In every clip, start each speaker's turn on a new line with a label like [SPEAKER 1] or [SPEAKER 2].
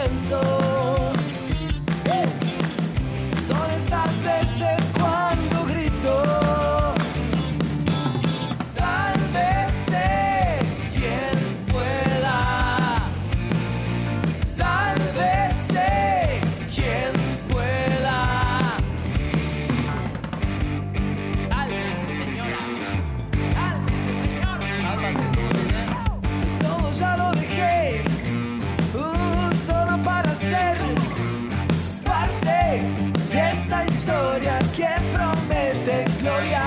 [SPEAKER 1] corazón. Son estas veces cuando grito. Sálvese quien pueda. Sálvese quien pueda. Sálvese señora. Sálvese señor. Sálvate tú. Todo ya lo dejé. Uh, solo para ser parte de esta historia que promete gloria.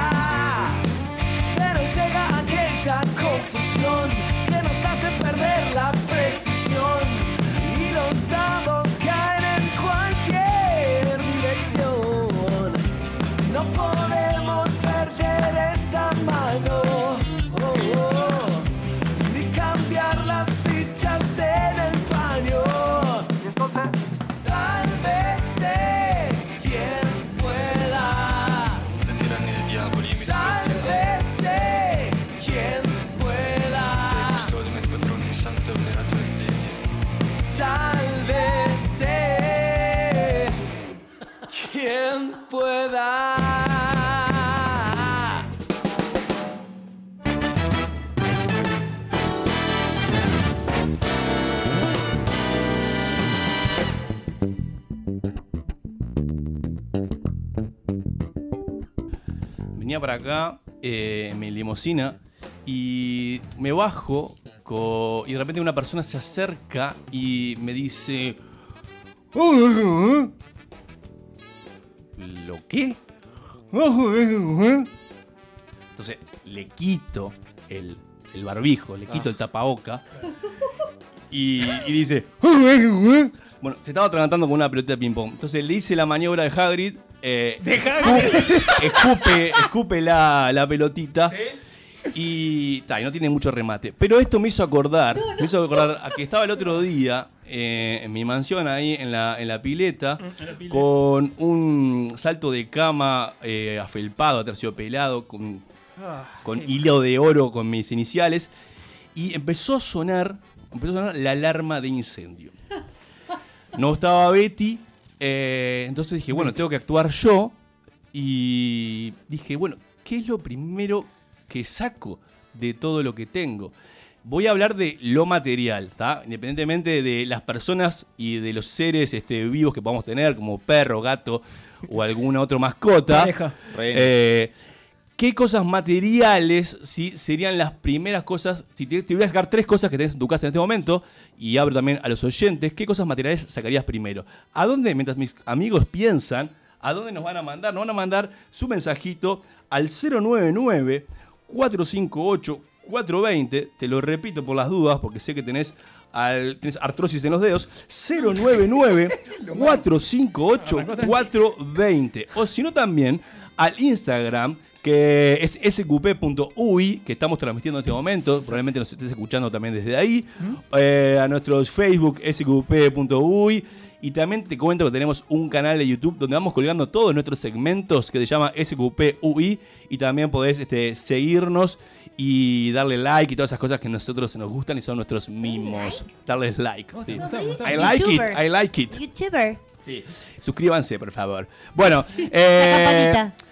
[SPEAKER 1] Pero llega aquella confusión que nos hace perder la precisión y los dados caen en cualquier dirección. No podemos perder esta mano. oh, oh ni cambiar las fichas en el baño. Y entonces, sálvese quien pueda.
[SPEAKER 2] De tiranni dei diavoli e mi direzione
[SPEAKER 1] Sálvese quien
[SPEAKER 2] Dei
[SPEAKER 1] pueda.
[SPEAKER 2] custodi met padroni in sante venerato vendesi
[SPEAKER 1] Sálvese quien pueda.
[SPEAKER 3] Venía para acá eh, en mi limusina y me bajo co- y de repente una persona se acerca y me dice... ¿Lo qué? Entonces le quito el, el barbijo, le quito el tapaboca y, y dice... "Ah, Bueno, se estaba atragantando con una pelota de ping-pong. Entonces le hice la maniobra de Hagrid. eh, escupe, escupe la, la pelotita. Y, ta, y no tiene mucho remate. Pero esto me hizo acordar. Me hizo acordar a que estaba el otro día eh, en mi mansión ahí en la, Mm, en la pileta. Con un salto de cama eh, afelpado, aterciopelado, con, con hilo de oro con mis iniciales. Y empezó a sonar. Empezó a sonar la alarma de incendio. No estaba Betty. eh, entonces dije, bueno, tengo que actuar yo. Y dije, bueno, ¿qué es lo primero que saco de todo lo que tengo? Voy a hablar de lo material, ¿está? Independientemente de las personas y de los seres este, vivos que podamos tener, como perro, gato o alguna otra mascota.
[SPEAKER 4] Pareja.
[SPEAKER 3] Eh, ¿Qué cosas materiales sí, serían las primeras cosas? Si te, te voy a sacar tres cosas que tenés en tu casa en este momento, y abro también a los oyentes, ¿qué cosas materiales sacarías primero? ¿A dónde, mientras mis amigos piensan, a dónde nos van a mandar? Nos van a mandar su mensajito al 099-458-420. Te lo repito por las dudas, porque sé que tenés, al- tenés artrosis en los dedos. 099-458-420. O si no también al Instagram, que es sqp.ui, que estamos transmitiendo en este momento. Probablemente nos estés escuchando también desde ahí. Eh, a nuestros Facebook, sqp.ui. Y también te cuento que tenemos un canal de YouTube donde vamos colgando todos nuestros segmentos que se llama SQPUI. Y también podés este, seguirnos y darle like y todas esas cosas que a nosotros nos gustan y son nuestros mimos. Darles like. sí. I like it, I like it.
[SPEAKER 5] YouTuber.
[SPEAKER 3] Sí. Suscríbanse, por favor. Bueno, eh,
[SPEAKER 5] La campanita.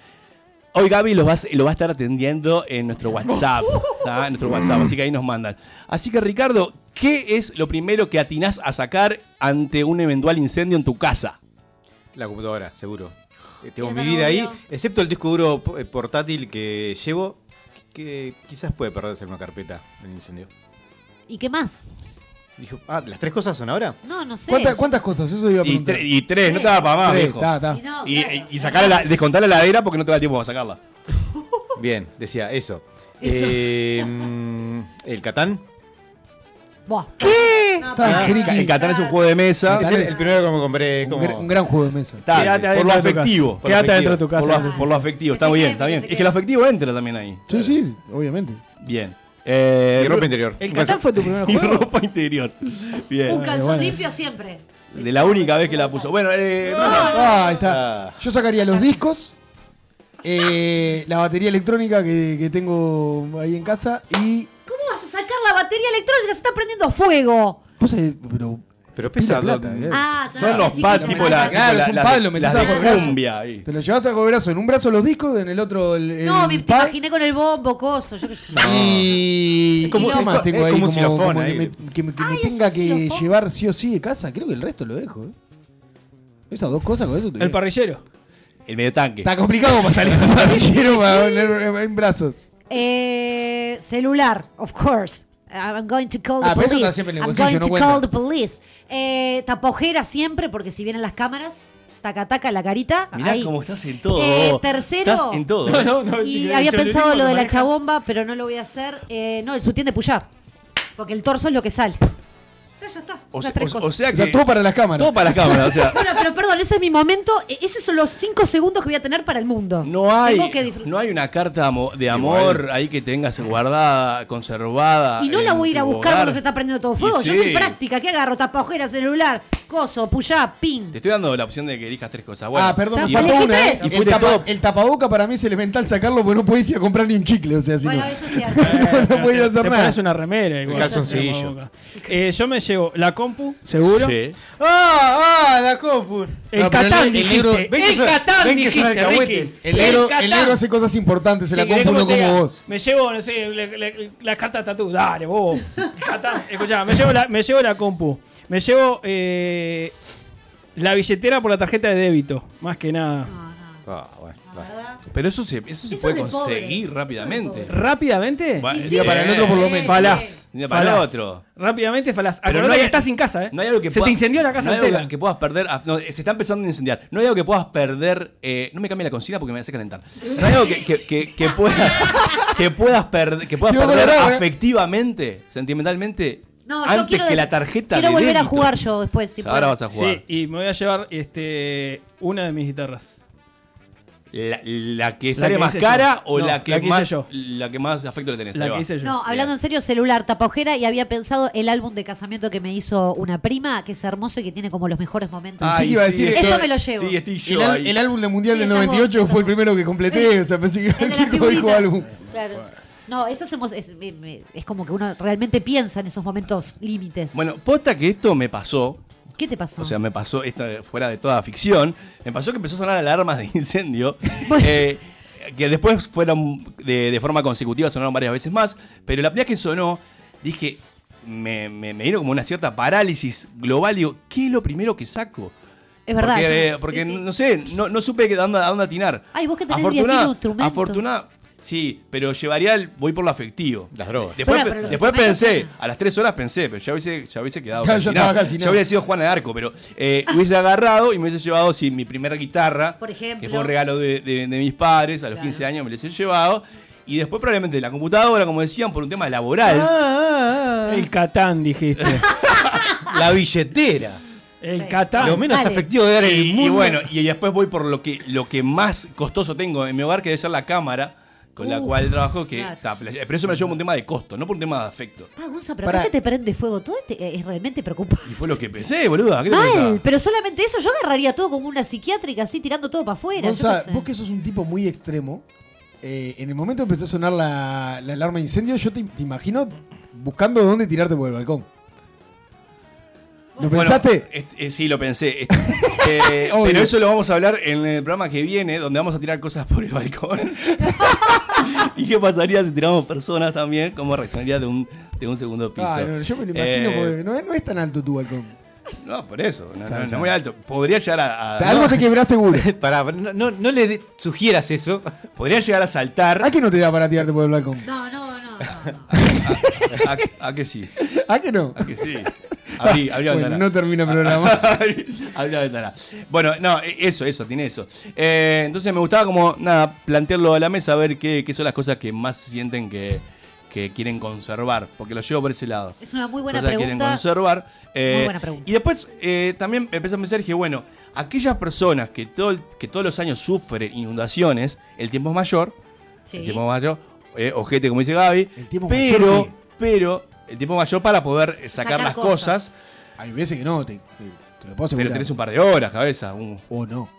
[SPEAKER 3] hoy Gaby lo va, a- lo va a estar atendiendo en nuestro WhatsApp. ¿tá? En nuestro WhatsApp, así que ahí nos mandan. Así que, Ricardo, ¿qué es lo primero que atinás a sacar ante un eventual incendio en tu casa?
[SPEAKER 6] La computadora, seguro. Eh, Tengo
[SPEAKER 5] Yo
[SPEAKER 6] mi
[SPEAKER 5] también
[SPEAKER 6] vida ahí,
[SPEAKER 5] obvio.
[SPEAKER 6] excepto el disco duro po- eh, portátil que llevo, que quizás puede perderse en una carpeta en el incendio.
[SPEAKER 3] Eh,
[SPEAKER 5] ¿Y qué más?
[SPEAKER 6] Dijo, ah, ¿las tres cosas son ahora?
[SPEAKER 5] No, no sé.
[SPEAKER 4] ¿Cuántas, ¿Cuántas cosas? Eso iba a
[SPEAKER 3] Y,
[SPEAKER 4] preguntar.
[SPEAKER 3] tre- y tres, no te da para más,
[SPEAKER 4] Tres,
[SPEAKER 3] viejo.
[SPEAKER 4] ta, ta.
[SPEAKER 5] Y no,
[SPEAKER 3] Y,
[SPEAKER 5] claro.
[SPEAKER 3] y sacar la, descontar la heladera porque no te da tiempo para sacarla.
[SPEAKER 6] Bien, decía eso.
[SPEAKER 5] Eso.
[SPEAKER 6] Eh, mm, el Catán. Ah,
[SPEAKER 5] Buah. No,
[SPEAKER 4] Tan
[SPEAKER 5] pará.
[SPEAKER 4] friki.
[SPEAKER 3] El Catán es un juego de mesa.
[SPEAKER 6] Es
[SPEAKER 4] Catán
[SPEAKER 6] el,
[SPEAKER 4] es-
[SPEAKER 6] el primero que me compré.
[SPEAKER 4] Un,
[SPEAKER 6] como-
[SPEAKER 4] gran- un gran juego de mesa.
[SPEAKER 3] Dale,
[SPEAKER 7] Quédate
[SPEAKER 3] por lo
[SPEAKER 7] adentro de tu
[SPEAKER 3] afectivo.
[SPEAKER 7] casa.
[SPEAKER 3] Por lo
[SPEAKER 7] Quédate
[SPEAKER 3] afectivo.
[SPEAKER 7] adentro de tu
[SPEAKER 3] Por
[SPEAKER 7] casa.
[SPEAKER 3] lo, por lo afectivo,
[SPEAKER 5] Que
[SPEAKER 3] está
[SPEAKER 5] se
[SPEAKER 3] muy bien,
[SPEAKER 5] quede,
[SPEAKER 3] está
[SPEAKER 5] que
[SPEAKER 3] bien.
[SPEAKER 5] se
[SPEAKER 3] Es que
[SPEAKER 5] quede.
[SPEAKER 3] el afectivo entra también ahí.
[SPEAKER 4] Sí, sí, obviamente.
[SPEAKER 3] Bien. Eh,
[SPEAKER 6] Y ropa interior.
[SPEAKER 7] El Catán fue tu primer
[SPEAKER 3] y
[SPEAKER 7] juego.
[SPEAKER 3] ropa interior.
[SPEAKER 5] Un
[SPEAKER 3] Bien.
[SPEAKER 5] calzón
[SPEAKER 4] Eh, bueno,
[SPEAKER 5] limpio siempre.
[SPEAKER 3] De la única vez que la puso. Bueno, eh, Bruno.
[SPEAKER 4] Ah, ahí está.
[SPEAKER 6] Ah.
[SPEAKER 4] Yo sacaría los discos, eh, la batería electrónica que, que tengo ahí en casa y.
[SPEAKER 5] ¿Cómo vas a sacar la batería electrónica? Se está prendiendo fuego.
[SPEAKER 4] Vos sabés, pero
[SPEAKER 6] Pero pesa
[SPEAKER 4] Pila de
[SPEAKER 6] dos-
[SPEAKER 4] plata, eh.
[SPEAKER 5] Ah,
[SPEAKER 3] Son los
[SPEAKER 5] pads
[SPEAKER 3] pads, tipo la,
[SPEAKER 4] Claro,
[SPEAKER 3] tipo la-
[SPEAKER 4] es un
[SPEAKER 3] las-
[SPEAKER 4] palo, metés
[SPEAKER 3] las
[SPEAKER 4] abajo
[SPEAKER 3] de
[SPEAKER 4] del brazo.
[SPEAKER 3] cumbia ahí.
[SPEAKER 4] Te lo llevas a brazo, en un brazo los discos, en el otro el, el
[SPEAKER 5] No, me- te
[SPEAKER 4] pad.
[SPEAKER 5] imaginé con el bombo, coso, yo qué sé.
[SPEAKER 4] Y
[SPEAKER 6] Es como-
[SPEAKER 4] ¿qué
[SPEAKER 6] es
[SPEAKER 4] más
[SPEAKER 6] co-
[SPEAKER 4] tengo
[SPEAKER 6] es
[SPEAKER 4] ahí
[SPEAKER 6] como un xilofón
[SPEAKER 4] que
[SPEAKER 6] ahí.
[SPEAKER 4] me, que me- que me
[SPEAKER 5] Ay, es
[SPEAKER 4] tenga
[SPEAKER 5] un
[SPEAKER 4] que
[SPEAKER 5] xilofón.
[SPEAKER 4] llevar sí o sí de casa. Creo que el resto lo dejo. eh. Esas dos cosas con eso. te
[SPEAKER 7] El
[SPEAKER 4] digo.
[SPEAKER 7] parrillero.
[SPEAKER 3] El medio tanque.
[SPEAKER 4] Está complicado para salir del parrillero para volver en brazos.
[SPEAKER 5] Eh, celular, of course. I'm going to call the
[SPEAKER 4] Ah, pero eso
[SPEAKER 5] police.
[SPEAKER 4] está siempre en el
[SPEAKER 5] I'm
[SPEAKER 4] bolsillo,
[SPEAKER 5] going
[SPEAKER 4] no
[SPEAKER 5] to
[SPEAKER 4] cuenta.
[SPEAKER 5] call the police. Eh, tapojera siempre, porque si vienen las cámaras, taca taca la carita.
[SPEAKER 3] Mirá
[SPEAKER 5] ahí.
[SPEAKER 3] cómo estás en todo.
[SPEAKER 5] Eh,
[SPEAKER 3] vos.
[SPEAKER 5] tercero.
[SPEAKER 3] Estás en todo. ¿eh?
[SPEAKER 7] No, no, no, si
[SPEAKER 5] Y
[SPEAKER 7] querés
[SPEAKER 5] había
[SPEAKER 7] decir
[SPEAKER 5] pensado
[SPEAKER 7] Yurirismo,
[SPEAKER 5] lo de la
[SPEAKER 7] maneja.
[SPEAKER 5] chabomba, pero no lo voy a hacer. Eh, no, el sutién de Puyá. Porque el torso es lo que sale. Ya, ya está.
[SPEAKER 3] O, sea,
[SPEAKER 5] Esas tres
[SPEAKER 3] o- o
[SPEAKER 5] cosas.
[SPEAKER 3] sea
[SPEAKER 4] O
[SPEAKER 3] que.
[SPEAKER 4] sea, todo para las cámaras.
[SPEAKER 3] todo para las cámaras. O sea,
[SPEAKER 5] Bueno, pero perdón, ese es mi momento. E- Esos son los cinco segundos que voy a tener para el mundo.
[SPEAKER 3] no hay,
[SPEAKER 5] Tengo que disfrutar.
[SPEAKER 3] no hay una carta amo- de amor ahí que tengas guardada, conservada.
[SPEAKER 5] Y no la
[SPEAKER 3] Ah, en
[SPEAKER 5] voy a ir a
[SPEAKER 3] tu
[SPEAKER 5] buscar
[SPEAKER 3] hogar.
[SPEAKER 5] cuando se está prendiendo todo fuego.
[SPEAKER 3] Y
[SPEAKER 5] Yo
[SPEAKER 3] sí.
[SPEAKER 5] soy práctica. ¿Qué agarro? Tapajera, celular, coso, puyá, pin.
[SPEAKER 3] Te estoy dando la opción de que elijas tres cosas. Bueno,
[SPEAKER 4] ah, perdón,
[SPEAKER 3] y-
[SPEAKER 4] faltó
[SPEAKER 5] elegí
[SPEAKER 4] una. eh.
[SPEAKER 5] tres.
[SPEAKER 3] Y
[SPEAKER 4] el,
[SPEAKER 3] fuiste
[SPEAKER 4] tapa-
[SPEAKER 3] todo-
[SPEAKER 4] el tapaboca para mí es elemental sacarlo porque no podés ir a comprar ni un chicle. O sea, si
[SPEAKER 5] Bueno,
[SPEAKER 4] no.
[SPEAKER 5] eso es cierto.
[SPEAKER 4] no podés
[SPEAKER 7] Te
[SPEAKER 4] hacer nada.
[SPEAKER 7] pones una remera igual.
[SPEAKER 6] calzoncillo.
[SPEAKER 7] Como boca. Eh, yo me llevo la compu, seguro.
[SPEAKER 3] Sí.
[SPEAKER 6] ¡Ah! ¡Ah! La compu.
[SPEAKER 7] El
[SPEAKER 8] No, pero
[SPEAKER 7] Catán,
[SPEAKER 8] el
[SPEAKER 7] dijiste.
[SPEAKER 8] negro-
[SPEAKER 7] el
[SPEAKER 6] ven que son-
[SPEAKER 7] Catán,
[SPEAKER 6] ven que son
[SPEAKER 7] dijiste,
[SPEAKER 6] alcahuetes.
[SPEAKER 7] Ricky.
[SPEAKER 4] El negro,
[SPEAKER 7] Catán.
[SPEAKER 4] el negro hace cosas importantes, se
[SPEAKER 7] Si
[SPEAKER 4] la
[SPEAKER 7] querés
[SPEAKER 4] compro uno
[SPEAKER 7] como te
[SPEAKER 4] como
[SPEAKER 7] diga,
[SPEAKER 4] vos.
[SPEAKER 7] Me llevo, no sé, la, la- la carta tatú. Dale, vos. Catán. Escuchá, me llevo, la, me llevo la compu. Me llevo eh, la billetera por la tarjeta de débito. Más que nada.
[SPEAKER 5] No, no,
[SPEAKER 6] Ah, bueno.
[SPEAKER 5] la verdad.
[SPEAKER 3] Pero eso se, eso se
[SPEAKER 5] Eso
[SPEAKER 3] puede
[SPEAKER 5] es de pobre,
[SPEAKER 3] conseguir
[SPEAKER 5] eso es de
[SPEAKER 3] rápidamente.
[SPEAKER 5] pobre.
[SPEAKER 7] Rápidamente.
[SPEAKER 3] Va-
[SPEAKER 5] Y
[SPEAKER 3] sí.
[SPEAKER 5] sí.
[SPEAKER 4] para el otro por lo menos.
[SPEAKER 7] Falás.
[SPEAKER 3] De para el
[SPEAKER 7] Falás.
[SPEAKER 3] otro.
[SPEAKER 7] Rápidamente falás.
[SPEAKER 3] Pero
[SPEAKER 7] Acordate
[SPEAKER 3] no hay-
[SPEAKER 7] que estás sin casa, ¿eh?
[SPEAKER 3] No hay algo que
[SPEAKER 7] Se
[SPEAKER 3] pueda-
[SPEAKER 7] te incendió la casa
[SPEAKER 3] no hay algo
[SPEAKER 7] entera.
[SPEAKER 3] que puedas perder. ah, no, se está empezando a incendiar. No hay algo que puedas perder. eh, no me cambie la cocina porque me hace calentar. No hay algo que, que- que- que puedas, que puedas, perder- que puedas
[SPEAKER 4] Yo
[SPEAKER 3] perder
[SPEAKER 4] colorado, eh.
[SPEAKER 3] afectivamente, sentimentalmente,
[SPEAKER 5] No, yo
[SPEAKER 3] antes
[SPEAKER 5] quiero
[SPEAKER 3] que
[SPEAKER 5] des-
[SPEAKER 3] la tarjeta
[SPEAKER 5] Quiero
[SPEAKER 3] de
[SPEAKER 5] volver a
[SPEAKER 3] débito.
[SPEAKER 5] jugar yo después. Si
[SPEAKER 3] Ahora
[SPEAKER 5] puedo.
[SPEAKER 3] vas a jugar.
[SPEAKER 7] Sí, y me voy a llevar este, una de mis guitarras.
[SPEAKER 3] La, la que sale
[SPEAKER 7] que
[SPEAKER 3] más
[SPEAKER 7] hice
[SPEAKER 3] cara
[SPEAKER 7] yo.
[SPEAKER 3] o
[SPEAKER 7] No,
[SPEAKER 3] la, que
[SPEAKER 7] la que hice
[SPEAKER 3] más,
[SPEAKER 7] yo.
[SPEAKER 3] la que más afecto le tenés. Ahí
[SPEAKER 7] La
[SPEAKER 3] va.
[SPEAKER 7] que hice yo.
[SPEAKER 5] No, hablando en serio, celular, tapajera y había pensado el álbum de casamiento que me hizo una prima, que es hermoso y que tiene como los mejores momentos.
[SPEAKER 4] Ay, Sí, iba a decir eh,
[SPEAKER 3] estoy-
[SPEAKER 5] eso me lo llevo.
[SPEAKER 3] Sí, estoy yo
[SPEAKER 4] El, al-
[SPEAKER 3] ahí.
[SPEAKER 4] el álbum del Mundial
[SPEAKER 5] Sí,
[SPEAKER 4] del
[SPEAKER 5] estás vos,
[SPEAKER 4] 98
[SPEAKER 5] estás
[SPEAKER 4] fue el
[SPEAKER 5] vos.
[SPEAKER 4] primero que completé, o sea, pensé que iba a
[SPEAKER 5] El de las
[SPEAKER 4] decir como dijo
[SPEAKER 5] figuritas.
[SPEAKER 4] álbum.
[SPEAKER 5] Claro. No, eso es, emo- es, es- es como que uno realmente piensa en esos momentos límites.
[SPEAKER 3] Bueno, posta que esto me pasó.
[SPEAKER 5] ¿Qué te pasó?
[SPEAKER 3] O sea, me pasó, esto eh, fuera de toda ficción, me pasó que empezó a sonar alarmas de incendio.
[SPEAKER 5] Bueno.
[SPEAKER 3] eh, que después fueron de, de forma consecutiva, sonaron varias veces más. Pero la primera que sonó, dije, me, me, me dieron como una cierta parálisis global. Digo, ¿qué es lo primero que saco?
[SPEAKER 5] es verdad.
[SPEAKER 3] Porque,
[SPEAKER 5] yo-
[SPEAKER 3] eh, porque
[SPEAKER 5] sí, sí.
[SPEAKER 3] no sé, no, no supe a dónde, a dónde atinar.
[SPEAKER 5] Ay, vos que tenés 10.000
[SPEAKER 3] afortunada,
[SPEAKER 5] instrumentos.
[SPEAKER 3] afortunada- sí, pero llevaría el. Voy por lo afectivo.
[SPEAKER 6] Las drogas.
[SPEAKER 3] Después,
[SPEAKER 5] Bueno, pero los
[SPEAKER 3] después
[SPEAKER 5] instrumentos
[SPEAKER 3] pensé,
[SPEAKER 5] suenan.
[SPEAKER 3] a las tres horas pensé, pero ya hubiese, ya hubiese quedado.
[SPEAKER 4] Claro, ya
[SPEAKER 3] calcinado.
[SPEAKER 4] estaba calcinado.
[SPEAKER 3] Ya hubiera sido Juana de Arco, pero eh, hubiese agarrado y me hubiese llevado sí, mi primera guitarra,
[SPEAKER 5] Por ejemplo.
[SPEAKER 3] que fue un regalo de, de- de mis padres, a los
[SPEAKER 5] Claro.
[SPEAKER 3] 15 años me lo hubiese llevado. Y después probablemente la computadora, como decían, por un tema laboral,
[SPEAKER 5] Ah.
[SPEAKER 7] El Catán, dijiste.
[SPEAKER 6] La billetera.
[SPEAKER 7] El
[SPEAKER 5] Sí.
[SPEAKER 4] Ah,
[SPEAKER 7] Catán.
[SPEAKER 6] Lo menos
[SPEAKER 5] Dale.
[SPEAKER 6] afectivo de dar en el
[SPEAKER 3] Y-
[SPEAKER 6] mundo.
[SPEAKER 3] Y, bueno, y después voy por lo que, lo que más costoso tengo en mi hogar, que debe ser la cámara con la
[SPEAKER 4] Uh,
[SPEAKER 5] Uf,
[SPEAKER 3] cual trabajo, que
[SPEAKER 5] claro.
[SPEAKER 3] está playa- Pero eso me lo llevo por un tema de costo, no por un tema de afecto.
[SPEAKER 5] Pa, Gonza, pero
[SPEAKER 4] Pará.
[SPEAKER 5] acá se te prende fuego todo. Este, eh, es realmente preocupante.
[SPEAKER 3] Y fue lo que pensé, boluda. ¿qué te
[SPEAKER 5] Mal,
[SPEAKER 3] pensaba?
[SPEAKER 5] pero solamente eso. Yo agarraría todo como una psiquiátrica, así tirando todo para afuera. yo
[SPEAKER 4] Gonza,
[SPEAKER 5] qué sé.
[SPEAKER 4] vos que sos un tipo muy extremo, eh, en el momento que empezó a sonar la, la alarma de incendio, yo te, te imagino buscando dónde tirarte por el balcón. ¿Lo
[SPEAKER 3] Bueno,
[SPEAKER 4] pensaste?
[SPEAKER 3] est- eh, sí, lo pensé. Est- eh,
[SPEAKER 4] Obvio.
[SPEAKER 3] pero eso lo vamos a hablar en el programa que viene, donde vamos a tirar cosas por el balcón. ¿Y qué pasaría si tiramos personas también? ¿Cómo reaccionaría de un, de un segundo piso?
[SPEAKER 4] Ah, no, yo me lo imagino
[SPEAKER 3] Eh,
[SPEAKER 4] porque no es, no es tan alto tu balcón.
[SPEAKER 3] No, por eso. No, no,
[SPEAKER 4] Chao,
[SPEAKER 3] no es
[SPEAKER 4] chao.
[SPEAKER 3] muy alto. Podría llegar a. a-
[SPEAKER 4] Algo te quebrás seguro.
[SPEAKER 6] Pará, no, no, no le de- sugieras eso.
[SPEAKER 3] podría llegar a saltar.
[SPEAKER 4] ¿A qué no te da para tirarte por el balcón?
[SPEAKER 5] No, no, no. no, no.
[SPEAKER 3] ¿A, a- a que sí?
[SPEAKER 4] ¿A qué ¿Ah, no?
[SPEAKER 3] ¿A que sí? Abrí, abrí la
[SPEAKER 4] Bueno,
[SPEAKER 3] ventana.
[SPEAKER 4] no termina el programa.
[SPEAKER 3] abrí la ventana. Bueno, no, e- eso, eso, tiene eso. Eh, entonces me gustaba como, nada, plantearlo a la mesa, a ver qué, qué son las cosas que más sienten que, que quieren conservar, porque lo llevo por ese lado.
[SPEAKER 5] Es una muy buena
[SPEAKER 3] Cosas que quieren
[SPEAKER 5] pregunta.
[SPEAKER 3] conservar. Eh,
[SPEAKER 5] buena pregunta.
[SPEAKER 3] Y después eh, también empecé a pensar, dije, bueno, aquellas personas que, todo, el- que todos los años sufren inundaciones, el tiempo es mayor,
[SPEAKER 5] Sí.
[SPEAKER 3] el tiempo mayor, eh, ojete, como dice Gaby.
[SPEAKER 4] El tiempo
[SPEAKER 3] pero,
[SPEAKER 4] mayor, ¿qué?
[SPEAKER 3] pero, el tiempo mayor para poder eh, sacar,
[SPEAKER 5] Sacar
[SPEAKER 3] las
[SPEAKER 5] cosas.
[SPEAKER 3] cosas,
[SPEAKER 4] Hay veces que no, te, te- te lo puedo asegurar.
[SPEAKER 3] pero tenés un par de horas, cabeza. un-
[SPEAKER 4] O no.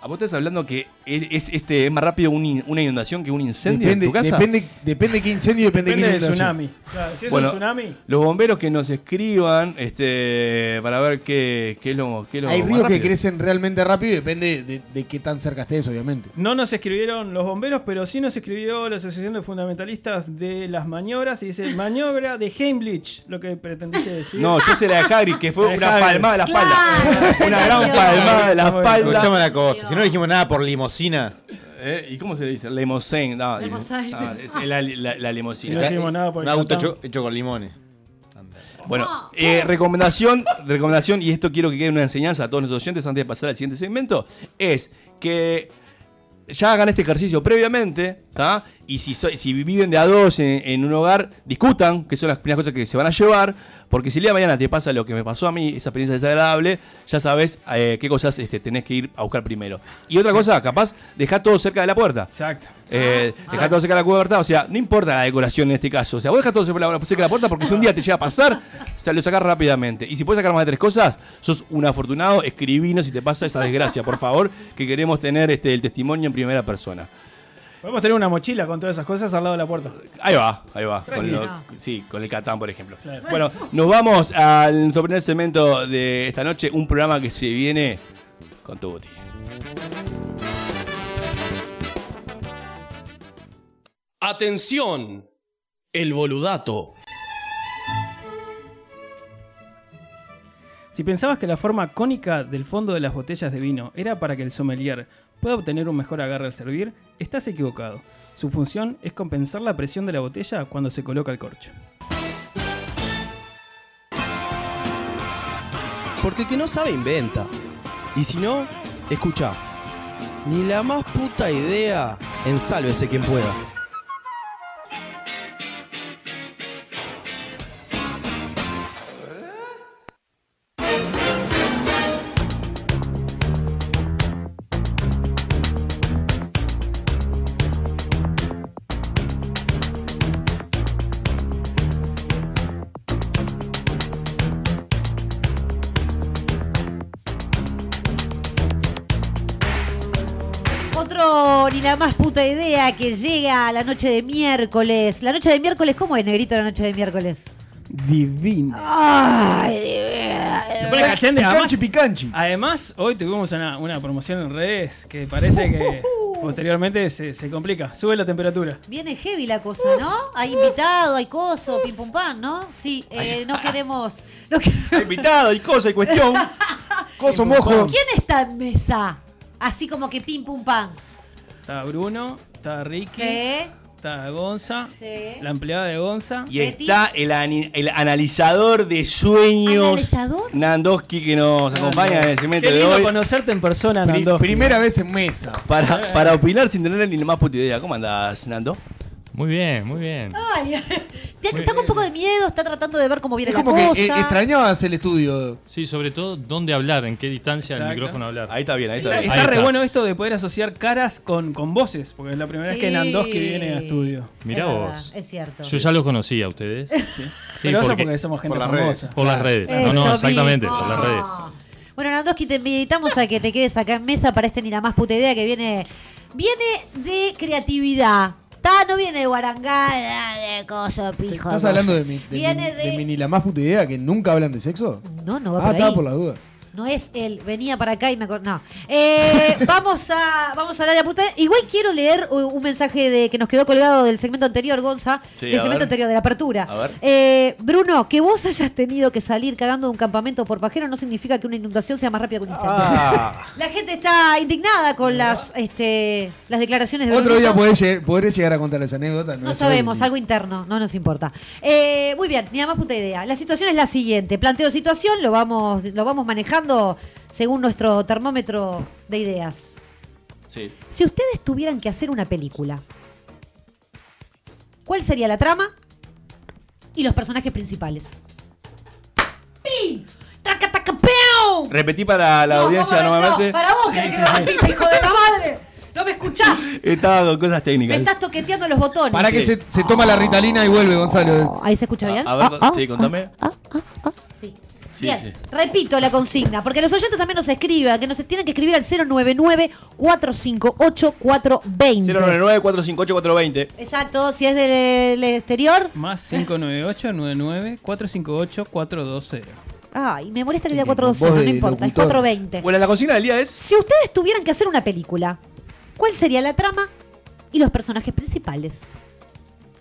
[SPEAKER 3] ¿A vos estás hablando que el- es, este, es más rápido un in- una inundación que un incendio
[SPEAKER 4] Depende,
[SPEAKER 3] en tu casa?
[SPEAKER 4] depende, depende qué incendio y depende,
[SPEAKER 7] Depende
[SPEAKER 4] qué
[SPEAKER 7] del
[SPEAKER 4] inundación.
[SPEAKER 7] tsunami. Claro, si es
[SPEAKER 3] Bueno,
[SPEAKER 7] un tsunami,
[SPEAKER 3] Los bomberos que nos escriban este, para ver qué, qué es lo qué es lo
[SPEAKER 4] Hay
[SPEAKER 3] más
[SPEAKER 4] ríos que
[SPEAKER 3] rápido.
[SPEAKER 4] crecen realmente rápido y depende de, de qué tan cerca estés, obviamente.
[SPEAKER 7] no nos escribieron los bomberos, pero sí nos escribió la Asociación de Fundamentalistas de las Maniobras y dice maniobra de Heimlich, lo que pretendiste decir.
[SPEAKER 3] No, yo sé la de Hagrid, que fue
[SPEAKER 7] La de
[SPEAKER 3] una
[SPEAKER 7] Hagrid.
[SPEAKER 3] palmada de la espalda.
[SPEAKER 5] Claro, se
[SPEAKER 3] una
[SPEAKER 5] entendió.
[SPEAKER 3] gran palmada de la
[SPEAKER 7] Bueno,
[SPEAKER 3] espalda.
[SPEAKER 6] Escuchame la cosa. Si no dijimos nada por limosina.
[SPEAKER 3] Eh, ¿Y cómo se le dice? Lemosén. No,
[SPEAKER 5] Lemosén.
[SPEAKER 3] ah, es la, la- la
[SPEAKER 7] Si no
[SPEAKER 3] limosina.
[SPEAKER 7] dijimos nada por el
[SPEAKER 6] Un auto
[SPEAKER 7] Catán.
[SPEAKER 6] hecho, hecho con limones.
[SPEAKER 3] Bueno, eh, recomendación, recomendación, y esto quiero que quede una enseñanza a todos nuestros oyentes antes de pasar al siguiente segmento, es que ya hagan este ejercicio previamente, ¿tá? Y si, so- si viven de a dos en, en un hogar, discutan, que son las primeras cosas que se van a llevar, porque si el día de mañana te pasa lo que me pasó a mí, esa experiencia desagradable, ya sabes eh, qué cosas este, tenés que ir a buscar primero. Y otra cosa, capaz, dejá todo cerca de la puerta.
[SPEAKER 7] Exacto.
[SPEAKER 3] Eh, dejá todo cerca de la puerta, o sea, no importa la decoración en este caso. O sea, vos dejá todo cerca de la- cerca de la puerta porque si un día te llega a pasar, se lo sacás rápidamente. Y si puedes sacar más de tres cosas, sos un afortunado, escribinos si te pasa esa desgracia, por favor, que queremos tener este, el testimonio en primera persona.
[SPEAKER 7] Podemos tener una mochila con todas esas cosas al lado de la puerta.
[SPEAKER 3] Ahí va, ahí va. Con
[SPEAKER 5] Tranquilo.
[SPEAKER 3] lo- sí, con el Catán, por ejemplo.
[SPEAKER 7] Claro.
[SPEAKER 3] Bueno, nos vamos a nuestro primer segmento de esta noche, un programa que se viene con tu botín.
[SPEAKER 8] Atención, el boludato.
[SPEAKER 7] Si pensabas que la forma cónica del fondo de las botellas de vino era para que el sommelier pueda obtener un mejor agarre al servir, estás equivocado. Su función es compensar la presión de la botella cuando se coloca el corcho.
[SPEAKER 8] Porque el que no sabe inventa. Y si no, escucha. Ni la más puta idea, ensálvese quien pueda.
[SPEAKER 5] Otro ni la más puta idea que llega a la noche de miércoles. La noche de miércoles, ¿cómo es, negrito, la noche de miércoles?
[SPEAKER 7] Divino.
[SPEAKER 5] Ay, Eh,
[SPEAKER 7] Se pone cachende, además,
[SPEAKER 4] Picanchi, picanchi.
[SPEAKER 7] además, hoy tuvimos una, una promoción en redes que parece que
[SPEAKER 5] Uh-huh.
[SPEAKER 7] posteriormente se, se complica. Sube la temperatura.
[SPEAKER 5] Viene heavy la cosa, ¿no? Hay invitado, hay coso, pim pum pam, ¿no? Sí, eh, no queremos. no que-
[SPEAKER 3] Invitado y cosa y cuestión.
[SPEAKER 4] Coso mojo.
[SPEAKER 5] ¿Quién está en mesa? Así como que pim pum pam.
[SPEAKER 7] Está Bruno, está Ricky,
[SPEAKER 5] Sí,
[SPEAKER 7] está Gonza,
[SPEAKER 5] sí.
[SPEAKER 7] la empleada de Gonza.
[SPEAKER 3] Y
[SPEAKER 5] Betty.
[SPEAKER 3] está el, ani- el analizador de sueños.
[SPEAKER 5] ¿Analizador?
[SPEAKER 3] Nandoski que nos acompaña en el segmento
[SPEAKER 7] Qué
[SPEAKER 3] de
[SPEAKER 7] lindo
[SPEAKER 3] hoy.
[SPEAKER 7] conocerte en persona,
[SPEAKER 4] Pri-
[SPEAKER 7] Nando.
[SPEAKER 4] primera vez en mesa.
[SPEAKER 6] Eh.
[SPEAKER 3] Para, para opinar sin tener ni la más puta idea. ¿Cómo andás, Nando?
[SPEAKER 9] Muy bien, muy bien.
[SPEAKER 5] Ay, te- está con un poco de miedo, está tratando de ver cómo viene
[SPEAKER 4] Es
[SPEAKER 5] la
[SPEAKER 4] como
[SPEAKER 5] cosa.
[SPEAKER 4] que eh, extrañabas el estudio.
[SPEAKER 9] Sí, sobre todo, ¿dónde hablar? ¿En qué distancia del
[SPEAKER 7] Exacto.
[SPEAKER 9] micrófono hablar?
[SPEAKER 3] Ahí está bien, ahí está
[SPEAKER 7] Está,
[SPEAKER 3] bien.
[SPEAKER 7] está
[SPEAKER 9] Ahí
[SPEAKER 7] re
[SPEAKER 9] está.
[SPEAKER 7] bueno esto de poder asociar caras con, con voces, porque es la primera vez que
[SPEAKER 5] Sí.
[SPEAKER 7] Nandoski viene a estudio.
[SPEAKER 9] Mirá
[SPEAKER 5] Es
[SPEAKER 9] vos.
[SPEAKER 5] verdad, es cierto.
[SPEAKER 9] Yo ya los conocía a ustedes. Sí,
[SPEAKER 7] Pero eso
[SPEAKER 9] porque-
[SPEAKER 7] porque somos gente
[SPEAKER 6] por las
[SPEAKER 7] famosa.
[SPEAKER 9] por las redes. No, no,
[SPEAKER 5] Eso
[SPEAKER 9] exactamente,
[SPEAKER 5] mismo.
[SPEAKER 9] por las redes.
[SPEAKER 5] Bueno, Nandoski, te invitamos a que te quedes acá en mesa para este ni la más puta idea que viene. Viene de creatividad. Ta, no viene de guarangada, de coso, pijo.
[SPEAKER 4] ¿Estás
[SPEAKER 5] no.
[SPEAKER 4] hablando de mi, de
[SPEAKER 5] Viene
[SPEAKER 4] mi- de
[SPEAKER 5] de-
[SPEAKER 4] mi ni la más puta idea que nunca hablan de sexo?
[SPEAKER 5] No, no va
[SPEAKER 4] Ah,
[SPEAKER 5] por
[SPEAKER 4] estaba
[SPEAKER 5] ahí.
[SPEAKER 4] por la duda.
[SPEAKER 5] No es él, venía para acá y me acordé. No. Eh, vamos, a, vamos a hablar de la puta. Igual quiero leer eh, un mensaje de, que nos quedó colgado del segmento anterior, Gonza.
[SPEAKER 3] Sí,
[SPEAKER 5] del
[SPEAKER 3] a
[SPEAKER 5] segmento
[SPEAKER 3] ver.
[SPEAKER 5] anterior, de la apertura.
[SPEAKER 3] A ver.
[SPEAKER 5] Eh, Bruno, que vos hayas tenido que salir cagando de un campamento por pajero no significa que una inundación sea más rápida que un incendio.
[SPEAKER 3] Ah.
[SPEAKER 5] La gente está indignada con las, este, las declaraciones de
[SPEAKER 4] Otro
[SPEAKER 5] Brunito.
[SPEAKER 4] día podés lle- podré llegar a contar esa anécdota.
[SPEAKER 5] No
[SPEAKER 4] es hoy.
[SPEAKER 5] sabemos, algo interno, no nos importa. Eh, muy bien, ni nada más puta idea. La situación es la siguiente. Planteo situación, lo vamos, lo vamos manejando según nuestro termómetro de ideas.
[SPEAKER 3] Sí.
[SPEAKER 5] Si ustedes tuvieran que hacer una película, ¿cuál sería la trama? Y los personajes principales. ¡Pim! ¡Taca, taca, peum!
[SPEAKER 3] Repetí para la
[SPEAKER 5] No,
[SPEAKER 3] audiencia
[SPEAKER 5] ¿cómo
[SPEAKER 3] nuevamente.
[SPEAKER 5] No, para vos, que me repita, hijo de la madre. No me escuchás.
[SPEAKER 3] Estaba con cosas
[SPEAKER 5] Me
[SPEAKER 3] técnicas.
[SPEAKER 5] estás toqueteando los botones.
[SPEAKER 4] Para que
[SPEAKER 3] Sí.
[SPEAKER 4] se, se toma la ritalina y vuelve, Gonzalo.
[SPEAKER 5] Ah, Ahí se escucha bien.
[SPEAKER 3] A, a ver, sí, contame.
[SPEAKER 5] ah, Sí. Bien, repito la consigna, porque los oyentes también nos escriban, que nos tienen que escribir al 099-458-420.
[SPEAKER 3] 099-458-420.
[SPEAKER 5] Exacto, si es del exterior.
[SPEAKER 7] Más 598-99-458-420.
[SPEAKER 5] Ay, me molesta que diga 420, no importa, es 420.
[SPEAKER 3] Bueno, la consigna del día es.
[SPEAKER 5] Si ustedes tuvieran que hacer una película, ¿cuál sería la trama y los personajes principales?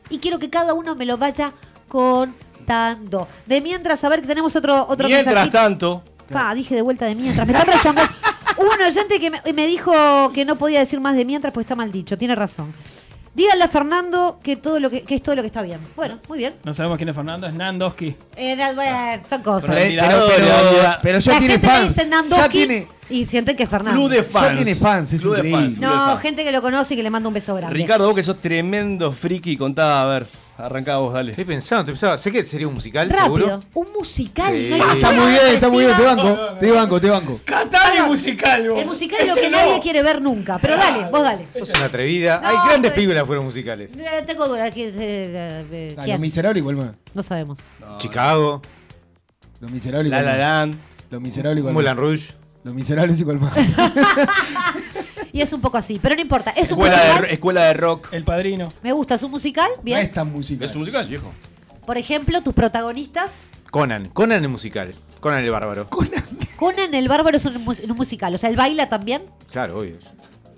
[SPEAKER 5] Y quiero que cada uno me lo vaya contando. De mientras, a ver que tenemos otro, otro
[SPEAKER 3] Mientras
[SPEAKER 5] mensajito.
[SPEAKER 3] tanto.
[SPEAKER 5] Pa, dije de vuelta de mientras. Me están rezongando. Hubo un oyente que me, me dijo que no podía decir más de mientras pues está mal dicho. Tiene razón. Díganle a Fernando que, todo lo que, que es todo lo que está bien. Bueno, muy bien.
[SPEAKER 7] No sabemos quién es Fernando, es Nandoski.
[SPEAKER 5] Era- bueno, son cosas.
[SPEAKER 3] Pero-
[SPEAKER 4] Pero,
[SPEAKER 3] pero-
[SPEAKER 4] pero ya
[SPEAKER 5] La
[SPEAKER 4] tiene
[SPEAKER 5] gente me
[SPEAKER 4] fans.
[SPEAKER 5] dice
[SPEAKER 4] ya
[SPEAKER 5] Nandoki
[SPEAKER 4] tiene,
[SPEAKER 5] y sienten que es Fernando.
[SPEAKER 3] Club de fans.
[SPEAKER 4] ya tiene fans, es
[SPEAKER 3] Club de
[SPEAKER 4] increíble.
[SPEAKER 3] fans, club de
[SPEAKER 5] Ah. no,
[SPEAKER 3] fans.
[SPEAKER 5] gente que lo conoce y que le manda un beso grande.
[SPEAKER 3] Ricardo, vos que sos tremendo friki, contá, a ver, arrancá vos, dale.
[SPEAKER 6] Estoy pensando, estoy pensando. Sé que sería un musical,
[SPEAKER 5] Rápido.
[SPEAKER 6] seguro.
[SPEAKER 5] Un musical.
[SPEAKER 6] Sí.
[SPEAKER 5] no hay
[SPEAKER 6] Ah,
[SPEAKER 4] Está
[SPEAKER 5] ninguna
[SPEAKER 4] muy bien, está muy bien, te banco,
[SPEAKER 5] depresiva.
[SPEAKER 4] te banco, te banco.
[SPEAKER 7] Catari musical, vos.
[SPEAKER 5] El musical es lo
[SPEAKER 7] Ese
[SPEAKER 5] que
[SPEAKER 7] no.
[SPEAKER 5] nadie quiere ver nunca. Pero dale, vos dale.
[SPEAKER 6] Sos una atrevida.
[SPEAKER 5] No,
[SPEAKER 6] Hay grandes
[SPEAKER 5] pero-
[SPEAKER 6] películas que fueron musicales.
[SPEAKER 5] Eh, Tengo dudas. ¿quién- eh, eh,
[SPEAKER 4] Ah, Los
[SPEAKER 5] quién?
[SPEAKER 4] miserables igual más.
[SPEAKER 5] No sabemos.
[SPEAKER 6] Chicago,
[SPEAKER 4] Los miserables
[SPEAKER 3] La
[SPEAKER 4] igual
[SPEAKER 3] La
[SPEAKER 4] más.
[SPEAKER 3] Land.
[SPEAKER 4] Los miserables igual
[SPEAKER 6] Moulin
[SPEAKER 4] más.
[SPEAKER 6] Rouge.
[SPEAKER 4] Los miserables igual más.
[SPEAKER 5] Y es un poco así, pero no importa. Es un
[SPEAKER 3] Escuela de,
[SPEAKER 5] musical.
[SPEAKER 3] escuela de rock.
[SPEAKER 7] El padrino.
[SPEAKER 5] Me gusta, es un musical.
[SPEAKER 4] No
[SPEAKER 5] Bien.
[SPEAKER 4] es tan musical.
[SPEAKER 3] Es un musical, viejo.
[SPEAKER 5] Por ejemplo, tus protagonistas.
[SPEAKER 6] Conan. Conan el musical. Conan el bárbaro.
[SPEAKER 5] Conan el Bárbaro es un, mus- un musical. O sea, él baila también.
[SPEAKER 6] Claro, obvio.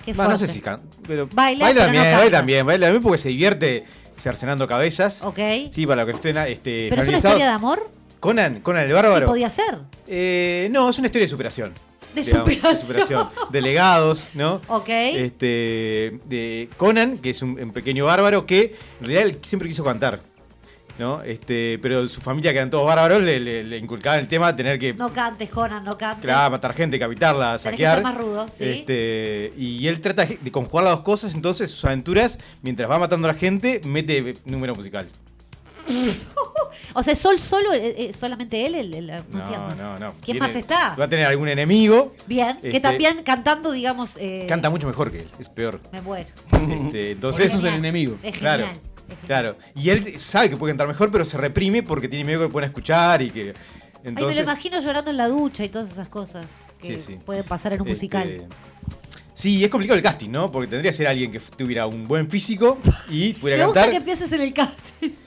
[SPEAKER 5] Qué
[SPEAKER 6] Va, no sé
[SPEAKER 5] fuerte.
[SPEAKER 6] si can... pero
[SPEAKER 5] Baila, pero
[SPEAKER 6] también,
[SPEAKER 5] no
[SPEAKER 6] baila
[SPEAKER 5] canta.
[SPEAKER 6] también, baila también porque se divierte cercenando cabezas.
[SPEAKER 5] Ok.
[SPEAKER 6] Sí, para lo que estén este,
[SPEAKER 5] pero es una
[SPEAKER 6] familiarizados.
[SPEAKER 5] historia de amor.
[SPEAKER 6] Conan, Conan el
[SPEAKER 5] ¿Qué
[SPEAKER 6] bárbaro.
[SPEAKER 5] podía ser?
[SPEAKER 6] Eh, no, es una historia de superación.
[SPEAKER 5] De
[SPEAKER 6] digamos, Eh,
[SPEAKER 5] superación.
[SPEAKER 6] Delegados, ¿no?
[SPEAKER 5] Ok.
[SPEAKER 6] Este, de Conan, que es un, un pequeño bárbaro que en realidad él siempre quiso cantar. ¿no? Este, pero su familia, que eran todos bárbaros, le, le- le inculcaban el tema de tener que
[SPEAKER 5] No cantes, Conan, no cantes.
[SPEAKER 6] claro, matar gente, capitarla,
[SPEAKER 5] Tenés que
[SPEAKER 6] saquear.
[SPEAKER 5] ser más rudo, sí.
[SPEAKER 6] Este, y él trata de conjugar las dos cosas, entonces sus aventuras, mientras va matando a la gente, mete número musical.
[SPEAKER 5] O sea, Sol solo, eh, eh, solamente él. El, el- no
[SPEAKER 6] No,
[SPEAKER 5] entiendo.
[SPEAKER 6] no, no.
[SPEAKER 5] ¿Quién
[SPEAKER 6] Tiene-
[SPEAKER 5] más está?
[SPEAKER 6] Va a tener algún enemigo.
[SPEAKER 5] Bien, que
[SPEAKER 6] Este-
[SPEAKER 5] también cantando, digamos. eh,
[SPEAKER 6] Canta mucho mejor que él, es peor.
[SPEAKER 5] Me muero.
[SPEAKER 6] Este,
[SPEAKER 4] Por
[SPEAKER 6] entonces,
[SPEAKER 4] eso es el
[SPEAKER 5] Genial.
[SPEAKER 4] enemigo.
[SPEAKER 5] Es
[SPEAKER 6] claro,
[SPEAKER 5] genial. es genial.
[SPEAKER 6] claro. Y él sabe que puede cantar mejor, pero se reprime porque tiene miedo que lo puedan escuchar y que.
[SPEAKER 5] Ay, me lo
[SPEAKER 6] Entonces,
[SPEAKER 5] imagino llorando en la ducha y todas esas cosas que
[SPEAKER 6] Sí, sí.
[SPEAKER 5] pueden pasar en un
[SPEAKER 6] este,
[SPEAKER 5] musical.
[SPEAKER 6] Sí, es complicado el casting, ¿no? Porque tendría que ser alguien que tuviera un buen físico y
[SPEAKER 5] Me
[SPEAKER 6] pudiera
[SPEAKER 5] gusta
[SPEAKER 6] cantar.
[SPEAKER 5] que empieces en el casting.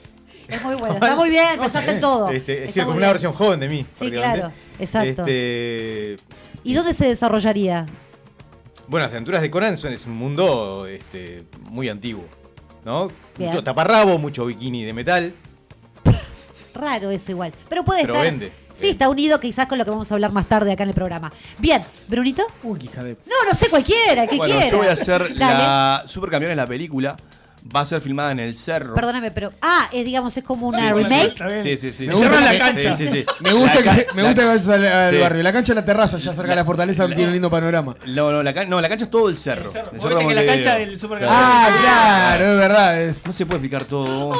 [SPEAKER 5] Es muy bueno, está muy bien, pensaste en todo.
[SPEAKER 6] Este, es
[SPEAKER 5] Está
[SPEAKER 6] decir,
[SPEAKER 5] muy
[SPEAKER 6] como una
[SPEAKER 5] bien.
[SPEAKER 6] versión joven de mí.
[SPEAKER 5] Sí,
[SPEAKER 6] prácticamente.
[SPEAKER 5] claro, exacto.
[SPEAKER 6] Este,
[SPEAKER 5] ¿Y dónde se desarrollaría?
[SPEAKER 6] bueno, las aventuras de Conan son, es un mundo este, muy antiguo, ¿no?
[SPEAKER 5] Bien.
[SPEAKER 6] Mucho taparrabo, mucho bikini de metal.
[SPEAKER 5] Raro eso igual. Pero puede
[SPEAKER 6] Pero
[SPEAKER 5] estar.
[SPEAKER 6] vende. Eh.
[SPEAKER 5] Sí, está unido quizás con lo que vamos a hablar más tarde acá en el programa. Bien, Brunito.
[SPEAKER 4] Uy, qué hija de.
[SPEAKER 5] No, no sé cualquiera, el que
[SPEAKER 3] Bueno,
[SPEAKER 5] quiera.
[SPEAKER 3] yo voy a hacer
[SPEAKER 5] Dale.
[SPEAKER 3] la Supercampeones, la película. Va a ser filmada en el cerro.
[SPEAKER 5] Perdóname, pero. Ah, eh, digamos, es como una
[SPEAKER 3] Sí, sí, sí.
[SPEAKER 5] remake.
[SPEAKER 7] Está bien.
[SPEAKER 3] Sí, sí, sí.
[SPEAKER 7] Me
[SPEAKER 3] Sí,
[SPEAKER 7] llama
[SPEAKER 3] sí,
[SPEAKER 7] la
[SPEAKER 3] sí,
[SPEAKER 7] cancha.
[SPEAKER 3] sí, sí.
[SPEAKER 4] Me gusta,
[SPEAKER 3] La
[SPEAKER 4] que,
[SPEAKER 3] ca-
[SPEAKER 4] me
[SPEAKER 3] la-
[SPEAKER 4] gusta que vayas al, al
[SPEAKER 3] Sí.
[SPEAKER 4] barrio. La cancha de la terraza, ya cerca de la fortaleza, donde tiene un lindo panorama.
[SPEAKER 3] No, no, la, can- no, la cancha es todo el cerro.
[SPEAKER 7] El cerro.
[SPEAKER 3] El
[SPEAKER 7] Vos
[SPEAKER 3] cerro
[SPEAKER 7] viste que la
[SPEAKER 3] Montevideo.
[SPEAKER 7] cancha del supermercado
[SPEAKER 4] Ah,
[SPEAKER 7] es-
[SPEAKER 4] claro, es verdad. es-
[SPEAKER 3] No se puede explicar todo.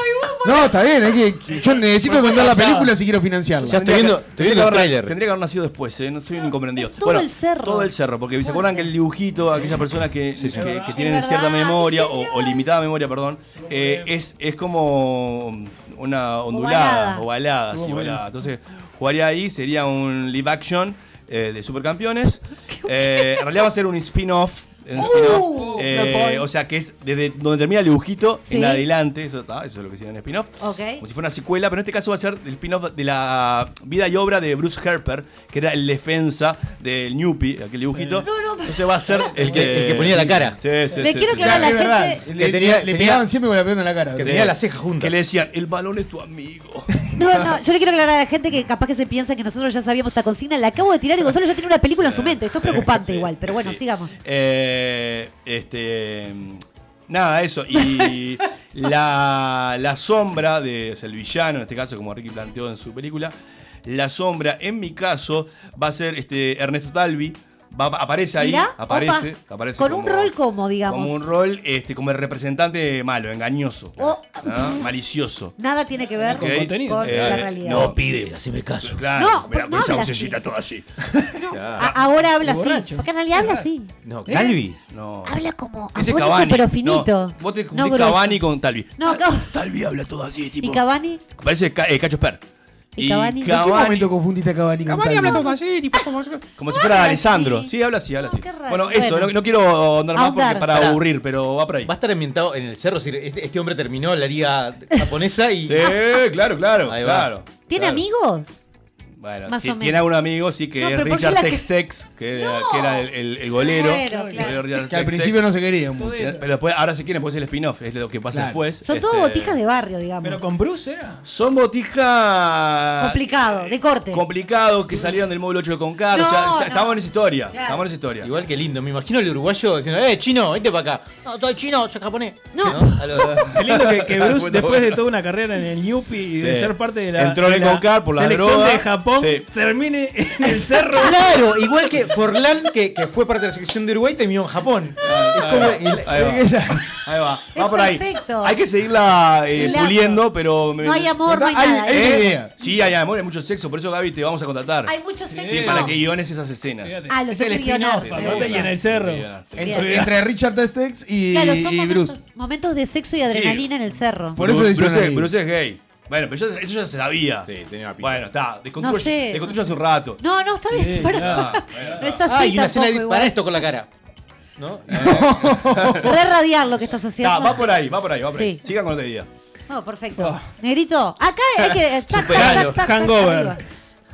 [SPEAKER 4] No, está bien, hay que. Yo necesito contar
[SPEAKER 7] nada.
[SPEAKER 4] la película si quiero financiarla.
[SPEAKER 6] Ya estoy viendo, estoy viendo
[SPEAKER 3] que
[SPEAKER 6] el
[SPEAKER 3] haber-
[SPEAKER 6] tráiler.
[SPEAKER 3] tendría que haber nacido después, ¿eh? no soy un incomprendido.
[SPEAKER 5] es todo el cerro.
[SPEAKER 3] Todo el cerro, porque ¿se acuerdan que el dibujito, aquellas personas que, que- que
[SPEAKER 7] verdad.
[SPEAKER 3] tienen
[SPEAKER 5] Es
[SPEAKER 3] cierta
[SPEAKER 5] verdad,
[SPEAKER 3] memoria o,
[SPEAKER 5] genial.
[SPEAKER 3] o limitada memoria, perdón, eh, es, es como una ondulada,
[SPEAKER 5] Ovalada.
[SPEAKER 3] ovalada,
[SPEAKER 7] Estuvo
[SPEAKER 3] sí,
[SPEAKER 7] bueno.
[SPEAKER 3] ovalada. Entonces, jugaría ahí, sería un live action eh, de supercampeones. Eh, en realidad va a ser un spin-off. un
[SPEAKER 5] Uh,
[SPEAKER 3] spin-off, eh,
[SPEAKER 7] no point.
[SPEAKER 3] o sea que es desde donde termina el dibujito
[SPEAKER 5] Sí.
[SPEAKER 3] en adelante, eso, está, eso es lo que hicieron en spin-off.
[SPEAKER 5] Ok.
[SPEAKER 3] Como si fuera una secuela, pero en este caso va a ser el spin-off de la vida y obra de Bruce Harper, que era el defensa del Newpie, aquel dibujito. Entonces va a ser el
[SPEAKER 6] que- el que ponía la cara.
[SPEAKER 3] Sí, sí,
[SPEAKER 5] Le
[SPEAKER 3] sí,
[SPEAKER 5] quiero
[SPEAKER 3] sí,
[SPEAKER 5] que
[SPEAKER 3] sí.
[SPEAKER 5] ahora la
[SPEAKER 4] es verdad.
[SPEAKER 5] gente.
[SPEAKER 4] Le,
[SPEAKER 6] que tenía-
[SPEAKER 4] le
[SPEAKER 6] tenía-
[SPEAKER 4] pegaban siempre con la pelota en la cara.
[SPEAKER 6] Que
[SPEAKER 4] o sea.
[SPEAKER 6] tenía las cejas juntas.
[SPEAKER 3] Que le decían, el balón es tu amigo.
[SPEAKER 5] No, no, yo le quiero aclarar a la gente que capaz que se piensa que nosotros ya sabíamos esta consigna. La acabo de tirar y Gonzalo ya tiene una película en su mente. Esto es preocupante igual, pero bueno,
[SPEAKER 3] Sí.
[SPEAKER 5] sigamos.
[SPEAKER 3] Eh, este. Nada, eso. Y la, la sombra de o sea, el villano, en este caso, como Ricky planteó en su película. La sombra, en mi caso, va a ser este Ernesto Talvi. Va- aparece ahí.
[SPEAKER 5] Mirá,
[SPEAKER 3] aparece,
[SPEAKER 5] opa,
[SPEAKER 3] aparece
[SPEAKER 5] con un rol como, digamos.
[SPEAKER 3] Como un rol, este, como el representante malo, engañoso.
[SPEAKER 5] Oh.
[SPEAKER 3] ¿ah? Malicioso.
[SPEAKER 5] Nada tiene que ver
[SPEAKER 3] Ok.
[SPEAKER 5] con,
[SPEAKER 7] Con contenido.
[SPEAKER 5] con la
[SPEAKER 3] Eh,
[SPEAKER 5] realidad.
[SPEAKER 3] No, pibe, haceme caso. Claro,
[SPEAKER 5] No,
[SPEAKER 3] mirá,
[SPEAKER 5] pero no
[SPEAKER 3] con esa
[SPEAKER 5] habla así.
[SPEAKER 3] vocecita toda así.
[SPEAKER 5] No, a- ahora habla así. ¿Eh?
[SPEAKER 7] borracho.
[SPEAKER 5] Porque en realidad habla así.
[SPEAKER 6] No, Calvi.
[SPEAKER 3] No.
[SPEAKER 5] Habla como
[SPEAKER 3] Ese es
[SPEAKER 5] agónico,
[SPEAKER 3] Cavani.
[SPEAKER 5] Ah, pero finito.
[SPEAKER 3] No, vos te confundís
[SPEAKER 5] No grosso.
[SPEAKER 7] Ah,
[SPEAKER 3] Cavani con Talvi.
[SPEAKER 5] No, Ca-
[SPEAKER 3] Talvi habla todo así, tipo.
[SPEAKER 5] y Cavani.
[SPEAKER 3] Parece Ca- eh, Cacho Per.
[SPEAKER 5] Y Cavani.
[SPEAKER 4] ¿En qué momento confundiste a Cavani con
[SPEAKER 7] Cavani habla
[SPEAKER 4] Talbot?
[SPEAKER 7] todo así, tipo como.
[SPEAKER 3] Como si fuera
[SPEAKER 5] Ah,
[SPEAKER 3] Alessandro.
[SPEAKER 5] sí.
[SPEAKER 3] Sí, habla así, habla
[SPEAKER 5] No,
[SPEAKER 3] así.
[SPEAKER 5] qué raro.
[SPEAKER 3] Bueno, eso,
[SPEAKER 5] Bueno.
[SPEAKER 3] no, no quiero andar más
[SPEAKER 5] Ahondar.
[SPEAKER 3] porque para
[SPEAKER 6] Pará.
[SPEAKER 3] aburrir, pero va por ahí.
[SPEAKER 6] Va a estar ambientado en el cerro. es decir, Este, este hombre terminó la liga japonesa y.
[SPEAKER 3] Sí, claro, claro,
[SPEAKER 6] Ahí va.
[SPEAKER 3] claro.
[SPEAKER 5] ¿Tiene
[SPEAKER 3] claro.
[SPEAKER 5] amigos?
[SPEAKER 3] Bueno,
[SPEAKER 5] Más
[SPEAKER 3] ti-
[SPEAKER 5] o menos.
[SPEAKER 3] tiene algún amigo, sí, que
[SPEAKER 5] No,
[SPEAKER 3] es
[SPEAKER 5] pero ¿por qué
[SPEAKER 3] Richard
[SPEAKER 5] la que-
[SPEAKER 3] Textex, que, era- que era el, el- el golero.
[SPEAKER 5] Claro,
[SPEAKER 3] El
[SPEAKER 5] claro.
[SPEAKER 3] golero Richard
[SPEAKER 4] Que al
[SPEAKER 3] Tex-Tex.
[SPEAKER 4] principio no se querían mucho. ¿eh?
[SPEAKER 7] Todo eso.
[SPEAKER 3] Pero después, ahora se quieren, pues es el spin-off, es lo que pasa
[SPEAKER 4] Claro.
[SPEAKER 3] después.
[SPEAKER 5] Son
[SPEAKER 3] Este,
[SPEAKER 5] todos botijas de barrio, digamos.
[SPEAKER 7] Pero con Bruce era.
[SPEAKER 3] Son botijas. Ah,
[SPEAKER 5] Complicado, de corte.
[SPEAKER 3] Complicado, que salieron del módulo 8 de Concar.
[SPEAKER 5] No,
[SPEAKER 3] o sea,
[SPEAKER 5] no.
[SPEAKER 3] está- estamos en esa historia.
[SPEAKER 5] Claro.
[SPEAKER 3] Estamos en esa historia.
[SPEAKER 6] Igual que lindo. Me imagino el uruguayo diciendo, ¡eh, chino! Vente para acá. No, soy chino, soy japonés.
[SPEAKER 5] No.
[SPEAKER 6] A lo-
[SPEAKER 7] Qué lindo que, que Bruce, después
[SPEAKER 6] Bueno,
[SPEAKER 7] de
[SPEAKER 6] bueno.
[SPEAKER 7] toda una carrera en el Yupi y de
[SPEAKER 3] Sí.
[SPEAKER 7] ser parte de la,
[SPEAKER 3] Entró en
[SPEAKER 7] de la
[SPEAKER 3] Concar por la
[SPEAKER 7] selección
[SPEAKER 3] droga.
[SPEAKER 7] de Japón,
[SPEAKER 3] Sí.
[SPEAKER 7] termine en el cerro.
[SPEAKER 6] Claro, igual que Forlán, que, que fue parte de la selección de Uruguay, terminó en Japón. Es como el-
[SPEAKER 3] Ah, Ahí va. Ahí va. Va
[SPEAKER 5] Es
[SPEAKER 3] por ahí.
[SPEAKER 5] perfecto.
[SPEAKER 3] Hay que seguirla eh,
[SPEAKER 5] Hilando.
[SPEAKER 3] puliendo, pero. me-
[SPEAKER 5] No hay amor, no hay,
[SPEAKER 4] Hay-
[SPEAKER 5] nada.
[SPEAKER 4] hay-
[SPEAKER 5] ¿eh?
[SPEAKER 3] ¿Eh?
[SPEAKER 4] idea.
[SPEAKER 3] Sí, hay amor, hay mucho sexo. Por eso, Gaby, te vamos a contratar.
[SPEAKER 5] Hay mucho sexo.
[SPEAKER 3] Sí, para que guiones esas escenas.
[SPEAKER 7] Fíjate.
[SPEAKER 5] Ah, lo
[SPEAKER 7] es el
[SPEAKER 5] tengo guionado.
[SPEAKER 7] spin-off, aparte, y en el cerro.
[SPEAKER 4] Entre, entre Richard Testex y,
[SPEAKER 5] Claro, son
[SPEAKER 4] y Bruce.
[SPEAKER 5] momentos, momentos de sexo y adrenalina en el cerro.
[SPEAKER 4] Por eso le hicieron
[SPEAKER 3] Bruce,
[SPEAKER 4] así.
[SPEAKER 3] Bruce es gay. Bueno, pero ya- eso ya se sabía.
[SPEAKER 6] Sí, tenía una pinta.
[SPEAKER 3] Bueno, está.
[SPEAKER 5] No sé,
[SPEAKER 3] Desconstruye
[SPEAKER 5] no
[SPEAKER 3] hace un rato.
[SPEAKER 5] No, no, está bien. pará.
[SPEAKER 3] Ah,
[SPEAKER 5] No es
[SPEAKER 6] Ah,
[SPEAKER 5] así
[SPEAKER 6] y una escena
[SPEAKER 5] tampoco
[SPEAKER 6] de
[SPEAKER 5] igual.
[SPEAKER 6] para esto con la cara. ¿No?
[SPEAKER 5] Re radiar lo que estás haciendo.
[SPEAKER 3] está, va por ahí, Oh. va por ahí, va por ahí.
[SPEAKER 5] Sí.
[SPEAKER 3] Sigan con otra idea.
[SPEAKER 5] No, perfecto. Negrito, acá hay que... tac, tac,
[SPEAKER 7] Superalo.
[SPEAKER 5] tac, tac, tac,
[SPEAKER 7] Hangover.
[SPEAKER 5] arriba.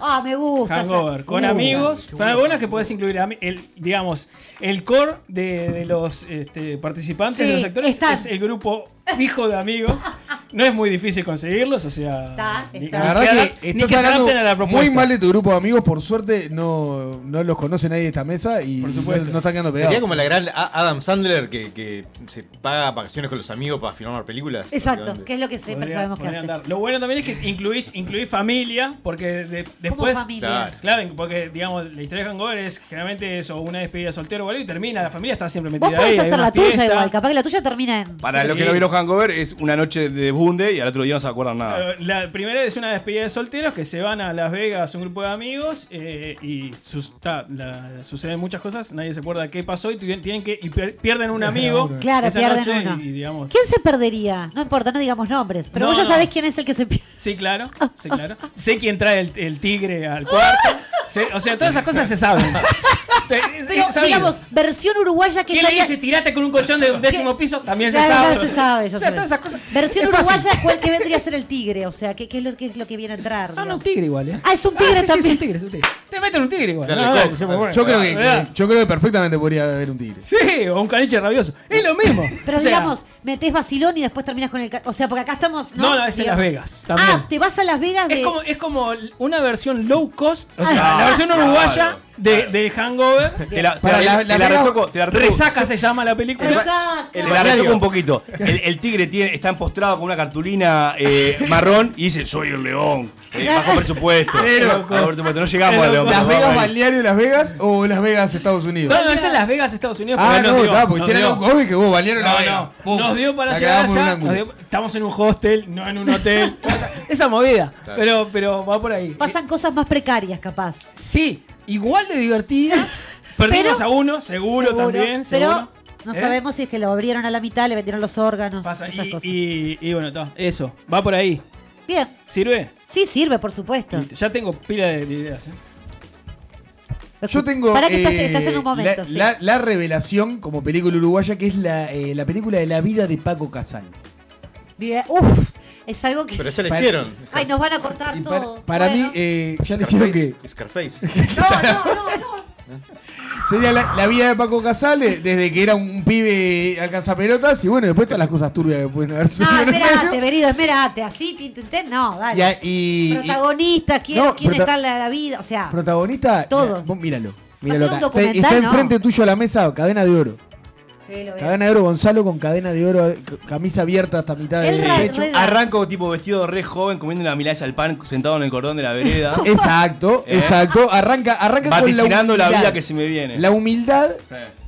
[SPEAKER 5] Ah, me gusta.
[SPEAKER 7] Hangover,
[SPEAKER 5] Me
[SPEAKER 7] con
[SPEAKER 5] gusta.
[SPEAKER 7] amigos, con algunas que puedes incluir, ami- el, digamos, el core de, de los este, participantes,
[SPEAKER 5] Sí,
[SPEAKER 7] de los actores,
[SPEAKER 5] están.
[SPEAKER 7] es el grupo fijo de amigos. No es muy difícil conseguirlos, o sea,
[SPEAKER 5] Está,
[SPEAKER 7] ni-
[SPEAKER 4] La
[SPEAKER 5] está.
[SPEAKER 7] ni
[SPEAKER 4] verdad
[SPEAKER 7] adap-
[SPEAKER 4] que
[SPEAKER 7] ni
[SPEAKER 4] estás
[SPEAKER 7] que se adapten a la
[SPEAKER 4] hablando
[SPEAKER 7] propuesta.
[SPEAKER 4] muy mal de tu grupo de amigos. Por suerte no, no los conoce nadie de esta mesa y
[SPEAKER 7] Por supuesto.
[SPEAKER 4] no, no están quedando pegados.
[SPEAKER 6] Sería como la gran A- Adam Sandler que, que se paga vacaciones con los amigos para filmar películas.
[SPEAKER 5] Exacto,
[SPEAKER 6] básicamente.
[SPEAKER 5] que es lo que siempre
[SPEAKER 7] Podría-
[SPEAKER 5] sabemos que
[SPEAKER 7] podría
[SPEAKER 5] hace.
[SPEAKER 7] andar. Lo bueno también es que incluís, incluís familia, porque de- después...
[SPEAKER 5] Como familia.
[SPEAKER 6] Claro.
[SPEAKER 7] Claro, porque digamos, la historia de Hangover es generalmente eso, una despedida soltero o algo y termina, la familia está siempre metida
[SPEAKER 5] Vos podés
[SPEAKER 7] ahí, hay
[SPEAKER 5] hacer
[SPEAKER 7] una
[SPEAKER 5] la tuya
[SPEAKER 7] fiesta.
[SPEAKER 5] igual, capaz que la tuya termina en...
[SPEAKER 3] Para
[SPEAKER 7] Sí.
[SPEAKER 3] los que no vieron Hangover, es una noche de bunde y al otro día no se acuerdan nada.
[SPEAKER 4] Ah.
[SPEAKER 7] Claro, Eh, La primera es una despedida de solteros que se van a Las Vegas un grupo de amigos eh, y sus- ta, la- suceden muchas cosas, nadie se acuerda qué pasó y tuvieron- tienen que y per- pierden un amigo
[SPEAKER 5] Claro,
[SPEAKER 7] esa
[SPEAKER 5] pierden
[SPEAKER 7] noche
[SPEAKER 5] uno.
[SPEAKER 7] y, y digamos
[SPEAKER 5] ¿Quién se perdería? No importa, no digamos nombres, pero
[SPEAKER 7] No,
[SPEAKER 5] vos ya
[SPEAKER 7] no.
[SPEAKER 5] sabés quién es el que se pierde.
[SPEAKER 7] Sí, claro,
[SPEAKER 5] Ah,
[SPEAKER 7] sí, claro. Sé quién trae el, el tigre al cuarto. Sé- o sea, todas esas cosas se saben. Te- es-
[SPEAKER 5] Ah, Pero
[SPEAKER 7] es sabido.
[SPEAKER 5] digamos, versión uruguaya que
[SPEAKER 7] ¿Quién le
[SPEAKER 5] estaría-
[SPEAKER 7] dice tirate con un colchón de un décimo piso? También se
[SPEAKER 5] Claro,
[SPEAKER 7] sabe.
[SPEAKER 5] claro, se sabe, yo
[SPEAKER 7] O sea,
[SPEAKER 5] sé.
[SPEAKER 7] todas esas cosas.
[SPEAKER 5] Versión
[SPEAKER 7] es fácil.
[SPEAKER 5] uruguaya, ¿cuál que vendría a ser el tigre? O sea, ¿qué, qué es, lo, qué es lo que viene a entrar?
[SPEAKER 7] Ah, no, un
[SPEAKER 5] digamos?
[SPEAKER 7] tigre igual, ¿eh?
[SPEAKER 5] Ah, es un tigre
[SPEAKER 7] sí, sí,
[SPEAKER 5] también.
[SPEAKER 7] es un tigre, es un tigre. Te meten un tigre igual. Ah,
[SPEAKER 6] Dale,
[SPEAKER 7] No,
[SPEAKER 6] coco.
[SPEAKER 7] dale, se me ocurre.
[SPEAKER 4] yo, creo que,
[SPEAKER 7] ¿Verdad?
[SPEAKER 4] yo creo que perfectamente podría haber un tigre.
[SPEAKER 7] Sí, o un caniche rabioso. Es lo mismo.
[SPEAKER 5] Pero
[SPEAKER 7] O sea,
[SPEAKER 5] digamos, metés vacilón y después terminas con el... ca- O sea, porque acá estamos... No,
[SPEAKER 7] No, no, es en
[SPEAKER 5] Digo-
[SPEAKER 7] Las Vegas. También.
[SPEAKER 5] Ah, te vas a Las Vegas de...
[SPEAKER 7] es, como, es como una versión low cost. O sea,
[SPEAKER 3] Ah.
[SPEAKER 7] la versión
[SPEAKER 3] Claro,
[SPEAKER 7] uruguaya de,
[SPEAKER 3] claro.
[SPEAKER 7] del hangover.
[SPEAKER 3] Te la, te
[SPEAKER 4] Para
[SPEAKER 3] la-
[SPEAKER 4] la-
[SPEAKER 3] te
[SPEAKER 4] la
[SPEAKER 3] la
[SPEAKER 4] pega-
[SPEAKER 3] retoco, te la retoco.
[SPEAKER 7] Resaca se llama la película.
[SPEAKER 5] Exacto.
[SPEAKER 3] Te la retoco un poquito. El, el tigre tiene, está empostrado con una cartulina eh, marrón y dice, soy el león. Eh, bajo presupuesto.
[SPEAKER 7] Qué loco.
[SPEAKER 3] Bajo presupuesto. No llegamos
[SPEAKER 7] Qué
[SPEAKER 3] al león.
[SPEAKER 7] loco.
[SPEAKER 3] pero
[SPEAKER 4] ¿Las
[SPEAKER 3] vamos
[SPEAKER 4] Vegas
[SPEAKER 3] ahí.
[SPEAKER 4] Balneario de Las Vegas o Las Vegas Estados Unidos?
[SPEAKER 7] No, no, es en Las Vegas, Estados Unidos.
[SPEAKER 4] ah,
[SPEAKER 7] porque
[SPEAKER 4] no,
[SPEAKER 7] nos dio,
[SPEAKER 4] está, porque
[SPEAKER 7] nos
[SPEAKER 4] si era
[SPEAKER 7] dio.
[SPEAKER 4] low cost, que vos balneario
[SPEAKER 7] No,
[SPEAKER 4] Las Vegas.
[SPEAKER 7] no.
[SPEAKER 4] Pum.
[SPEAKER 7] Nos dio para
[SPEAKER 4] La
[SPEAKER 7] llegar
[SPEAKER 4] cagamos en un
[SPEAKER 7] allá.
[SPEAKER 4] ángulo.
[SPEAKER 7] nos dio- estamos en un hostel, no en un hotel. esa, esa movida. Pero, pero va por ahí.
[SPEAKER 5] Pasan cosas más precarias, capaz.
[SPEAKER 7] Sí, igual de divertidas. Perdimos
[SPEAKER 5] Pero-
[SPEAKER 7] a uno, seguro, también.
[SPEAKER 5] Pero
[SPEAKER 7] seguro.
[SPEAKER 5] no
[SPEAKER 7] ¿Eh?
[SPEAKER 5] sabemos si es que lo abrieron a la mitad, le vendieron los órganos,
[SPEAKER 7] Pasa,
[SPEAKER 5] esas
[SPEAKER 7] y,
[SPEAKER 5] cosas.
[SPEAKER 7] y- y bueno, está, eso. Va por ahí.
[SPEAKER 5] Bien.
[SPEAKER 7] ¿Sirve?
[SPEAKER 5] Sí, sirve, por supuesto.
[SPEAKER 7] Listo, Ya tengo pila de, de ideas. ¿eh?
[SPEAKER 4] Yo tengo.
[SPEAKER 5] Para que estás,
[SPEAKER 4] eh,
[SPEAKER 5] estás en un momento.
[SPEAKER 4] La,
[SPEAKER 5] sí.
[SPEAKER 4] la- la revelación como película uruguaya, que es la, eh, la película de la vida de Paco Casal.
[SPEAKER 5] Bien. Uf, es algo que.
[SPEAKER 6] Pero ya le
[SPEAKER 4] Para-
[SPEAKER 6] hicieron.
[SPEAKER 5] Ay, nos van a
[SPEAKER 4] Y para
[SPEAKER 5] cortar todo.
[SPEAKER 4] para
[SPEAKER 5] Bueno.
[SPEAKER 4] mí, eh, ya le hicieron que.
[SPEAKER 6] Scarface. Scarface.
[SPEAKER 5] No, no, no, no.
[SPEAKER 4] Sería la, la vida de Paco Casal eh, desde que era un pibe alcanza pelotas y bueno, después todas las cosas turbias que pueden haber sucedido.
[SPEAKER 5] No,
[SPEAKER 4] en el
[SPEAKER 5] espérate,
[SPEAKER 4] medio.
[SPEAKER 5] venido, espérate. Así te intenté. No,
[SPEAKER 4] Y
[SPEAKER 5] dale.
[SPEAKER 4] a- y- y-
[SPEAKER 5] Protagonista, quién,
[SPEAKER 4] No,
[SPEAKER 5] quién
[SPEAKER 4] prota-
[SPEAKER 5] está en la, la vida. O sea,
[SPEAKER 4] protagonista. eh,
[SPEAKER 5] Todo.
[SPEAKER 4] Vos míralo.
[SPEAKER 5] Va a ser
[SPEAKER 4] míralo
[SPEAKER 5] un
[SPEAKER 4] acá. Está,
[SPEAKER 5] documental,
[SPEAKER 4] está
[SPEAKER 5] ¿no?
[SPEAKER 4] enfrente tuyo a la mesa, cadena de oro.
[SPEAKER 5] sí, lo veo.
[SPEAKER 4] Cadena de oro, Gonzalo con cadena de oro, eh, c- camisa abierta hasta mitad
[SPEAKER 5] Él
[SPEAKER 4] del
[SPEAKER 5] ra-
[SPEAKER 4] pecho.
[SPEAKER 5] re-
[SPEAKER 3] Arranco tipo vestido re joven, comiendo una milanesa al pan, sentado en el cordón de la vereda,
[SPEAKER 4] Exacto,
[SPEAKER 3] ¿Eh?
[SPEAKER 4] exacto. Arranca, arranca con la
[SPEAKER 3] vaticinando la,
[SPEAKER 4] humildad.
[SPEAKER 3] vida que se me viene.
[SPEAKER 4] La humildad.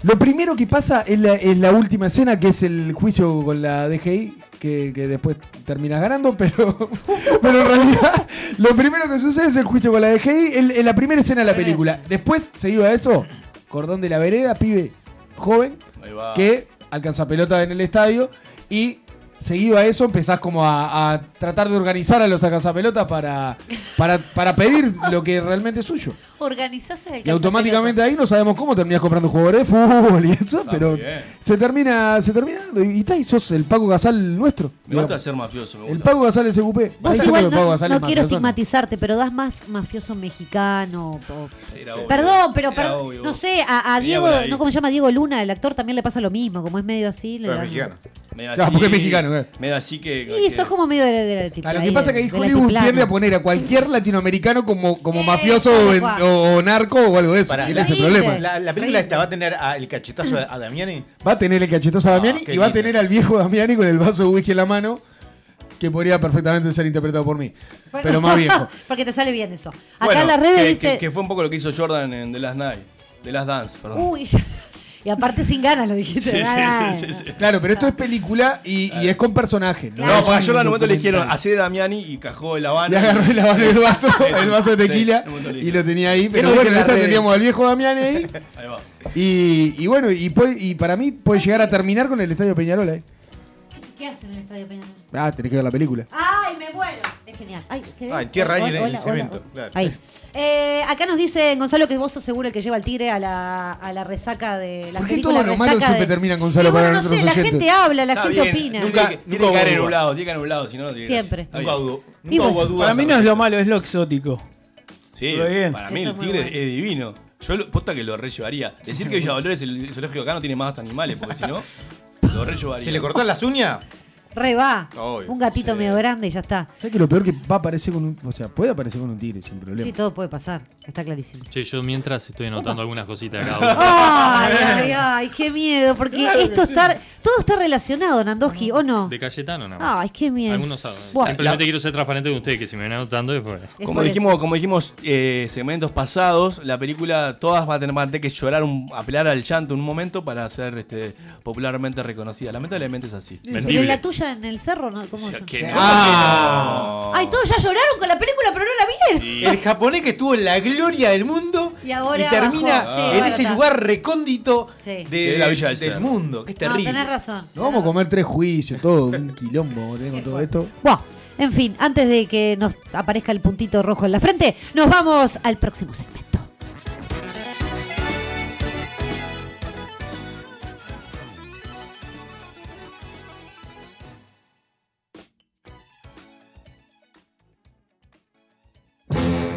[SPEAKER 4] Lo primero que pasa es la, es la última escena, que es el juicio con la DGI, que, que después terminas ganando, pero, pero en realidad lo primero que sucede es el juicio con la DGI, en, en la primera escena de la película. Después, seguido a eso, cordón de la vereda, pibe joven,
[SPEAKER 3] Ahí va.
[SPEAKER 4] que alcanza pelota en el estadio y seguido a eso empezás como a, a tratar de organizar a los acazapelotas para, para, para pedir lo que realmente es suyo.
[SPEAKER 5] Organizás el
[SPEAKER 4] Y automáticamente ahí no sabemos cómo terminás comprando un jugador de fútbol y eso, pero
[SPEAKER 3] muy bien.
[SPEAKER 4] se termina, se termina dando. Y, y está, y sos el Paco Casal nuestro.
[SPEAKER 3] Me gusta
[SPEAKER 4] digamos.
[SPEAKER 3] ser mafioso, me
[SPEAKER 4] el
[SPEAKER 3] gusta.
[SPEAKER 4] Paco Casal ese cupé. Ahí
[SPEAKER 5] Vos
[SPEAKER 4] yo
[SPEAKER 5] igual
[SPEAKER 4] creo que Paco
[SPEAKER 5] no,
[SPEAKER 4] Gasol
[SPEAKER 5] no
[SPEAKER 4] es más
[SPEAKER 5] quiero
[SPEAKER 4] persona.
[SPEAKER 5] estigmatizarte, pero das más mafioso mexicano. o-
[SPEAKER 3] Era obvio.
[SPEAKER 5] Perdón, pero
[SPEAKER 3] Era
[SPEAKER 5] perdón,
[SPEAKER 3] obvio.
[SPEAKER 5] no sé, a,
[SPEAKER 3] Tenía
[SPEAKER 5] a Diego,
[SPEAKER 3] por ahí.
[SPEAKER 5] no como se llama Diego Luna, el actor también le pasa lo mismo, como es medio así. Le
[SPEAKER 6] Pero
[SPEAKER 5] dan-
[SPEAKER 6] mexicano.
[SPEAKER 3] Me da
[SPEAKER 4] Claro,
[SPEAKER 3] así-
[SPEAKER 4] porque es mexicano, ¿eh?
[SPEAKER 3] Me da así que.
[SPEAKER 5] Y
[SPEAKER 3] que-
[SPEAKER 5] sos como medio de, de, de-
[SPEAKER 4] Claro, lo
[SPEAKER 5] ahí
[SPEAKER 4] que pasa es
[SPEAKER 5] de-
[SPEAKER 4] que ahí
[SPEAKER 5] del
[SPEAKER 4] Hollywood
[SPEAKER 5] altiplano.
[SPEAKER 4] tiende a poner a cualquier latinoamericano como, como
[SPEAKER 5] Eh,
[SPEAKER 4] mafioso
[SPEAKER 5] tal
[SPEAKER 4] o, en-
[SPEAKER 5] cual.
[SPEAKER 4] o- o narco o algo de eso.
[SPEAKER 6] Pará.
[SPEAKER 4] Y ese es el
[SPEAKER 5] Horrible.
[SPEAKER 4] problema.
[SPEAKER 6] La, la película esta va a tener a- el cachetazo a, a Damiani.
[SPEAKER 4] Va a tener el cachetazo a
[SPEAKER 3] Ah,
[SPEAKER 4] Damiani
[SPEAKER 6] qué
[SPEAKER 4] y va a
[SPEAKER 6] lindo.
[SPEAKER 4] tener al viejo Damiani con el vaso de whisky en la mano, que podría perfectamente ser interpretado por mí.
[SPEAKER 5] Bueno,
[SPEAKER 4] Pero más viejo.
[SPEAKER 5] Porque te sale bien eso. Acá
[SPEAKER 3] Bueno,
[SPEAKER 5] en las redes
[SPEAKER 3] que,
[SPEAKER 5] dice.
[SPEAKER 3] que- que fue un poco lo que hizo Jordan en The Last Night. The Last Dance, perdón.
[SPEAKER 5] Uy, ya- y aparte sin ganas lo dijiste. ¿verdad?
[SPEAKER 4] Claro, pero esto es película y, y es con personaje.
[SPEAKER 3] no,
[SPEAKER 5] claro,
[SPEAKER 4] es
[SPEAKER 3] porque a
[SPEAKER 4] un
[SPEAKER 3] Jordan en un momento le dijeron,
[SPEAKER 4] documental.
[SPEAKER 3] hacé de Damiani y cajó el
[SPEAKER 4] Y
[SPEAKER 3] Habana.
[SPEAKER 4] agarró el, lavabo el vaso, el vaso de
[SPEAKER 3] Sí,
[SPEAKER 4] tequila
[SPEAKER 3] en un montón de
[SPEAKER 4] y lo tenía ahí.
[SPEAKER 6] lo
[SPEAKER 4] Pero
[SPEAKER 6] dije
[SPEAKER 4] bueno,
[SPEAKER 6] en
[SPEAKER 4] en
[SPEAKER 6] las
[SPEAKER 4] esta
[SPEAKER 6] redes.
[SPEAKER 4] teníamos al viejo Damiani ahí.
[SPEAKER 3] Ahí va.
[SPEAKER 4] Y, y bueno, y, puede- y para mí puede llegar a terminar con el Estadio Peñarola. eh.
[SPEAKER 5] ¿Qué hacen en el Estadio Peñarol?
[SPEAKER 4] Ah, tenés que ver la película.
[SPEAKER 5] ¡Ay, me muero! Es genial. Ay, ¿qué?
[SPEAKER 6] Ah, entierra ahí
[SPEAKER 5] Hola,
[SPEAKER 6] en el
[SPEAKER 5] hola, hola,
[SPEAKER 6] cemento,
[SPEAKER 5] hola.
[SPEAKER 6] claro.
[SPEAKER 5] Ahí. Eh, acá nos dice Gonzalo que vos sos seguro el que lleva al tigre a la, a la resaca de la
[SPEAKER 4] ¿Por qué
[SPEAKER 5] película
[SPEAKER 4] todo lo malo
[SPEAKER 5] resaca
[SPEAKER 4] siempre
[SPEAKER 5] de-
[SPEAKER 4] termina, Gonzalo,
[SPEAKER 5] Y bueno,
[SPEAKER 4] para
[SPEAKER 5] no sé,
[SPEAKER 4] nuestros
[SPEAKER 5] la
[SPEAKER 4] oyentes?
[SPEAKER 5] gente habla, la
[SPEAKER 3] Está
[SPEAKER 5] gente
[SPEAKER 3] bien,
[SPEAKER 5] opina.
[SPEAKER 3] Nunca,
[SPEAKER 6] Nunca-
[SPEAKER 3] tiene
[SPEAKER 6] nunca
[SPEAKER 3] que caer
[SPEAKER 6] hubo
[SPEAKER 3] en un
[SPEAKER 6] duda.
[SPEAKER 3] lado, tiene que caer en un lado, si no, no tiene gracia.
[SPEAKER 5] Siempre.
[SPEAKER 3] Está
[SPEAKER 6] Nunca
[SPEAKER 3] bien.
[SPEAKER 6] hubo,
[SPEAKER 5] Y
[SPEAKER 6] nunca hubo
[SPEAKER 5] bueno.
[SPEAKER 6] dudas.
[SPEAKER 7] Para mí no es lo malo, es lo exótico.
[SPEAKER 3] Sí,
[SPEAKER 7] Todo bien.
[SPEAKER 3] para mí
[SPEAKER 5] Eso
[SPEAKER 3] el
[SPEAKER 5] es muy
[SPEAKER 3] tigre
[SPEAKER 5] bueno.
[SPEAKER 3] es divino. Yo lo, posta que lo re llevaría. Decir que Villa Dolores, el zoológico acá no tiene más animales, porque si no, lo re llevaría.
[SPEAKER 6] ¿Se le cortó las uñas?
[SPEAKER 5] Re va.
[SPEAKER 6] Obvio,
[SPEAKER 5] un gatito medio grande y ya está.
[SPEAKER 4] ¿Sabes que lo peor que va a aparecer con un. O sea, puede aparecer con un tigre sin problema.
[SPEAKER 5] Sí, todo puede pasar. Está clarísimo.
[SPEAKER 9] Che, yo mientras estoy anotando algunas cositas acá. boludo.
[SPEAKER 5] Ay, ay, ay, qué miedo, porque
[SPEAKER 7] Claro que
[SPEAKER 5] esto
[SPEAKER 7] sí.
[SPEAKER 5] está, todo está relacionado, Nandoji, ¿o no?
[SPEAKER 9] De Cayetano nada más.
[SPEAKER 5] Ay, qué miedo.
[SPEAKER 9] Algunos saben.
[SPEAKER 5] Buah,
[SPEAKER 9] Simplemente quiero ser transparente con ustedes, que si me van anotando es por-
[SPEAKER 5] es
[SPEAKER 3] Como
[SPEAKER 5] por eso.
[SPEAKER 3] dijimos, como dijimos eh, segmentos pasados, la película todas van a tener, van a tener que llorar, un- apelar al llanto en un momento para ser este, popularmente reconocida. Lamentablemente es así.
[SPEAKER 5] Pero ¿y
[SPEAKER 9] Vendible.
[SPEAKER 5] la Ah. tuya en el cerro, ¿no? ¿Cómo?
[SPEAKER 3] O sea, que no.
[SPEAKER 5] Ay, todos ya lloraron con la película, pero no la vieron.
[SPEAKER 6] El japonés que estuvo en la gloria del mundo
[SPEAKER 5] Y ahora
[SPEAKER 6] termina
[SPEAKER 5] bajó. Sí,
[SPEAKER 6] en
[SPEAKER 5] bueno,
[SPEAKER 6] ese
[SPEAKER 5] está.
[SPEAKER 6] lugar recóndito
[SPEAKER 5] Sí.
[SPEAKER 6] de,
[SPEAKER 3] Que es la Villa del
[SPEAKER 6] del
[SPEAKER 3] Cerro.
[SPEAKER 6] mundo, que es
[SPEAKER 5] No,
[SPEAKER 6] terrible.
[SPEAKER 5] tenés razón.
[SPEAKER 4] No vamos a comer tres juicios, todo, un quilombo vamos a tener con todo esto.
[SPEAKER 5] Buah, en fin, antes de que nos aparezca el puntito rojo en la frente, nos vamos al próximo segmento.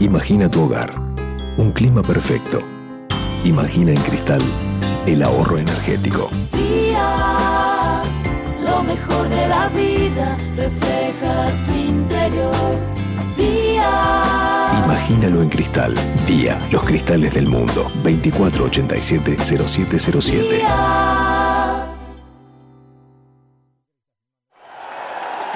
[SPEAKER 10] Imagina tu hogar, un clima perfecto. Imagina en cristal el ahorro energético.
[SPEAKER 11] día. Lo mejor de la vida refleja tu interior. Día.
[SPEAKER 10] Imagínalo en cristal. Día, los cristales del mundo. 2487-0707.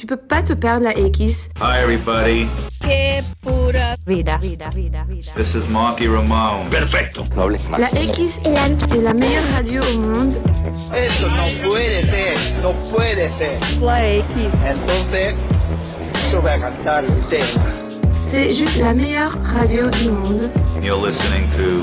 [SPEAKER 11] Tu peux pas te perdre la X.
[SPEAKER 2] Hi everybody,
[SPEAKER 11] Qué pura vida.
[SPEAKER 2] this is Marky Ramone.
[SPEAKER 11] La X est la meilleure radio au monde.
[SPEAKER 1] Eso no puede ser, no puede ser.
[SPEAKER 11] La X.
[SPEAKER 1] Entonces, yo voy a cantar el tema.
[SPEAKER 11] C'est juste la meilleure radio du monde.
[SPEAKER 2] You're listening to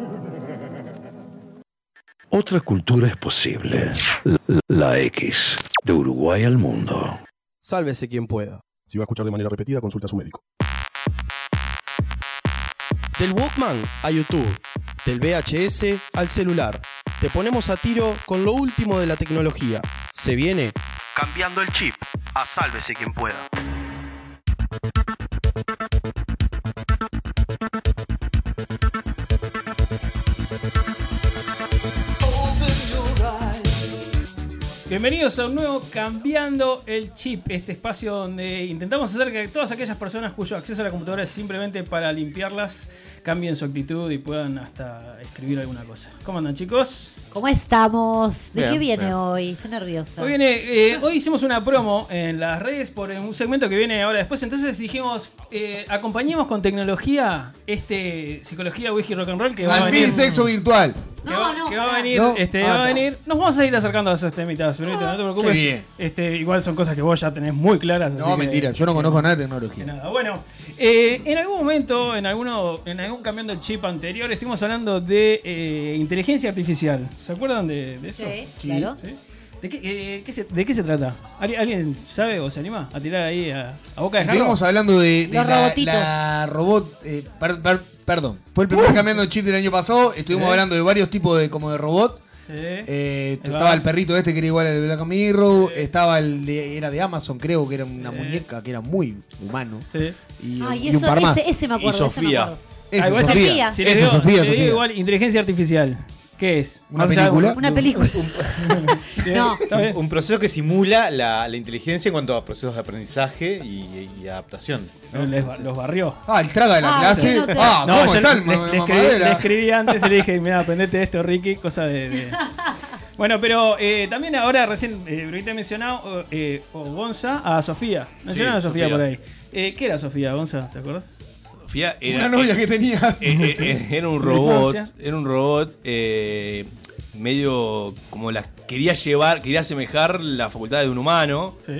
[SPEAKER 10] Otra cultura es posible. La, la X, de Uruguay al mundo.
[SPEAKER 8] Sálvese quien pueda. Si va a escuchar de manera repetida, consulta a su médico. Del Walkman a YouTube, del VHS al celular, te ponemos a tiro con lo último de la tecnología. Se viene
[SPEAKER 12] Cambiando el chip. A sálvese quien pueda.
[SPEAKER 7] Bienvenidos a un nuevo Cambiando el Chip, este espacio donde intentamos hacer que todas aquellas personas cuyo acceso a la computadora es simplemente para limpiarlas, cambien su actitud y puedan hasta escribir alguna cosa. ¿Cómo andan chicos?
[SPEAKER 5] ¿Cómo estamos? ¿De
[SPEAKER 7] Bien,
[SPEAKER 5] qué viene
[SPEAKER 7] bien.
[SPEAKER 5] hoy? Estoy nerviosa.
[SPEAKER 7] Hoy, viene, eh, hoy hicimos una promo en las redes por un segmento que viene ahora después. Entonces dijimos, eh, acompañemos con tecnología este psicología, whisky, rock and roll que va a
[SPEAKER 4] Al
[SPEAKER 7] venir.
[SPEAKER 4] fin, sexo virtual.
[SPEAKER 7] Que va, que va a venir,
[SPEAKER 4] No,
[SPEAKER 7] este,
[SPEAKER 4] ah,
[SPEAKER 7] va a
[SPEAKER 4] no.
[SPEAKER 7] venir. Nos vamos a ir acercando a esas temitas, Brunito, no te preocupes.
[SPEAKER 4] Qué bien.
[SPEAKER 7] Este, igual son cosas que vos ya tenés muy claras. así
[SPEAKER 4] No,
[SPEAKER 7] que-
[SPEAKER 4] mentira, yo no conozco nada de tecnología.
[SPEAKER 7] Nada. Bueno, eh, en algún momento, en alguno, en algún cambiando el chip anterior, estuvimos hablando de eh, inteligencia artificial. ¿Se acuerdan de, de eso?
[SPEAKER 5] Sí, claro.
[SPEAKER 7] ¿Sí? ¿De qué, eh, qué se, de qué se trata? ¿Al- ¿Alguien sabe o se anima a tirar ahí a, a boca de jarro?
[SPEAKER 4] Estuvimos hablando de, de
[SPEAKER 7] Los
[SPEAKER 4] la,
[SPEAKER 7] robotitos.
[SPEAKER 4] la robot. eh, per- per- perdón, fue el primer cambiando de chip del año pasado. Estuvimos
[SPEAKER 7] Sí.
[SPEAKER 4] hablando de varios tipos de como de robot.
[SPEAKER 7] Sí.
[SPEAKER 4] Eh,
[SPEAKER 7] Ahí va.
[SPEAKER 4] estaba el perrito este que era igual al de Black Mirror. Estaba el de. Era de Amazon, creo que era una muñeca que era muy humano. Y,
[SPEAKER 5] Ay,
[SPEAKER 4] y
[SPEAKER 5] eso-
[SPEAKER 4] un par más.
[SPEAKER 5] ese- ese me acuerdo, Y ese me Sofía. acuerdo.
[SPEAKER 4] Ese,
[SPEAKER 7] Ah, igual si-
[SPEAKER 4] Sofía.
[SPEAKER 7] Si
[SPEAKER 4] Ese,
[SPEAKER 7] le digo,
[SPEAKER 4] Sofía,
[SPEAKER 7] si le digo
[SPEAKER 4] Sofía.
[SPEAKER 7] igual, inteligencia artificial. ¿Qué es?
[SPEAKER 4] ¿Una
[SPEAKER 7] Más allá de-
[SPEAKER 4] película?
[SPEAKER 5] Una película. No.
[SPEAKER 7] Está bien.
[SPEAKER 6] Un proceso que simula la, la inteligencia en cuanto a procesos de aprendizaje y, y adaptación. ¿no?
[SPEAKER 7] Les- los barrió.
[SPEAKER 4] Ah, el traga de la
[SPEAKER 7] Ah,
[SPEAKER 4] clase.
[SPEAKER 7] sí, no te-
[SPEAKER 4] Ah,
[SPEAKER 7] No,
[SPEAKER 4] ¿cómo
[SPEAKER 7] yo
[SPEAKER 4] está
[SPEAKER 7] le- le,
[SPEAKER 4] el ma-
[SPEAKER 7] le escribí,
[SPEAKER 4] mamadera?
[SPEAKER 7] le escribí antes y le dije, mira, aprendete esto, Ricky, cosa de. de- Bueno, pero eh, también ahora recién, eh, Brunito ha mencionado, eh, o Gonza, a Sofía. Mencionaron
[SPEAKER 3] Sí,
[SPEAKER 7] a Sofía,
[SPEAKER 3] Sofía.
[SPEAKER 7] por ahí. Eh, ¿Qué era Sofía, Gonza? ¿Te acuerdas?
[SPEAKER 3] Sofía era,
[SPEAKER 7] Una novia que tenía.
[SPEAKER 3] eh, eh, eh, era un
[SPEAKER 7] En
[SPEAKER 3] robot.
[SPEAKER 7] infancia.
[SPEAKER 3] Era un robot eh, medio como la quería llevar, quería asemejar la facultad de un humano
[SPEAKER 7] Sí.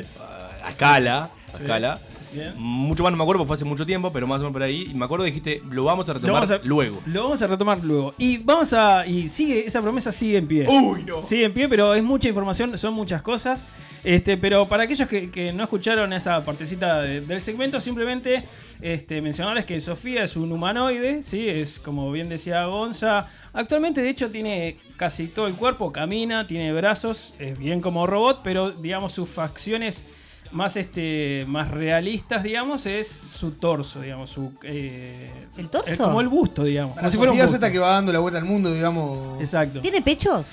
[SPEAKER 3] a escala. A
[SPEAKER 7] Sí.
[SPEAKER 3] escala.
[SPEAKER 7] Bien.
[SPEAKER 3] Mucho más no me acuerdo, porque fue hace mucho tiempo, pero más o menos por ahí. Y me acuerdo que dijiste, lo vamos a retomar
[SPEAKER 7] vamos a-
[SPEAKER 3] luego.
[SPEAKER 7] Lo vamos a retomar luego. Y vamos a. Y sigue, esa promesa sigue en pie.
[SPEAKER 3] Uy, no.
[SPEAKER 7] Sigue en pie, pero es mucha información, son muchas cosas. Este, pero para aquellos que, que no escucharon esa partecita de- del segmento, simplemente este, mencionarles que Sofía es un humanoide, ¿sí? Es como bien decía Gonza. Actualmente, de hecho, tiene casi todo el cuerpo, camina, tiene brazos, es bien como robot, pero digamos sus facciones más este más realistas digamos es su torso digamos su eh, el
[SPEAKER 5] torso?
[SPEAKER 7] es como el busto digamos
[SPEAKER 4] Para
[SPEAKER 7] como si fuera un
[SPEAKER 4] Sofía
[SPEAKER 7] busto.
[SPEAKER 4] Z que va dando la vuelta al mundo, digamos.
[SPEAKER 7] Exacto.
[SPEAKER 5] ¿Tiene pechos?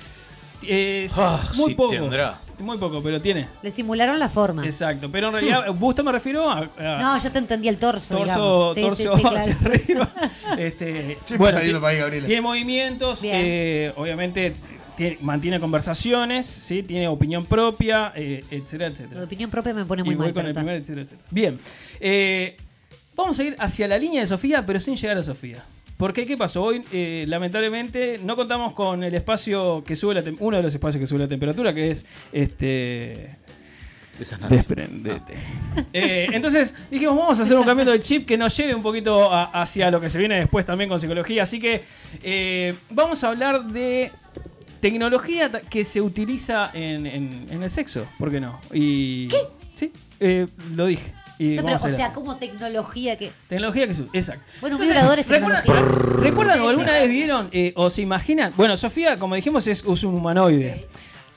[SPEAKER 7] Es
[SPEAKER 4] Ah,
[SPEAKER 7] muy
[SPEAKER 4] sí
[SPEAKER 7] poco.
[SPEAKER 4] tendrá.
[SPEAKER 7] Muy poco, pero tiene.
[SPEAKER 5] Le simularon la forma.
[SPEAKER 7] Exacto. Pero en realidad, busto me refiero a. a
[SPEAKER 5] No, ya te entendí el torso.
[SPEAKER 7] Ah. Torso,
[SPEAKER 5] digamos. Sí, sí,
[SPEAKER 7] torso
[SPEAKER 5] sí, claro.
[SPEAKER 7] hacia arriba. Este,
[SPEAKER 4] Che,
[SPEAKER 7] bueno,
[SPEAKER 4] saliendo
[SPEAKER 7] ti-
[SPEAKER 4] para ahí, Gabriela.
[SPEAKER 7] tiene movimientos,
[SPEAKER 5] Bien.
[SPEAKER 7] eh, obviamente tiene- mantiene conversaciones, ¿sí? tiene opinión propia, eh, etcétera,
[SPEAKER 5] Lo
[SPEAKER 7] etcétera.
[SPEAKER 5] de opinión propia me pone muy
[SPEAKER 7] Y voy
[SPEAKER 5] mal.
[SPEAKER 7] con el
[SPEAKER 5] Carota.
[SPEAKER 7] primer, etcétera, etcétera. Bien. Eh, vamos a ir hacia la línea de Sofía, pero sin llegar a Sofía. Porque, ¿qué pasó? Hoy, eh, lamentablemente, no contamos con el espacio que sube la tem- uno de los espacios que sube la temperatura, que es este. Desprendete. Eh, entonces dijimos, vamos a hacer un cambio de chip que nos lleve un poquito a- hacia lo que se viene después también con psicología. Así que eh, vamos a hablar de tecnología ta- que se utiliza en, en- en el sexo. ¿Por qué no? Y, ¿Qué? Sí, eh, lo dije. Y
[SPEAKER 5] No, pero,
[SPEAKER 7] vamos a
[SPEAKER 5] o
[SPEAKER 7] hacer
[SPEAKER 5] sea,
[SPEAKER 7] así.
[SPEAKER 5] como tecnología que.
[SPEAKER 7] Tecnología que se Exacto.
[SPEAKER 5] Bueno, un
[SPEAKER 7] Entonces,
[SPEAKER 5] vibrador es
[SPEAKER 7] ¿Recuerdan,
[SPEAKER 5] tecnología.
[SPEAKER 7] ¿recuerdan o alguna vez vieron eh, o se imaginan? Bueno, Sofía, como dijimos, es, es un humanoide.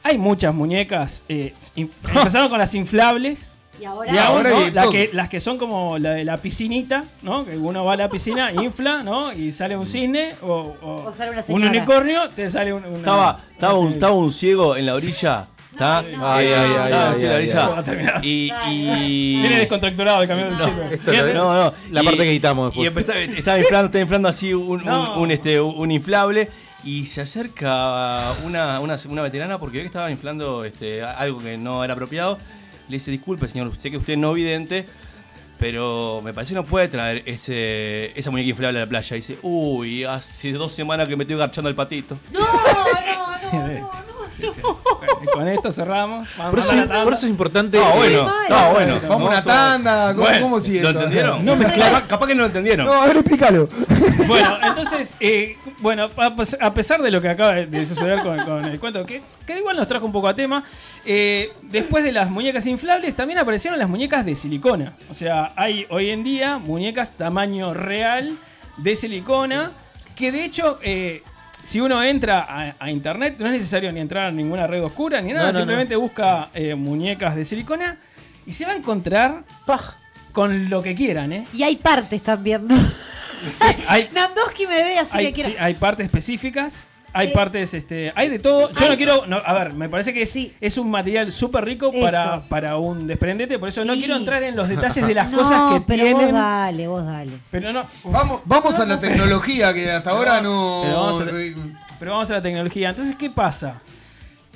[SPEAKER 7] Hay muchas muñecas. eh, in- empezaron con las inflables.
[SPEAKER 5] Y ahora.
[SPEAKER 7] Y ahora,
[SPEAKER 5] ¿no?
[SPEAKER 7] ¿no? las, que, las que son como la de la piscinita, ¿no? Que uno va a la piscina, infla, ¿no? Y sale un cisne o, o
[SPEAKER 5] O sale una
[SPEAKER 7] un
[SPEAKER 5] señora.
[SPEAKER 7] unicornio, te sale un, una-
[SPEAKER 3] Estaba, estaba, un, estaba un ciego en la orilla. ¿Está?
[SPEAKER 6] Ay,
[SPEAKER 3] Eh,
[SPEAKER 6] ay, ay,
[SPEAKER 3] estaba un
[SPEAKER 6] ay,
[SPEAKER 3] ciego en
[SPEAKER 6] ay,
[SPEAKER 3] la
[SPEAKER 6] ay.
[SPEAKER 3] orilla. Y. y-
[SPEAKER 7] Viene descontracturado el camión del
[SPEAKER 3] No,
[SPEAKER 7] chico.
[SPEAKER 3] esto
[SPEAKER 7] Bien.
[SPEAKER 3] lo- no, no.
[SPEAKER 6] La
[SPEAKER 3] Y-
[SPEAKER 6] parte que quitamos
[SPEAKER 3] Y
[SPEAKER 6] después.
[SPEAKER 3] empezaba,
[SPEAKER 5] eh,
[SPEAKER 3] estaba inflando, estaba inflando así un, un-
[SPEAKER 7] No.
[SPEAKER 3] un, este, un inflable. Y se acerca una, una, una veterana porque ve que estaba inflando este, algo que no era apropiado. Le dice, disculpe señor, sé que usted es no vidente, pero me parece que no puede traer ese, esa muñeca inflable a la playa. Y dice, uy, hace dos semanas que me estoy garchando el patito.
[SPEAKER 7] Sí, sí. Bueno, Con esto cerramos. Vamos
[SPEAKER 6] Por eso,
[SPEAKER 7] a la tanda.
[SPEAKER 6] por eso es importante.
[SPEAKER 3] Está bueno, está bueno.
[SPEAKER 4] Vamos a una tanda, ¿cómo- cómo sigue
[SPEAKER 3] ¿Lo
[SPEAKER 4] esto?
[SPEAKER 3] entendieron?
[SPEAKER 4] No
[SPEAKER 3] capaz, capaz que no lo entendieron.
[SPEAKER 4] No, a ver, explícalo.
[SPEAKER 7] Bueno, entonces, eh, Bueno, a pes- a pesar de lo que acaba de suceder con, con el cuento, que, que igual nos trajo un poco a tema, eh, después de las muñecas inflables también aparecieron las muñecas de silicona. O sea, hay hoy en día muñecas tamaño real de silicona, que de hecho, eh, si uno entra a, a internet, no es necesario ni entrar a ninguna red oscura ni nada,
[SPEAKER 6] No, no,
[SPEAKER 7] simplemente busca eh, muñecas de silicona y se va a encontrar ¡paj! con lo que quieran, ¿eh?
[SPEAKER 5] Y hay partes también. ¿no?
[SPEAKER 7] Hay,
[SPEAKER 5] Nandoski me ve, así
[SPEAKER 7] hay,
[SPEAKER 5] que quiero.
[SPEAKER 7] sí, hay partes específicas. Hay
[SPEAKER 5] Eh,
[SPEAKER 7] partes, este, hay de todo. Yo
[SPEAKER 5] hay-
[SPEAKER 7] no quiero, no, a ver, me parece que es, es un material súper rico
[SPEAKER 5] Eso.
[SPEAKER 7] para, para un desprendete, por eso no
[SPEAKER 5] Sí.
[SPEAKER 7] quiero entrar en los detalles de las
[SPEAKER 5] No,
[SPEAKER 7] cosas que
[SPEAKER 5] pero
[SPEAKER 7] tienen.
[SPEAKER 5] Vos dale, vos dale.
[SPEAKER 7] Pero no,
[SPEAKER 4] Vamos, vamos a la tecnología que hasta ahora no.
[SPEAKER 7] Pero vamos, a la, pero vamos a la tecnología. Entonces, ¿qué pasa?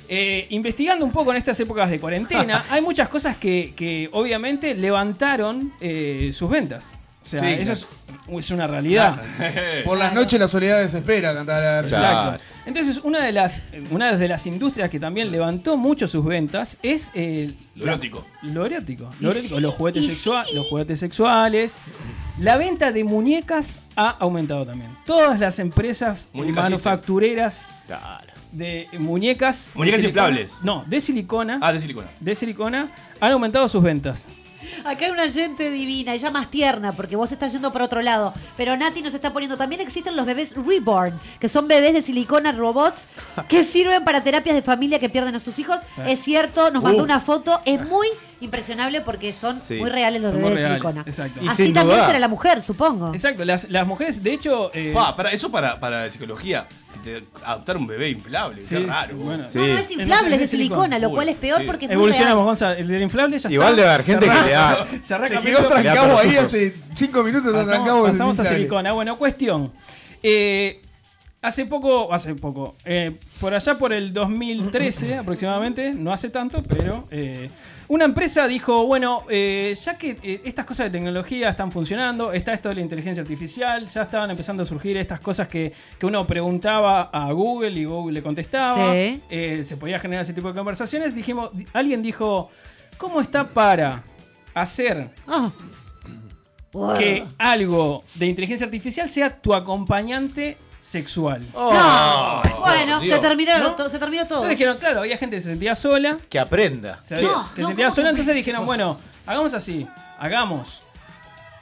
[SPEAKER 7] Eh, investigando un poco en estas épocas de cuarentena, hay muchas cosas que, que obviamente levantaron eh, sus ventas. O sea,
[SPEAKER 4] Sí,
[SPEAKER 7] eso es, es una realidad.
[SPEAKER 4] Claro. Por las noches la soledad desespera, cantar
[SPEAKER 7] Exacto. Entonces, una de las una de las industrias que también levantó mucho sus ventas es el
[SPEAKER 3] Lo erótico.
[SPEAKER 7] Lo erótico,
[SPEAKER 3] Y
[SPEAKER 7] lo erótico,
[SPEAKER 3] sí,
[SPEAKER 7] los juguetes
[SPEAKER 3] y
[SPEAKER 7] sexuales, los juguetes sexuales. La venta de muñecas ha aumentado también. Todas las empresas
[SPEAKER 3] Muñecas
[SPEAKER 7] manufactureras de muñecas de
[SPEAKER 3] Muñecas
[SPEAKER 7] silicona-
[SPEAKER 3] inflables.
[SPEAKER 7] No, de silicona.
[SPEAKER 3] Ah, de silicona.
[SPEAKER 7] De silicona han aumentado sus ventas.
[SPEAKER 5] Acá hay una gente divina, ya más tierna, porque vos estás yendo por otro lado. Pero Nati nos está poniendo, también existen los bebés reborn, que son bebés de silicona robots que sirven para terapias de familia que pierden a sus hijos.
[SPEAKER 7] Sí.
[SPEAKER 5] Es cierto, nos mandó
[SPEAKER 7] Uf.
[SPEAKER 5] una foto, es muy impresionable porque son
[SPEAKER 7] Sí.
[SPEAKER 5] muy reales los
[SPEAKER 7] Son muy
[SPEAKER 5] bebés
[SPEAKER 7] reales,
[SPEAKER 5] de silicona.
[SPEAKER 7] exacto. Y
[SPEAKER 5] Así
[SPEAKER 7] sin
[SPEAKER 5] también
[SPEAKER 3] duda.
[SPEAKER 5] será la mujer, supongo.
[SPEAKER 7] Exacto, las, las mujeres, de hecho. eh,
[SPEAKER 3] Fa, para, eso para, para la psicología. de adoptar un bebé inflable, qué raro. Bueno,
[SPEAKER 5] No, no es inflable, es de silicona, lo cual es peor porque es muy real.
[SPEAKER 7] Evolucionamos, Gonzalo. El del inflable ya
[SPEAKER 6] Igual
[SPEAKER 7] está.
[SPEAKER 6] debe haber gente que le da-
[SPEAKER 7] Cerrá
[SPEAKER 6] Se
[SPEAKER 7] capítulo.
[SPEAKER 6] quedó trancado Le da ahí perfuso.
[SPEAKER 4] hace 5 minutos. trancado
[SPEAKER 7] Pasamos,
[SPEAKER 4] el
[SPEAKER 7] pasamos a
[SPEAKER 4] inflable.
[SPEAKER 7] silicona. Bueno, cuestión. Eh, hace poco, hace poco, eh, por allá por el 2013 aproximadamente, no hace tanto, pero eh, una empresa dijo, bueno, eh, ya que eh, estas cosas de tecnología están funcionando, está esto de la inteligencia artificial, ya estaban empezando a surgir estas cosas que, que uno preguntaba a Google y Google le contestaba,
[SPEAKER 5] Sí.
[SPEAKER 7] eh, se podía generar ese tipo de conversaciones, dijimos, alguien dijo, ¿cómo está para hacer
[SPEAKER 5] Ah.
[SPEAKER 7] que algo de inteligencia artificial sea tu acompañante sexual.
[SPEAKER 5] No. Bueno, se terminó,
[SPEAKER 7] Oh, ¿No?
[SPEAKER 5] to- se terminó todo.
[SPEAKER 7] Entonces dijeron, claro, había gente que se sentía sola.
[SPEAKER 6] Que aprenda.
[SPEAKER 7] se había- que se sentía sola, entonces dijeron, bueno, hagamos así, hagamos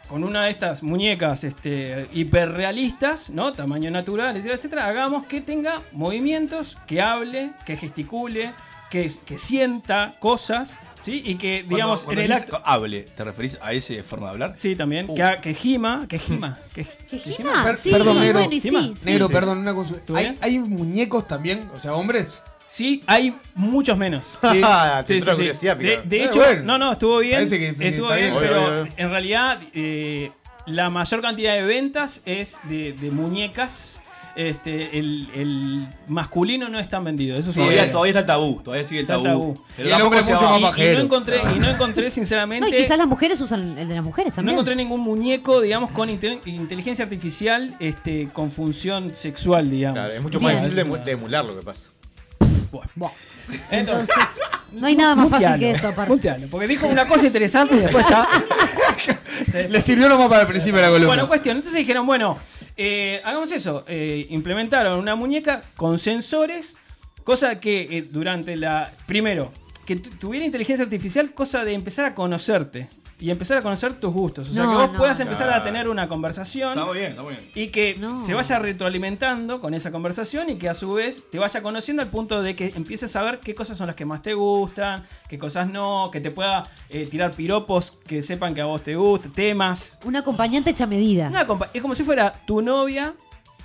[SPEAKER 7] con una de estas muñecas este, hiperrealistas, ¿no? Tamaño natural, etcétera, etcétera, hagamos que tenga movimientos, que hable, que gesticule, que, que sienta cosas, ¿sí? Y que,
[SPEAKER 3] Cuando-
[SPEAKER 7] digamos,
[SPEAKER 3] cuando
[SPEAKER 7] en el
[SPEAKER 3] decís
[SPEAKER 7] acto...
[SPEAKER 3] Hable, ¿te referís a esa forma de hablar?
[SPEAKER 7] Sí, también. Que, ha- que gima, que gima, que,
[SPEAKER 5] ¿Que
[SPEAKER 7] gima?
[SPEAKER 4] Per-
[SPEAKER 7] Ah, Sí,
[SPEAKER 4] perdón, negro.
[SPEAKER 7] bueno, y sí, sí.
[SPEAKER 4] negro,
[SPEAKER 7] Sí.
[SPEAKER 4] perdón, una consulta.
[SPEAKER 7] ¿Tú
[SPEAKER 4] ¿Hay,
[SPEAKER 7] bien?
[SPEAKER 4] hay muñecos también? O sea, hombres.
[SPEAKER 7] Sí, hay muchos menos.
[SPEAKER 4] Sí.
[SPEAKER 6] Te entró curiosidad,
[SPEAKER 7] De,
[SPEAKER 6] Pilar.
[SPEAKER 7] de
[SPEAKER 6] Eh,
[SPEAKER 7] hecho,
[SPEAKER 6] bueno.
[SPEAKER 7] no, no, estuvo bien.
[SPEAKER 6] Parece que- que
[SPEAKER 7] estuvo
[SPEAKER 6] está
[SPEAKER 7] bien,
[SPEAKER 6] bien. Obvio,
[SPEAKER 7] pero
[SPEAKER 6] obvio, obvio.
[SPEAKER 7] en realidad eh, la mayor cantidad de ventas es de, de muñecas. Este, el, el masculino no es tan vendido. Eso es una
[SPEAKER 3] Todavía,
[SPEAKER 7] realidad.
[SPEAKER 3] todavía está el tabú, todavía sigue el
[SPEAKER 7] Está
[SPEAKER 3] tabú.
[SPEAKER 7] el tabú.
[SPEAKER 3] Pero tampoco se
[SPEAKER 7] Y-
[SPEAKER 3] va-
[SPEAKER 7] y no encontré, y no encontré, sinceramente.
[SPEAKER 5] No, y quizás las mujeres usan el de las mujeres
[SPEAKER 7] No
[SPEAKER 5] también.
[SPEAKER 7] encontré ningún muñeco, digamos, con inte- inteligencia artificial este, con función sexual, digamos.
[SPEAKER 6] Es mucho más difícil de, emu- de emular lo que pasa.
[SPEAKER 7] Entonces,
[SPEAKER 5] No hay nada más fácil que
[SPEAKER 7] Mutealo,
[SPEAKER 5] eso, aparte.
[SPEAKER 7] mutealo, porque dijo una cosa interesante y después ya.
[SPEAKER 4] Le sirvió nomás para el principio de la columna.
[SPEAKER 7] Bueno, cuestión. Entonces dijeron, bueno, eh, hagamos eso. Eh, implementaron una muñeca con sensores, cosa que eh, durante la. Primero, que tu- tuviera inteligencia artificial, cosa de empezar a conocerte. Y empezar a conocer tus gustos. O sea,
[SPEAKER 3] No,
[SPEAKER 7] que vos
[SPEAKER 3] no.
[SPEAKER 7] puedas empezar a
[SPEAKER 3] Claro.
[SPEAKER 7] tener una conversación.
[SPEAKER 3] Está muy bien, está muy bien.
[SPEAKER 7] Y que se vaya retroalimentando con esa conversación y que a su vez te vaya conociendo al punto de que empieces a ver qué cosas son las que más te gustan, qué cosas no, que te pueda eh, tirar piropos que sepan que a vos te gustan, temas.
[SPEAKER 5] Una acompañante hecha a medida.
[SPEAKER 7] Una compa- es como si fuera tu novia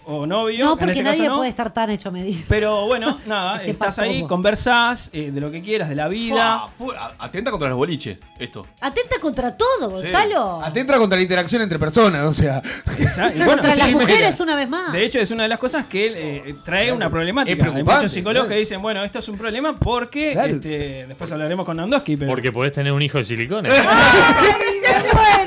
[SPEAKER 7] o novio.
[SPEAKER 5] No,
[SPEAKER 7] en
[SPEAKER 5] porque
[SPEAKER 7] este caso
[SPEAKER 5] nadie
[SPEAKER 7] no.
[SPEAKER 5] puede estar tan hecho a medida.
[SPEAKER 7] Pero bueno, nada,
[SPEAKER 5] Ese
[SPEAKER 7] estás
[SPEAKER 5] pato.
[SPEAKER 7] ahí, conversás eh, de lo que quieras, de la vida.
[SPEAKER 3] Fua, pu- a- Atenta contra los boliches, esto.
[SPEAKER 5] Atenta contra todo, Gonzalo.
[SPEAKER 4] Atenta contra la interacción entre personas, o sea.
[SPEAKER 7] Exacto. Ah, Y bueno,
[SPEAKER 5] contra las
[SPEAKER 7] sí,
[SPEAKER 5] mujeres una vez más.
[SPEAKER 7] De hecho, es una de las cosas que eh, trae una problemática. Hay
[SPEAKER 4] preocupante,
[SPEAKER 7] muchos psicólogos
[SPEAKER 4] claro.
[SPEAKER 7] que dicen, bueno, esto es un problema porque
[SPEAKER 4] Claro.
[SPEAKER 7] este, después hablaremos con Nandoski, pero.
[SPEAKER 9] Porque podés tener un hijo de silicona.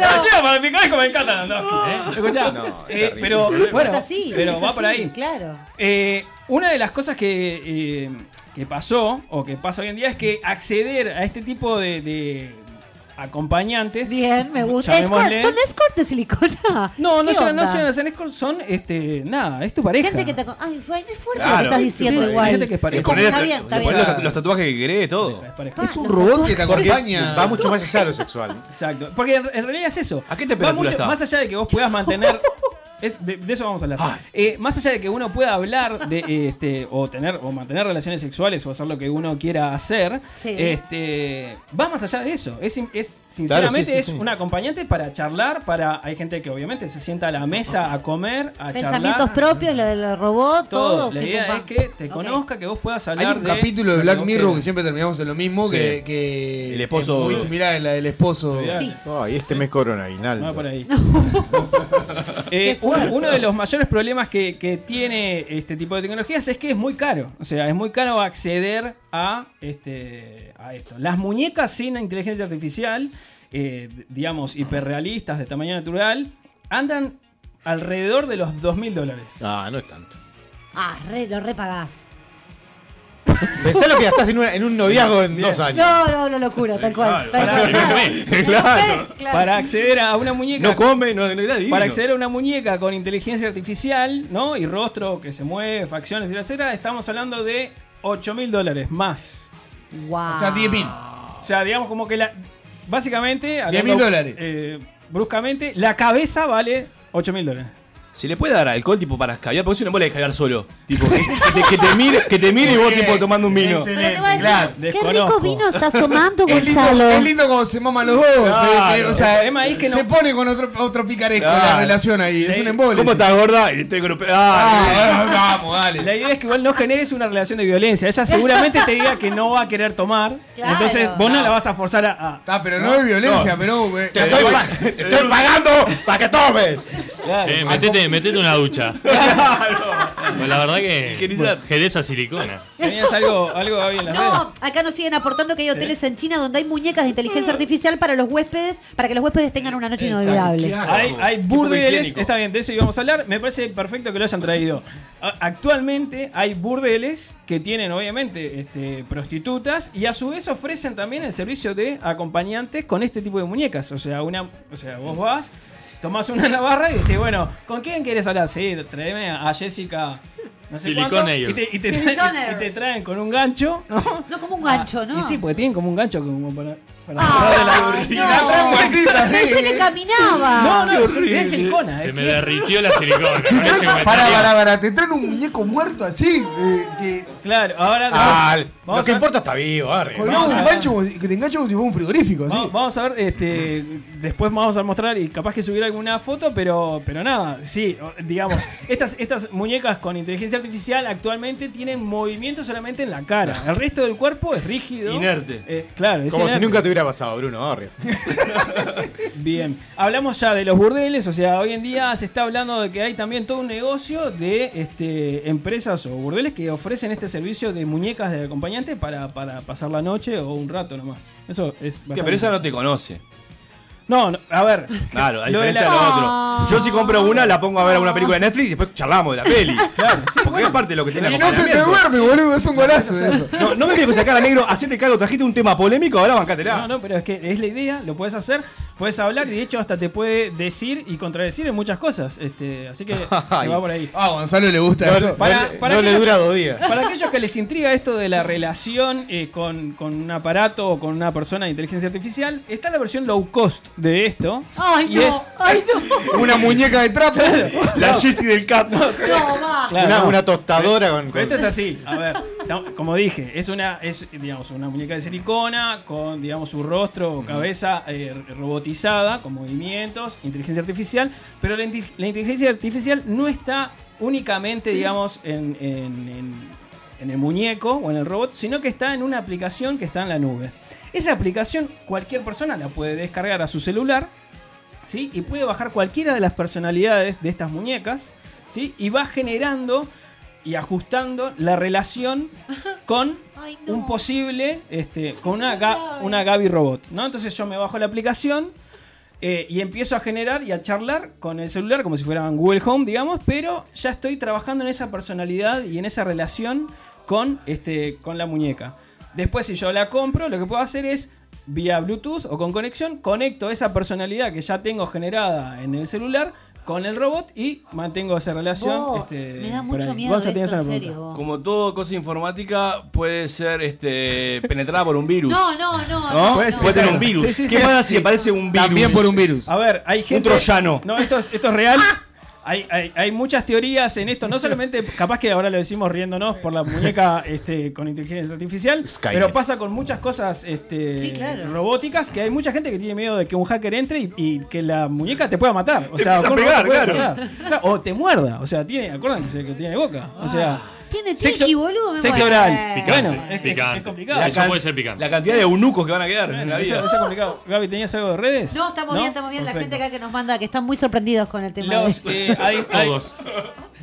[SPEAKER 7] No llega para mi conejo, Ah, me encanta Nandoski. ¿eh? Escuchá, eh, pero, bueno,
[SPEAKER 5] es así,
[SPEAKER 7] pero
[SPEAKER 5] es
[SPEAKER 7] va
[SPEAKER 5] así,
[SPEAKER 7] por ahí.
[SPEAKER 5] Claro.
[SPEAKER 7] Eh, una de las cosas que, eh, que pasó o que pasa hoy en día es que acceder a este tipo de, de acompañantes.
[SPEAKER 5] Bien, me gusta. Escort, ¿Son escort de silicona?
[SPEAKER 7] No, no
[SPEAKER 5] ¿Qué
[SPEAKER 7] son, no
[SPEAKER 5] onda?
[SPEAKER 7] son, son escort, son, este, nada, es tu pareja.
[SPEAKER 5] Gente que te. aco- Ay, bueno, es fuerte
[SPEAKER 7] Claro,
[SPEAKER 5] lo que estás
[SPEAKER 7] sí,
[SPEAKER 5] diciendo
[SPEAKER 7] sí,
[SPEAKER 5] igual.
[SPEAKER 7] gente que es pareja.
[SPEAKER 5] Es como-
[SPEAKER 7] Le
[SPEAKER 5] está
[SPEAKER 7] ponés-
[SPEAKER 5] bien, está
[SPEAKER 7] le
[SPEAKER 5] bien.
[SPEAKER 7] ponés
[SPEAKER 3] Los, los tatuajes que querés, todo.
[SPEAKER 7] Es
[SPEAKER 5] un robot que te
[SPEAKER 7] Porque
[SPEAKER 6] acompaña.
[SPEAKER 7] Va mucho más allá de lo sexual. Exacto. Porque en, en realidad es eso. ¿A qué va
[SPEAKER 3] temperatura
[SPEAKER 7] mucho,
[SPEAKER 3] está?
[SPEAKER 7] Más allá de que vos puedas mantener. es- de, de eso vamos a hablar. Eh, más allá de que uno pueda hablar de eh, este o tener o mantener relaciones sexuales o hacer lo que uno quiera hacer,
[SPEAKER 13] Sí.
[SPEAKER 7] este va más allá de eso. Es, sin- es sinceramente
[SPEAKER 13] sí,
[SPEAKER 7] es
[SPEAKER 13] sí.
[SPEAKER 7] un acompañante para charlar, para hay gente que obviamente se sienta a la mesa a comer, a
[SPEAKER 5] Pensamientos
[SPEAKER 7] charlar.
[SPEAKER 5] propios, lo del robot, todo.
[SPEAKER 7] Todo. La
[SPEAKER 5] pim,
[SPEAKER 7] idea
[SPEAKER 5] pum,
[SPEAKER 7] es
[SPEAKER 5] pam.
[SPEAKER 7] que te
[SPEAKER 5] Ok.
[SPEAKER 7] conozca, que vos puedas
[SPEAKER 4] Hay
[SPEAKER 7] hablar
[SPEAKER 4] un
[SPEAKER 7] de
[SPEAKER 4] capítulo
[SPEAKER 7] lo
[SPEAKER 4] de
[SPEAKER 7] que
[SPEAKER 4] Black
[SPEAKER 7] vos
[SPEAKER 4] Mirror
[SPEAKER 7] quieras.
[SPEAKER 4] que siempre terminamos en lo mismo,
[SPEAKER 6] Sí.
[SPEAKER 4] que, que
[SPEAKER 6] El esposo-
[SPEAKER 4] es muy similar a la del esposo.
[SPEAKER 7] Sí.
[SPEAKER 6] Ay, este mes cobra un aguinaldo.
[SPEAKER 7] No, por ahí. Eh, un- uno de los mayores problemas que, que tiene este tipo de tecnologías es que es muy caro. O sea, es muy caro acceder a, este, a esto. Las muñecas sin inteligencia artificial, eh, digamos, hiperrealistas de tamaño natural, andan alrededor de los 2.000 dólares.
[SPEAKER 6] Ah, no es tanto.
[SPEAKER 5] Ah, re- lo repagás.
[SPEAKER 6] Pensá lo que gastás en, una- en un noviazgo en dos años.
[SPEAKER 5] No, no, no, locura, tal cual. tal
[SPEAKER 6] Pará,
[SPEAKER 5] cual.
[SPEAKER 6] no
[SPEAKER 5] Claro.
[SPEAKER 6] Claro.
[SPEAKER 5] claro.
[SPEAKER 7] Para acceder a una muñeca.
[SPEAKER 6] No come, no, no era divino.
[SPEAKER 7] Para acceder a una muñeca con inteligencia artificial, ¿no? Y rostro que se mueve, facciones, etcétera, estamos hablando de 8 mil dólares más.
[SPEAKER 5] Wow.
[SPEAKER 4] O sea, 10.000.
[SPEAKER 7] O sea, digamos como que la. Básicamente.
[SPEAKER 4] 10.000
[SPEAKER 7] hablando,
[SPEAKER 4] dólares.
[SPEAKER 7] eh, bruscamente, la cabeza vale 8 mil dólares.
[SPEAKER 3] ¿Se le puede dar alcohol tipo para escabiar? Porque es una bola de escabiar solo. Tipo, que, que te, que te mire, que te mire y vos
[SPEAKER 4] Bien.
[SPEAKER 3] tipo tomando un vino.
[SPEAKER 4] Excelente.
[SPEAKER 5] Pero te voy a decir,
[SPEAKER 3] Claro,
[SPEAKER 5] qué
[SPEAKER 3] desconozco.
[SPEAKER 5] rico vino estás tomando,
[SPEAKER 4] Es lindo-
[SPEAKER 5] Gonzalo.
[SPEAKER 4] Es lindo como se maman los dos.
[SPEAKER 6] Claro.
[SPEAKER 4] eh, eh, o sea,
[SPEAKER 6] El problema es que no-
[SPEAKER 4] se pone con otro, otro picaresco
[SPEAKER 6] Claro.
[SPEAKER 4] la relación ahí. Es
[SPEAKER 7] Sí.
[SPEAKER 4] un embole.
[SPEAKER 6] ¿Cómo
[SPEAKER 4] ese.
[SPEAKER 6] estás, gorda? Y te
[SPEAKER 4] Ah, vamos, dale.
[SPEAKER 7] La idea es que igual no generes una relación de violencia. Ella seguramente te diga que no va a querer tomar.
[SPEAKER 5] Claro.
[SPEAKER 7] Entonces vos no la vas a forzar a. a-
[SPEAKER 4] Ah, pero no es violencia, pero. eh,
[SPEAKER 6] Te estoy, pa- te estoy pagando para que tomes.
[SPEAKER 9] Eh, metete, metete una ducha. Pues la verdad que. Jereza silicona.
[SPEAKER 7] Tenías algo, algo Gaby, en las redes.
[SPEAKER 5] No, acá nos siguen aportando que hay hoteles en China donde hay muñecas de inteligencia artificial para los huéspedes, para que los huéspedes tengan una noche inolvidable.
[SPEAKER 7] Hay, hay
[SPEAKER 5] Tipo
[SPEAKER 7] burdeles,
[SPEAKER 5] higiénico.
[SPEAKER 7] está bien, de eso íbamos a hablar. Me parece perfecto que lo hayan traído. A- Actualmente hay burdeles que tienen, obviamente, este, prostitutas y a su vez ofrecen también el servicio de acompañantes con este tipo de muñecas. O sea, una, o sea vos vas, tomás una navarra y decís, bueno, ¿con quién quieres hablar? Sí, tráeme a Jessica. No sé
[SPEAKER 9] Silicone
[SPEAKER 7] cuánto,
[SPEAKER 9] Air.
[SPEAKER 7] y, te, y te
[SPEAKER 5] Silicone
[SPEAKER 7] traen,
[SPEAKER 5] Air.
[SPEAKER 7] y te traen con un gancho, ¿no?
[SPEAKER 5] No como un gancho, ¿no?
[SPEAKER 7] Y sí, porque tienen como un gancho como para. para
[SPEAKER 5] Ah, no. Pensé que caminaba.
[SPEAKER 7] No, no, es, es eh. silicona.
[SPEAKER 9] Se me derritió la silicona. con ese
[SPEAKER 4] Pará,
[SPEAKER 9] comentario.
[SPEAKER 4] pará, pará. Te traen un muñeco muerto así. eh, que
[SPEAKER 7] Claro, ahora
[SPEAKER 6] Ah,
[SPEAKER 7] vamos-
[SPEAKER 6] lo
[SPEAKER 7] vamos
[SPEAKER 6] que
[SPEAKER 7] a-
[SPEAKER 6] importa está vivo, arre.
[SPEAKER 4] colgás
[SPEAKER 7] Vamos
[SPEAKER 4] un
[SPEAKER 7] a-
[SPEAKER 4] gancho como si- que te engancha como si fuera un frigorífico. Así.
[SPEAKER 7] va- Vamos a ver, este, después vamos a mostrar y capaz que subir alguna foto, pero, pero nada, sí, o- digamos, estas, estas muñecas con inteligencia artificial actualmente tienen movimiento solamente en la cara, el resto del cuerpo es rígido.
[SPEAKER 6] Inerte.
[SPEAKER 7] Eh, claro, es
[SPEAKER 6] Como si
[SPEAKER 7] inerte.
[SPEAKER 6] nunca te hubiera pasado, Bruno, arre.
[SPEAKER 7] Bien, hablamos ya de los burdeles, o sea, hoy en día se está hablando de que hay también todo un negocio de este, empresas o burdeles que ofrecen este servicio de muñecas de acompañante para, para pasar la noche o un rato nomás. Eso es...
[SPEAKER 3] Tía,
[SPEAKER 7] bastante-
[SPEAKER 3] pero esa no te conoce.
[SPEAKER 7] No, no, a ver.
[SPEAKER 3] Claro, a
[SPEAKER 7] Lo de
[SPEAKER 3] diferencia
[SPEAKER 7] la-
[SPEAKER 3] de lo otro. Yo si compro una, la pongo a ver alguna película de Netflix y después charlamos de la peli.
[SPEAKER 7] Claro,
[SPEAKER 3] Porque es parte de lo que tiene
[SPEAKER 4] Y no se te duerme, boludo. Es un golazo eso.
[SPEAKER 3] No, no me quieres sacar a negro, hacete cargo, trajiste un tema polémico, ahora bancátela.
[SPEAKER 7] No, no, pero es que es la idea, lo puedes hacer, puedes hablar y de hecho hasta te puede decir y contradecir en muchas cosas. Este, así que, que va por ahí.
[SPEAKER 4] Ah, a Gonzalo le gusta
[SPEAKER 6] No,
[SPEAKER 4] eso.
[SPEAKER 6] no, no le dura dos días.
[SPEAKER 7] Para aquellos que les intriga esto de la relación eh, con, con un aparato o con una persona de inteligencia artificial, está la versión low cost de esto.
[SPEAKER 5] Ay,
[SPEAKER 7] y
[SPEAKER 5] no.
[SPEAKER 7] es-
[SPEAKER 5] Ay, no.
[SPEAKER 4] Una muñeca de trapo.
[SPEAKER 6] La Jessie del Capo.
[SPEAKER 5] No, va.
[SPEAKER 7] Claro,
[SPEAKER 6] una,
[SPEAKER 7] no.
[SPEAKER 6] una tostadora con.
[SPEAKER 7] Pero esto es así, a ver, tam- como dije, es una, es, digamos, una muñeca de silicona con, digamos, su rostro
[SPEAKER 6] Mm.
[SPEAKER 7] o cabeza eh, robotizada, con movimientos, inteligencia artificial, pero la, inti- la inteligencia artificial no está únicamente, digamos, en, en- en- en el muñeco o en el robot, sino que está en una aplicación que está en la nube. Esa aplicación cualquier persona la puede descargar a su celular, ¿sí? Y puede bajar cualquiera de las personalidades de estas muñecas, ¿sí? Y va generando y ajustando la relación con
[SPEAKER 5] Ay, no.
[SPEAKER 7] un posible, este, con una, Ga- una Gaby Robot, ¿no? Entonces yo me bajo la aplicación eh, y empiezo a generar y a charlar con el celular como si fuera un Google Home, digamos, pero ya estoy trabajando en esa personalidad y en esa relación con, este, con la muñeca. Después, si yo la compro, lo que puedo hacer es vía Bluetooth o con conexión, conecto esa personalidad que ya tengo generada en el celular con el robot y mantengo esa relación.
[SPEAKER 5] Vos,
[SPEAKER 3] Eh,
[SPEAKER 7] este,
[SPEAKER 5] me da
[SPEAKER 7] por
[SPEAKER 5] mucho
[SPEAKER 7] ahí.
[SPEAKER 5] miedo
[SPEAKER 7] Gonza,
[SPEAKER 5] esto,
[SPEAKER 7] tenías una
[SPEAKER 5] en
[SPEAKER 7] pregunta.
[SPEAKER 5] serio, vos.
[SPEAKER 3] Como todo cosa informática puede ser este, penetrada por un virus.
[SPEAKER 5] No, no, no.
[SPEAKER 3] ¿No?
[SPEAKER 5] no,
[SPEAKER 3] Puede
[SPEAKER 5] no.
[SPEAKER 3] ser un virus. ¿Qué pasa si aparece un virus?
[SPEAKER 7] También por un virus. A ver, hay gente.
[SPEAKER 3] troyano.
[SPEAKER 7] No, esto es, esto es real. Hay, hay- hay muchas teorías en esto, no solamente, capaz que ahora lo decimos riéndonos por la muñeca este, con inteligencia artificial, pero pasa con muchas cosas este,
[SPEAKER 5] Sí, claro.
[SPEAKER 7] robóticas que hay mucha gente que tiene miedo de que un hacker entre y, y que la muñeca te pueda matar. O
[SPEAKER 3] Te
[SPEAKER 7] sea,
[SPEAKER 3] empieza
[SPEAKER 7] vos
[SPEAKER 3] a
[SPEAKER 7] no
[SPEAKER 3] pegar,
[SPEAKER 7] te puedes
[SPEAKER 3] claro.
[SPEAKER 7] matar. Claro, O te muerda, o sea, tiene, acuérdense que tiene boca. O sea,
[SPEAKER 5] Ah. Tiene
[SPEAKER 7] Sexo-
[SPEAKER 5] tiki, boludo. me
[SPEAKER 7] sexo
[SPEAKER 5] muero.
[SPEAKER 7] oral.
[SPEAKER 9] Picante,
[SPEAKER 7] Bueno, es- es-
[SPEAKER 9] picante.
[SPEAKER 7] es complicado.
[SPEAKER 9] La
[SPEAKER 7] Eso
[SPEAKER 9] can-
[SPEAKER 7] puede
[SPEAKER 9] ser picante.
[SPEAKER 3] La cantidad de eunucos que van a quedar en la
[SPEAKER 7] Eso,
[SPEAKER 3] vida.
[SPEAKER 7] eso es complicado. Gaby, ¿tenías algo de redes?
[SPEAKER 5] No, estamos bien, estamos bien. La
[SPEAKER 7] Perfecto.
[SPEAKER 5] gente acá que nos manda, que están muy sorprendidos con el tema.
[SPEAKER 7] Los,
[SPEAKER 5] de-
[SPEAKER 7] eh, hay, hay-
[SPEAKER 9] Todos.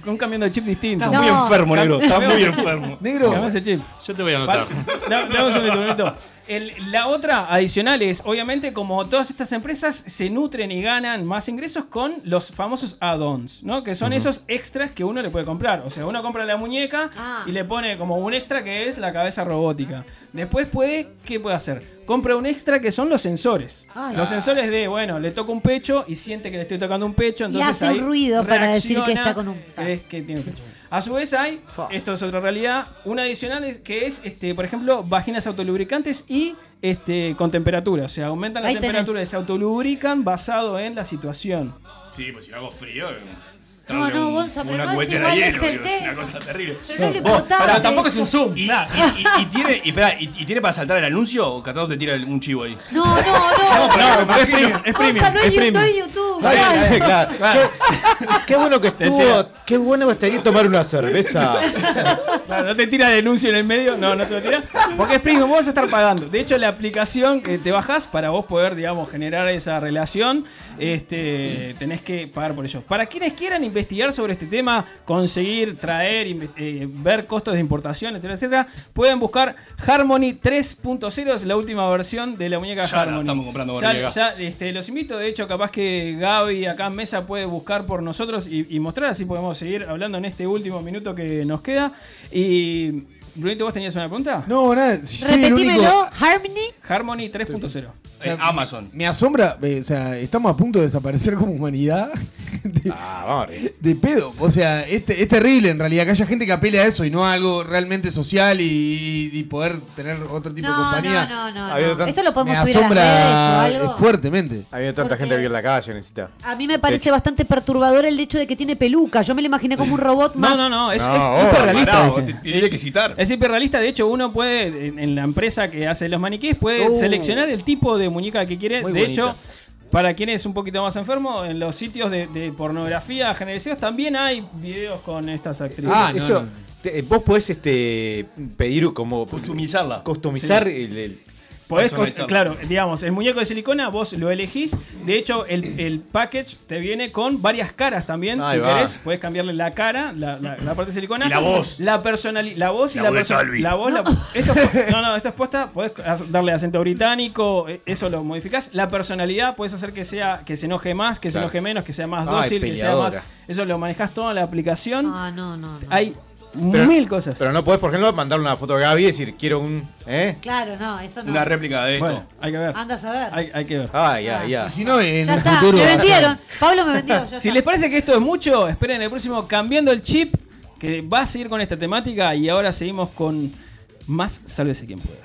[SPEAKER 7] Con cambiando de chip distinto.
[SPEAKER 5] Estás muy No. enfermo,
[SPEAKER 3] negro, estás muy enfermo.
[SPEAKER 4] Negro.
[SPEAKER 7] Cambiamos el chip.
[SPEAKER 9] Yo te voy a anotar.
[SPEAKER 7] No, no, un minuto, un minuto. El- la otra adicional es, obviamente, como todas estas empresas se nutren y ganan más ingresos con los famosos add-ons, ¿no? Que son esos extras que uno le puede comprar. O sea, uno compra la muñeca
[SPEAKER 5] Ah.
[SPEAKER 7] y le pone como un extra que es la cabeza robótica. Después puede, ¿qué puede hacer? Compra un extra que son los sensores.
[SPEAKER 5] Ay.
[SPEAKER 7] Los sensores de, bueno, le toco un pecho y siente que le estoy tocando un pecho, entonces
[SPEAKER 5] hace un
[SPEAKER 7] ahí
[SPEAKER 5] ruido para decir que
[SPEAKER 7] reacciona,
[SPEAKER 5] está con un-
[SPEAKER 7] es que tiene pecho. A su vez hay, esto es otra realidad, una adicional es- que es, este, por ejemplo, vaginas autolubricantes y este, con temperatura. O sea, aumentan la
[SPEAKER 5] Ahí tenés.
[SPEAKER 7] temperatura, y se autolubrican basado en la situación.
[SPEAKER 3] Sí, pues si hago frío.
[SPEAKER 5] No, no, Gonza, pero no es
[SPEAKER 3] cubetera
[SPEAKER 5] igual,
[SPEAKER 3] de
[SPEAKER 5] es el
[SPEAKER 3] digo,
[SPEAKER 5] té.
[SPEAKER 3] es una cosa terrible.
[SPEAKER 5] Pero no le
[SPEAKER 3] Vos,
[SPEAKER 5] importaba
[SPEAKER 3] pará,
[SPEAKER 5] que
[SPEAKER 3] tampoco es
[SPEAKER 5] eso-
[SPEAKER 3] un zoom. nah, y, y- y tiene, y, pará, y- y tiene para saltar el anuncio o Catado te tira el- un chivo ahí.
[SPEAKER 5] No, no, no.
[SPEAKER 3] pero es premium,
[SPEAKER 5] Gonza, no hay you- no hay YouTube.
[SPEAKER 6] Está bien,
[SPEAKER 5] dale.
[SPEAKER 6] está bien, claro, claro. Qué, qué bueno que estuvo. Qué bueno que estaría tomar una cerveza.
[SPEAKER 7] Claro, no te tira denuncio en el medio, no, no te lo tira. Porque es premium, vos vas a estar pagando. De hecho, la aplicación que te bajas para vos poder, digamos, generar esa relación, este, tenés que pagar por ello. Para quienes quieran investigar sobre este tema, conseguir, traer, inve- eh, ver costos de importación, etcétera, etcétera, pueden buscar Harmony 3.0, es la última versión de la muñeca
[SPEAKER 3] Ya la
[SPEAKER 7] Harmony.
[SPEAKER 3] estamos comprando,
[SPEAKER 7] ya,
[SPEAKER 3] Borrega.
[SPEAKER 7] ya, este, los invito, de hecho, capaz que Gaby acá en mesa puede buscar por nosotros y, y mostrar, así podemos seguir hablando en este último minuto que nos queda. Y, Brunito, ¿vos tenías una pregunta?
[SPEAKER 4] No, nada, si soy el único.
[SPEAKER 5] Repetímelo, Harmony.
[SPEAKER 7] Harmony 3.0.
[SPEAKER 3] Eh, Amazon.
[SPEAKER 4] Me asombra, eh, o sea, estamos a punto de desaparecer como humanidad. De,
[SPEAKER 6] Ah,
[SPEAKER 4] de pedo. O sea, este, es terrible en realidad que haya gente que apele a eso y no a algo realmente social y, y poder tener otro tipo
[SPEAKER 5] No,
[SPEAKER 4] de compañía.
[SPEAKER 5] no, no, no,
[SPEAKER 6] Había
[SPEAKER 5] no.
[SPEAKER 6] tan-
[SPEAKER 5] Esto lo
[SPEAKER 4] Me
[SPEAKER 5] podemos subir a las
[SPEAKER 4] asombra
[SPEAKER 5] redes o
[SPEAKER 4] eh,
[SPEAKER 5] algo.
[SPEAKER 4] fuertemente. Ah,
[SPEAKER 6] Ha habido tanta gente que vive en la calle, necesita.
[SPEAKER 5] A mí me parece bastante perturbador el hecho de que tiene peluca. Yo me lo imaginé como un robot más.
[SPEAKER 7] No, no, no, es,
[SPEAKER 6] No,
[SPEAKER 7] es
[SPEAKER 6] oh,
[SPEAKER 7] hiperrealista.
[SPEAKER 3] Pará,
[SPEAKER 7] dije.
[SPEAKER 3] vos te, te tiene que excitar.
[SPEAKER 7] Es hiperrealista, de hecho uno puede, en, en la empresa que hace los maniquíes, puede
[SPEAKER 4] Oh.
[SPEAKER 7] seleccionar el tipo de muñeca que quiere.
[SPEAKER 4] Muy
[SPEAKER 7] de
[SPEAKER 4] bonita.
[SPEAKER 7] hecho, para quien es un poquito más enfermo, en los sitios de, de pornografía generalizados también hay videos con estas actrices.
[SPEAKER 4] Ah, no,
[SPEAKER 6] Eso,
[SPEAKER 4] no, no.
[SPEAKER 6] te- vos podés este, pedir como
[SPEAKER 3] Customizarla.
[SPEAKER 6] customizar
[SPEAKER 7] Sí.
[SPEAKER 6] el, el-
[SPEAKER 7] Podés
[SPEAKER 3] Personalizarlo.
[SPEAKER 7] cos- claro, digamos, el muñeco de silicona vos lo elegís. De hecho, el, el package te viene con varias caras también.
[SPEAKER 6] Ahí
[SPEAKER 7] si
[SPEAKER 6] va.
[SPEAKER 7] querés, podés cambiarle la cara, la, la- la parte de silicona.
[SPEAKER 3] Y la voz.
[SPEAKER 7] La personali- La voz y
[SPEAKER 3] La
[SPEAKER 7] la,
[SPEAKER 3] voz de
[SPEAKER 7] persona-
[SPEAKER 3] Salvi.
[SPEAKER 7] La voz, la- esto es po- no, no, esto es posta. Podés as- darle acento británico, eh, eso lo modificás. La personalidad, podés hacer que sea que se enoje más, que
[SPEAKER 6] Claro.
[SPEAKER 7] se enoje menos, que sea más
[SPEAKER 6] Ay,
[SPEAKER 7] dócil, que sea más.
[SPEAKER 6] peleadora.
[SPEAKER 7] Eso lo manejás todo en la aplicación.
[SPEAKER 5] Ah, no, no, no.
[SPEAKER 7] Hay
[SPEAKER 6] Pero-
[SPEAKER 7] mil cosas.
[SPEAKER 6] Pero no podés, por ejemplo, mandar una foto a Gaby y decir, quiero un. ¿Eh?
[SPEAKER 5] Claro, no, eso no.
[SPEAKER 3] Una réplica de esto.
[SPEAKER 7] bueno, hay que ver.
[SPEAKER 5] Anda a saber.
[SPEAKER 7] Hay, hay que ver.
[SPEAKER 6] Ah, ya, ya.
[SPEAKER 4] Si no, en
[SPEAKER 5] ya
[SPEAKER 4] el
[SPEAKER 5] está,
[SPEAKER 4] futuro.
[SPEAKER 5] me
[SPEAKER 4] va a ser-
[SPEAKER 5] vendieron. Pablo me vendió. ya
[SPEAKER 7] Ah, Si
[SPEAKER 5] está.
[SPEAKER 7] les parece que esto es mucho, esperen el próximo Cambiando el Chip, que va a seguir con esta temática y ahora seguimos con más Sálvese quien pueda.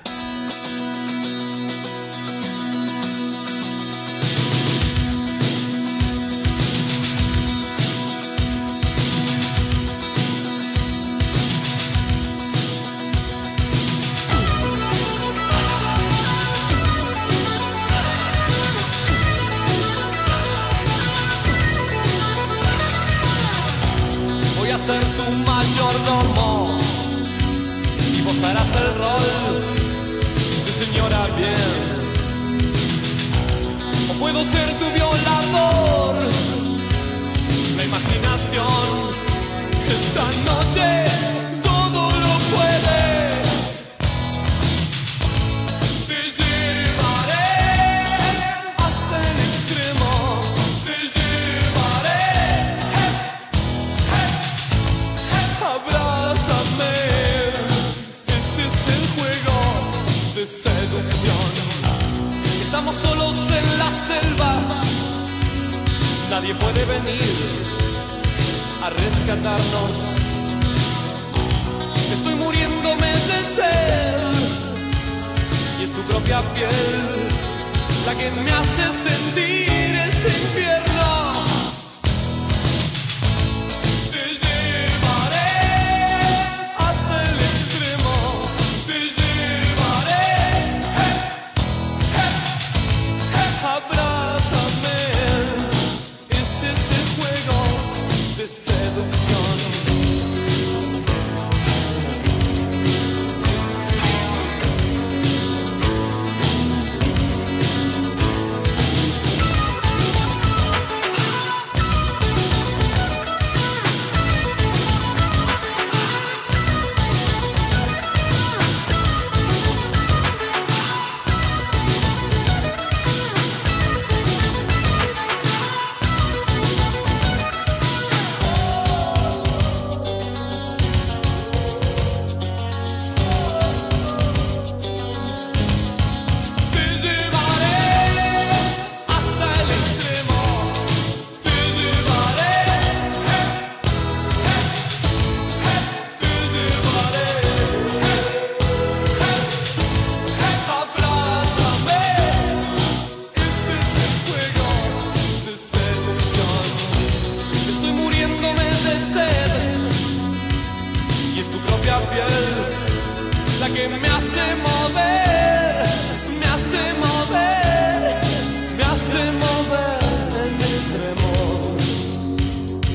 [SPEAKER 13] Voy a ser tu mayordomo y vos harás el rol de señora bien. O puedo ser tu violador. La imaginación esta noche todo lo puede. Te llevaré hasta el extremo. Te llevaré. Abrázame, este es el juego de seducción. Estamos solos en la selva, nadie puede venir a rescatarnos. Estoy muriéndome de sed y es tu propia piel la que me hace sentir este infierno. Te llevaré hasta el extremo, te llevaré Abrázame, este es el juego de seducción. Te llevaré hasta el extremo, te llevaré, te llevaré, abrázame, este es el juego de seducción. Estoy muriéndome de sed y es tu propia piel la que me hace mover. Me hace mover, me hace mover en extremos.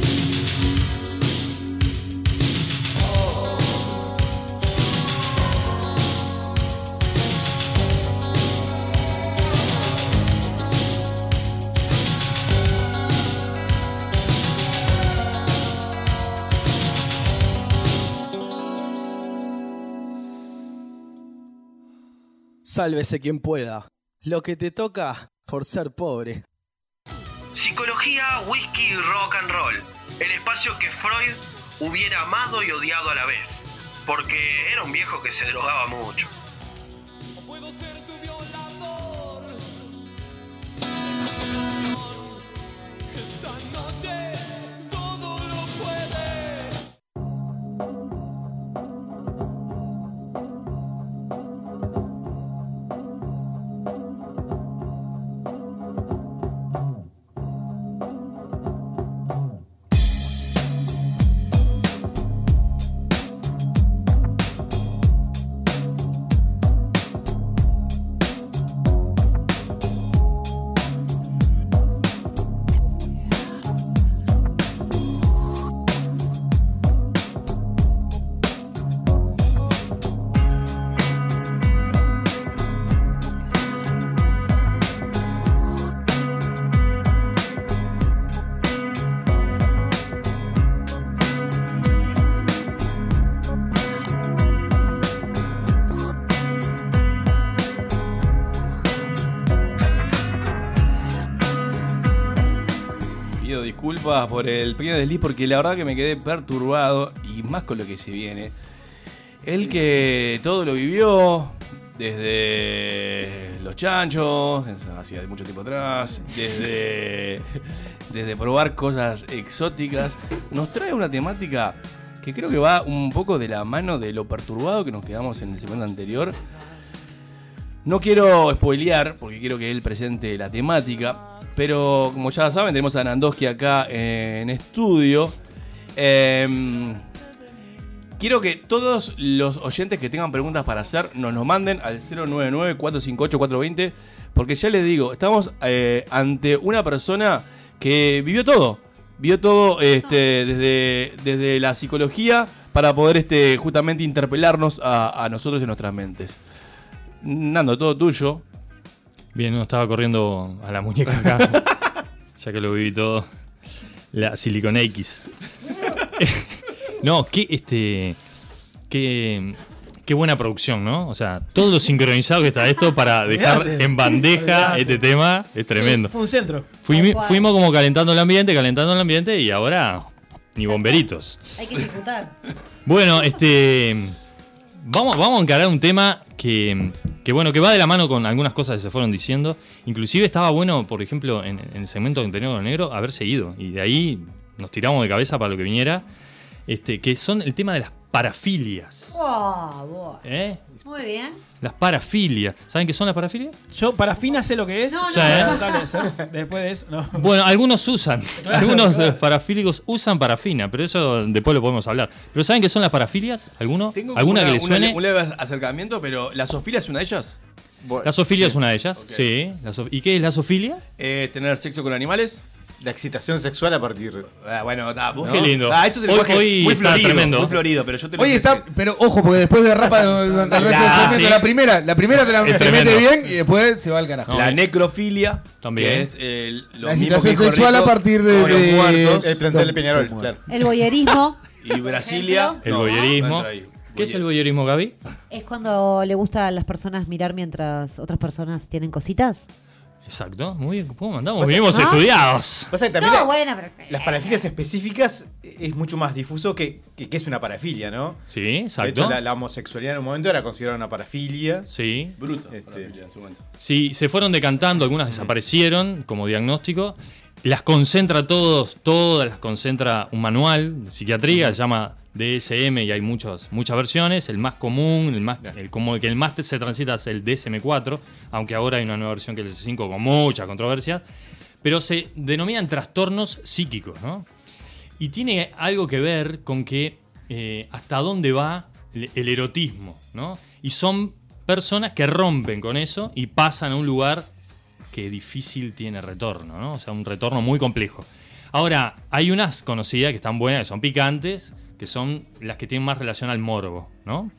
[SPEAKER 8] Sálvese quien pueda. Lo que te toca por ser pobre.
[SPEAKER 12] Psicología, whisky y rock and roll. El espacio que Freud hubiera amado y odiado a la vez. Porque era un viejo que se drogaba mucho.
[SPEAKER 13] Esta noche todo lo puede.
[SPEAKER 3] Pido disculpas por el pequeño desliz porque la verdad que me quedé perturbado y más con lo que se viene. El que todo lo vivió desde los chanchos, hacía mucho tiempo atrás, desde, desde probar cosas exóticas, nos trae una temática que creo que va un poco de la mano de lo perturbado que nos quedamos en el segmento anterior. No quiero spoilear, porque quiero que él presente la temática, pero como ya saben, tenemos a Nandoski acá en estudio. Em, quiero que todos los oyentes que tengan preguntas para hacer nos los manden al 099-458-420, porque ya les digo, estamos eh, ante una persona que vivió todo. Vivió todo este, desde, desde la psicología para poder este, justamente interpelarnos a, a nosotros en nuestras mentes. Nando, todo tuyo.
[SPEAKER 9] Bien, no estaba corriendo a la muñeca acá. ya que lo viví todo. La Silicon X. no, qué este. Qué. Qué buena producción, ¿no? O sea, todo lo sincronizado que está esto para dejar
[SPEAKER 7] Olvídate.
[SPEAKER 9] en bandeja
[SPEAKER 7] Olvídate.
[SPEAKER 9] este tema es tremendo.
[SPEAKER 7] Fue un centro.
[SPEAKER 9] Fuimi- fuimos como calentando el ambiente, calentando el ambiente y ahora ni bomberitos.
[SPEAKER 5] Hay que ejecutar.
[SPEAKER 9] Bueno, este. Vamos, vamos a encarar un tema que, que, bueno, que va de la mano con algunas cosas que se fueron diciendo. Inclusive estaba bueno, por ejemplo, en, en el segmento de Contenido con Negro, haberse ido. Y de ahí nos tiramos de cabeza para lo que viniera. Este, que son el tema de las parafilias.
[SPEAKER 5] Oh, bueno.
[SPEAKER 9] ¿eh?
[SPEAKER 5] Muy bien.
[SPEAKER 9] Las parafilias. ¿Saben qué son las parafilias?
[SPEAKER 7] Yo parafina sé lo que es.
[SPEAKER 9] No, no,
[SPEAKER 7] Ya,
[SPEAKER 9] no.
[SPEAKER 7] ¿eh? Tal vez, ¿eh? Después de eso, no.
[SPEAKER 9] Bueno, algunos usan.
[SPEAKER 7] Claro,
[SPEAKER 9] algunos
[SPEAKER 7] claro.
[SPEAKER 9] eh, parafílicos usan parafina, pero eso después lo podemos hablar. ¿Pero saben qué son las parafilias? ¿Alguno?
[SPEAKER 14] Tengo como
[SPEAKER 9] ¿Alguna
[SPEAKER 14] una-
[SPEAKER 9] que les
[SPEAKER 14] una-
[SPEAKER 9] suene?
[SPEAKER 14] Un leve acercamiento, pero ¿la sofilia es una de ellas?
[SPEAKER 9] La zoofilia es una de ellas, sí. la zo- ¿Y qué es la zoofilia?
[SPEAKER 14] Eh, ¿Tener sexo con animales? Ah,
[SPEAKER 6] La excitación sexual a partir.
[SPEAKER 14] bueno, da, vos-
[SPEAKER 9] Qué lindo.
[SPEAKER 14] Ah, eso es
[SPEAKER 9] Hoy-
[SPEAKER 14] lenguaje
[SPEAKER 9] hoy
[SPEAKER 14] muy
[SPEAKER 9] está
[SPEAKER 14] florido,
[SPEAKER 9] tremendo.
[SPEAKER 14] muy florido, pero yo te lo
[SPEAKER 4] Oye,
[SPEAKER 14] hice-
[SPEAKER 4] está, pero ojo, porque después de Rapa durante el resto del
[SPEAKER 14] Ya,
[SPEAKER 4] segmento,
[SPEAKER 14] sí.
[SPEAKER 4] la primera, la primera te la
[SPEAKER 14] Es
[SPEAKER 4] te mete
[SPEAKER 14] tremendo.
[SPEAKER 4] bien y después se va al carajo.
[SPEAKER 14] La necrofilia,
[SPEAKER 9] También.
[SPEAKER 14] que es eh, lo
[SPEAKER 4] La
[SPEAKER 14] mismo que
[SPEAKER 4] excitación
[SPEAKER 14] dijo
[SPEAKER 4] sexual
[SPEAKER 14] Rico,
[SPEAKER 4] a partir de-
[SPEAKER 14] con los
[SPEAKER 4] de-
[SPEAKER 14] muertos.
[SPEAKER 4] el plantel de Peñarol,
[SPEAKER 14] Los
[SPEAKER 4] claro.
[SPEAKER 5] El boyerismo
[SPEAKER 14] Y Brasilia.
[SPEAKER 9] El
[SPEAKER 14] no, no
[SPEAKER 9] voyerismo.
[SPEAKER 14] entra ahí.
[SPEAKER 9] ¿Qué es el voyerismo, Gaby?
[SPEAKER 5] es cuando le gusta a las personas mirar mientras otras personas tienen cositas.
[SPEAKER 9] Exacto. Muy bien. ¿Cómo andamos?
[SPEAKER 5] Pasa-
[SPEAKER 9] Vivimos
[SPEAKER 5] ¿Ah?
[SPEAKER 9] estudiados.
[SPEAKER 6] Pasa que también
[SPEAKER 5] No,
[SPEAKER 6] la-
[SPEAKER 5] bueno, pero-
[SPEAKER 6] las parafilias específicas es mucho más difuso que, que, que es una parafilia, ¿no?
[SPEAKER 9] Sí,
[SPEAKER 6] De
[SPEAKER 9] exacto.
[SPEAKER 6] hecho, la, la homosexualidad en un momento era considerada una parafilia.
[SPEAKER 9] Sí.
[SPEAKER 14] Bruta. parafilia en su momento.
[SPEAKER 9] Sí, se fueron decantando, algunas desaparecieron como diagnóstico. Las concentra todos, todas las concentra un manual de psiquiatría, se llama DSM y hay muchas, muchas versiones. El más común, el más, el, como el que el más se transita es el DSM4, aunque ahora hay una nueva versión que es el 5 con muchas controversias. Pero se denominan trastornos psíquicos, ¿no? Y tiene algo que ver con que eh, hasta dónde va el, el erotismo, ¿no? Y son personas que rompen con eso y pasan a un lugar que difícil tiene retorno, ¿no? O sea, un retorno muy complejo. Ahora, hay unas conocidas que están buenas, que son picantes, que son las que tienen más relación al morbo, ¿no?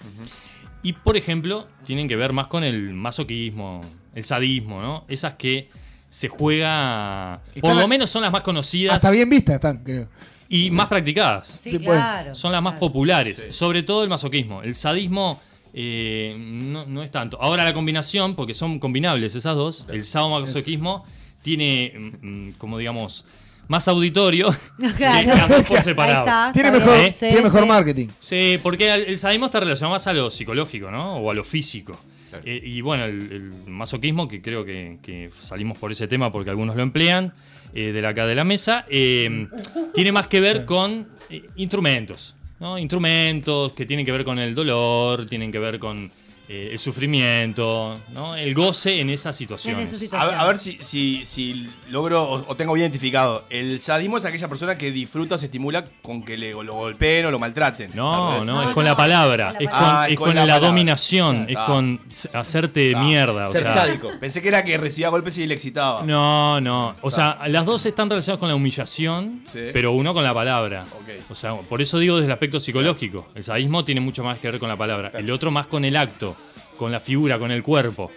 [SPEAKER 9] Y por ejemplo, tienen que ver más con el masoquismo, el sadismo, ¿no? Esas que se juega, por lo menos son las más conocidas
[SPEAKER 4] Hasta bien vistas están, creo.
[SPEAKER 9] y más practicadas.
[SPEAKER 4] Sí, claro,
[SPEAKER 9] Son las más populares, sobre todo el masoquismo. El sadismo eh, no, no es tanto. Ahora la combinación, porque son combinables esas dos, el sadomasoquismo tiene, mm, mm, como digamos, más auditorio
[SPEAKER 5] Claro.
[SPEAKER 9] que las dos por
[SPEAKER 5] Ahí
[SPEAKER 9] separado.
[SPEAKER 5] está, Tiene está mejor- bien. Sí, tiene mejor sí. marketing.
[SPEAKER 9] Sí, porque el, el sadismo está relacionado más a lo psicológico, ¿no? O a lo físico. Eh, y bueno, el, el masoquismo, que creo que, que salimos por ese tema porque algunos lo emplean, eh, de la acá de la mesa, eh, tiene más que ver con eh, instrumentos, ¿no? Instrumentos que tienen que ver con el dolor, tienen que ver con eh, el sufrimiento, ¿no? El goce en esas situaciones.
[SPEAKER 14] A ver, a ver si, si- si logro o, o tengo bien identificado. El sadismo es aquella persona que disfruta o se estimula con que le, lo golpeen o lo maltraten.
[SPEAKER 9] No, no,
[SPEAKER 14] No,
[SPEAKER 9] es con
[SPEAKER 14] no,
[SPEAKER 9] la palabra, es con,
[SPEAKER 14] palabra.
[SPEAKER 9] es
[SPEAKER 14] Ah,
[SPEAKER 9] con
[SPEAKER 14] con
[SPEAKER 9] la,
[SPEAKER 14] la palabra.
[SPEAKER 9] dominación, es
[SPEAKER 14] Ah.
[SPEAKER 9] con s- hacerte mierda. o
[SPEAKER 14] Ser
[SPEAKER 9] sea.
[SPEAKER 14] sádico. Pensé que era que recibía golpes y le excitaba.
[SPEAKER 9] No, no. O sea, las dos están relacionadas con la humillación,
[SPEAKER 14] Sí.
[SPEAKER 9] pero uno con la palabra.
[SPEAKER 14] Ok.
[SPEAKER 9] O sea, por eso digo desde el aspecto psicológico. El sadismo tiene mucho más que ver con la palabra. El otro más con el acto, con la figura, con el cuerpo.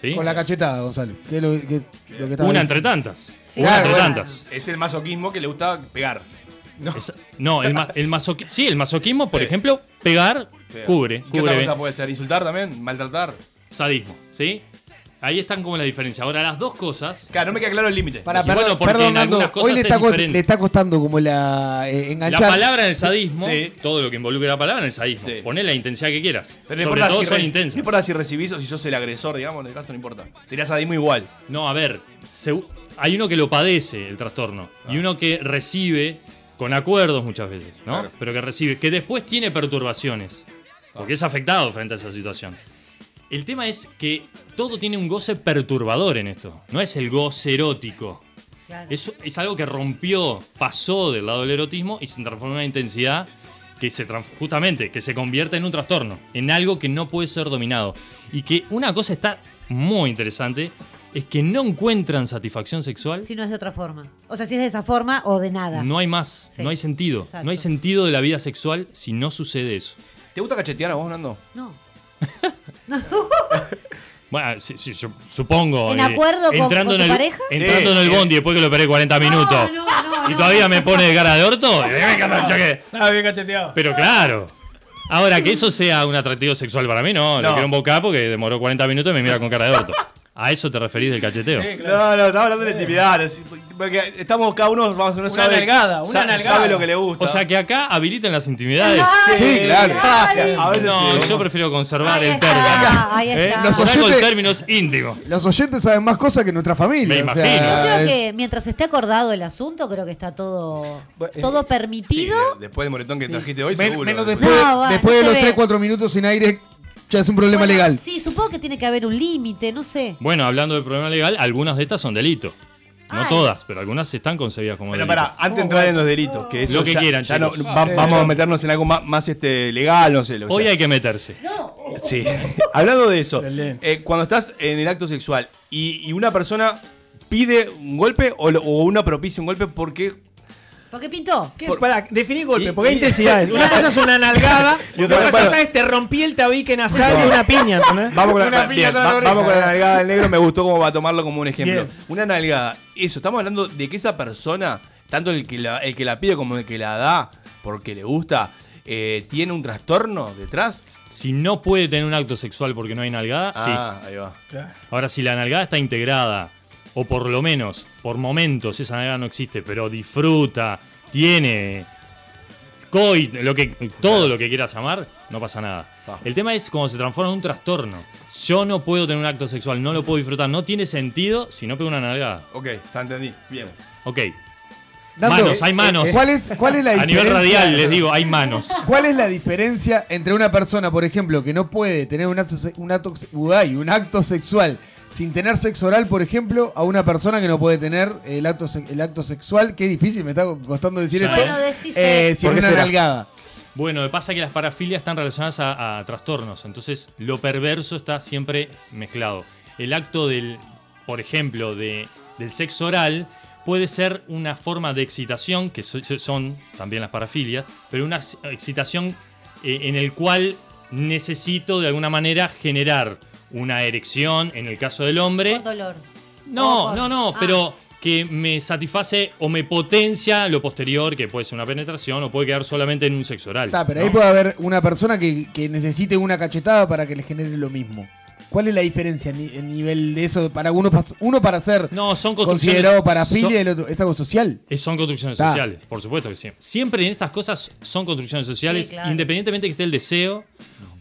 [SPEAKER 9] ¿Sí?
[SPEAKER 4] Con la cachetada, Gonzalo. Que es lo que, lo que estaba diciendo.
[SPEAKER 9] Una entre tantas.
[SPEAKER 4] Sí.
[SPEAKER 9] Una
[SPEAKER 4] Claro,
[SPEAKER 9] entre
[SPEAKER 4] bueno.
[SPEAKER 9] tantas.
[SPEAKER 14] Es el masoquismo que le gusta pegar.
[SPEAKER 9] Esa- No, el, ma- el masoqui- sí, el masoquismo, por ejemplo, pegar,
[SPEAKER 14] Pega.
[SPEAKER 9] cubre,
[SPEAKER 14] ¿Y ¿Qué
[SPEAKER 9] cubre.
[SPEAKER 14] otra
[SPEAKER 9] bien.
[SPEAKER 14] cosa puede ser? ¿Insultar también? ¿Maltratar?
[SPEAKER 9] Sadismo, ¿sí? Ahí están como la diferencia. Ahora, las dos cosas.
[SPEAKER 14] Claro, no me queda claro el límite.
[SPEAKER 4] Para,
[SPEAKER 9] Y
[SPEAKER 4] perdón,
[SPEAKER 9] bueno, porque
[SPEAKER 4] perdón,
[SPEAKER 9] en
[SPEAKER 4] Nando,
[SPEAKER 9] algunas cosas
[SPEAKER 4] hoy le está,
[SPEAKER 9] es
[SPEAKER 4] co-
[SPEAKER 9] diferente.
[SPEAKER 4] le está costando como la eh,
[SPEAKER 9] La
[SPEAKER 4] enganchar.
[SPEAKER 9] palabra en el sadismo,
[SPEAKER 14] Sí.
[SPEAKER 9] todo lo que involucra la palabra en el sadismo. Poné la intensidad que quieras.
[SPEAKER 14] Pero no
[SPEAKER 9] Sobre
[SPEAKER 14] importa,
[SPEAKER 9] todo
[SPEAKER 14] si
[SPEAKER 9] son
[SPEAKER 14] re-
[SPEAKER 9] intensas.
[SPEAKER 14] no importa si recibís o si sos el agresor, digamos, en el caso no importa. Sería sadismo igual.
[SPEAKER 9] No, a ver, segu- hay uno que lo padece el trastorno
[SPEAKER 14] Ah.
[SPEAKER 9] y uno que recibe con acuerdos muchas veces, ¿no?
[SPEAKER 14] Claro. Ah.
[SPEAKER 9] Pero que recibe, que después tiene perturbaciones, porque es afectado frente a esa situación. El tema es que todo tiene un goce perturbador en esto, no es el goce erótico. Es, es algo que rompió, pasó del lado del erotismo y se transformó en una intensidad que se trans- justamente que se convierte en un trastorno, en algo que no puede ser dominado. Y que una cosa está muy interesante es que no encuentran satisfacción sexual,
[SPEAKER 5] Si no es de otra forma. O sea, si es de esa forma o de nada.
[SPEAKER 9] no hay más,
[SPEAKER 5] Sí,
[SPEAKER 9] no hay sentido,
[SPEAKER 5] exacto.
[SPEAKER 9] no hay sentido de la vida sexual si no sucede eso.
[SPEAKER 14] ¿Te gusta cachetear a vos, Nando?
[SPEAKER 5] No.
[SPEAKER 9] Bueno, sí, sí, yo supongo. eh,
[SPEAKER 5] ¿En acuerdo con-
[SPEAKER 9] entrando
[SPEAKER 5] con
[SPEAKER 9] en
[SPEAKER 5] tu
[SPEAKER 9] el-
[SPEAKER 5] pareja?
[SPEAKER 9] Entrando
[SPEAKER 14] Sí.
[SPEAKER 9] en el bondi después que lo operé 40 minutos. y todavía me pone de cara de orto.
[SPEAKER 11] eh,
[SPEAKER 9] Venga, carnal, ya que-
[SPEAKER 7] Ah, bien cacheteado.
[SPEAKER 9] Pero claro. Ahora, que eso sea un atractivo sexual para mí, no. Lo
[SPEAKER 14] No.
[SPEAKER 9] quiero embocar porque demoró 40 minutos y me mira con cara de orto. ¿A eso te referís del cacheteo?
[SPEAKER 14] No, no, estaba hablando de la intimidad. es- Porque estamos, cada uno más o menos
[SPEAKER 9] Una
[SPEAKER 14] sabe.
[SPEAKER 9] nalgada, una
[SPEAKER 14] sa-
[SPEAKER 9] nalgada.
[SPEAKER 14] Sabe lo que le gusta.
[SPEAKER 9] O sea que acá habilitan las intimidades.
[SPEAKER 14] Sí, claro. A veces
[SPEAKER 9] no,
[SPEAKER 14] sí.
[SPEAKER 9] yo prefiero conservar
[SPEAKER 5] Ahí
[SPEAKER 9] el
[SPEAKER 5] está,
[SPEAKER 9] término. ¿Eh?
[SPEAKER 5] ahí está.
[SPEAKER 9] Los
[SPEAKER 5] Los
[SPEAKER 9] con
[SPEAKER 4] oyentes-
[SPEAKER 9] términos íntimos.
[SPEAKER 4] Los oyentes saben más cosas que nuestra familia.
[SPEAKER 9] Me
[SPEAKER 4] o sea,
[SPEAKER 5] Yo creo
[SPEAKER 4] es-
[SPEAKER 5] que mientras esté acordado el asunto, creo que está todo,
[SPEAKER 9] eh,
[SPEAKER 5] todo permitido.
[SPEAKER 14] Después del moretón que trajiste hoy,
[SPEAKER 4] Men-
[SPEAKER 14] seguro.
[SPEAKER 4] menos después,
[SPEAKER 5] No, va,
[SPEAKER 4] después
[SPEAKER 5] no se
[SPEAKER 4] de los
[SPEAKER 5] ve.
[SPEAKER 4] 3, 4 minutos sin aire, ya es un problema
[SPEAKER 5] Bueno,
[SPEAKER 4] legal.
[SPEAKER 5] Sí, supongo que tiene que haber un límite, no sé.
[SPEAKER 9] Bueno, hablando del problema legal, algunas de estas son delito. No
[SPEAKER 5] Ay.
[SPEAKER 9] todas, pero algunas están concebidas como
[SPEAKER 14] Pero
[SPEAKER 9] delito.
[SPEAKER 14] Eh, pará, antes de entrar en los delitos, que eso
[SPEAKER 9] Lo que
[SPEAKER 14] ya-
[SPEAKER 9] quieran,
[SPEAKER 14] ya no-
[SPEAKER 9] chicos.
[SPEAKER 14] va-
[SPEAKER 9] Ah,
[SPEAKER 7] Eh.
[SPEAKER 9] sí.
[SPEAKER 14] vamos a meternos en algo más, más, este, legal, no sé. Lo que
[SPEAKER 9] Hoy
[SPEAKER 14] sea.
[SPEAKER 9] hay que meterse.
[SPEAKER 14] Sí. Hablando de eso, eh, cuando estás en el acto sexual y, y una persona pide un golpe o, lo- o una propicia un golpe porque
[SPEAKER 5] ¿Por qué pintó?
[SPEAKER 7] ¿Qué es para definir golpe?
[SPEAKER 14] Y-
[SPEAKER 7] Porque hay
[SPEAKER 14] y-
[SPEAKER 7] intensidades. Una cosa es una nalgada,
[SPEAKER 14] Y
[SPEAKER 7] otra
[SPEAKER 14] otra
[SPEAKER 7] cosa
[SPEAKER 14] cosa-
[SPEAKER 7] es te rompí el tabique nasal de una piña. ¿entendés?
[SPEAKER 14] Vamos con la,
[SPEAKER 7] Una
[SPEAKER 14] bien,
[SPEAKER 7] piña toda
[SPEAKER 14] va-
[SPEAKER 7] la oreja.
[SPEAKER 14] vamos con la nalgada del negro, me gustó como para tomarlo como un ejemplo.
[SPEAKER 7] Bien.
[SPEAKER 14] Una nalgada, eso, estamos hablando de que esa persona, tanto el que la, el que la pide como el que la da, porque le gusta, eh, tiene un trastorno detrás.
[SPEAKER 9] Si no puede tener un acto sexual porque no hay nalgada,
[SPEAKER 14] Ah,
[SPEAKER 9] sí.
[SPEAKER 14] ahí va.
[SPEAKER 9] Ahora, si la nalgada está integrada, o por lo menos, por momentos, esa nalgada no existe, pero disfruta, tiene coit, lo que, todo lo que quieras amar, no pasa nada. El tema es cómo se transforma en un trastorno. Yo no puedo tener un acto sexual, no lo puedo disfrutar, no tiene sentido si no pego una nalgada.
[SPEAKER 14] Ok, está entendí. Bien.
[SPEAKER 9] Ok.
[SPEAKER 4] Dando-
[SPEAKER 9] manos, hay manos.
[SPEAKER 4] eh, ¿Cuál es- cuál es la
[SPEAKER 9] A nivel
[SPEAKER 4] diferencia?
[SPEAKER 9] radial, les digo, hay manos.
[SPEAKER 4] ¿Cuál es la diferencia entre una persona, por ejemplo, que no puede tener un acto, se- un acto, se- uay, un acto sexual sin tener sexo oral, por ejemplo, a una persona que no puede tener el acto, se- el acto sexual? Qué difícil, me está costando decir
[SPEAKER 9] Claro.
[SPEAKER 4] esto.
[SPEAKER 9] Bueno, decís
[SPEAKER 4] Eh,
[SPEAKER 9] eso.
[SPEAKER 4] sin
[SPEAKER 9] ¿Por qué
[SPEAKER 4] una
[SPEAKER 9] será?
[SPEAKER 4] nalgada.
[SPEAKER 9] Bueno, pasa que las parafilias están relacionadas a, a trastornos, entonces lo perverso está siempre mezclado. El acto del, por ejemplo, de- del sexo oral puede ser una forma de excitación, que so- so- son también las parafilias, pero una ex- excitación eh, en el cual necesito de alguna manera generar una erección, en el caso del hombre,
[SPEAKER 5] Con dolor.
[SPEAKER 9] no,
[SPEAKER 5] Ojo.
[SPEAKER 9] no, no,
[SPEAKER 5] Ah.
[SPEAKER 9] pero que me satisface o me potencia lo posterior, que puede ser una penetración o puede quedar solamente en un sexo oral.
[SPEAKER 4] Está, pero
[SPEAKER 9] ¿no?
[SPEAKER 4] ahí puede haber una persona que, que necesite una cachetada para que le genere lo mismo. ¿Cuál es la diferencia a ni- en nivel de eso? Para uno, pas- uno para ser
[SPEAKER 9] No, son construcciones-
[SPEAKER 4] considerado parafilia
[SPEAKER 9] son-
[SPEAKER 4] y el otro es algo social.
[SPEAKER 9] Eh, Son construcciones
[SPEAKER 4] Ta.
[SPEAKER 9] sociales, por supuesto que sí. Siempre en estas cosas son construcciones sociales,
[SPEAKER 14] Sí, claro.
[SPEAKER 9] independientemente que esté el deseo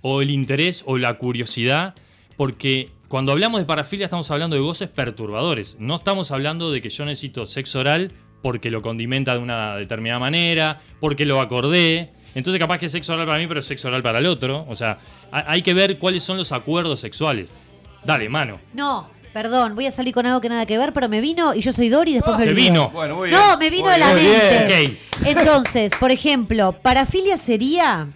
[SPEAKER 9] o el interés o la curiosidad, porque cuando hablamos de parafilia estamos hablando de goces perturbadores. No estamos hablando de que yo necesito sexo oral porque lo condimenta de una determinada manera, porque lo acordé. Entonces capaz que es sexo oral para mí, pero es sexo oral para el otro. O sea, ha- hay que ver cuáles son los acuerdos sexuales. Dale, mano.
[SPEAKER 5] No, perdón, voy a salir con algo que nada que ver, pero me vino y yo soy Dori y después me
[SPEAKER 9] te
[SPEAKER 5] olvido.
[SPEAKER 9] Ah, vino.
[SPEAKER 14] Bueno,
[SPEAKER 9] muy
[SPEAKER 5] No, me vino a la
[SPEAKER 6] Eh.
[SPEAKER 5] mente.
[SPEAKER 9] Ok.
[SPEAKER 5] Entonces, por ejemplo, parafilia sería.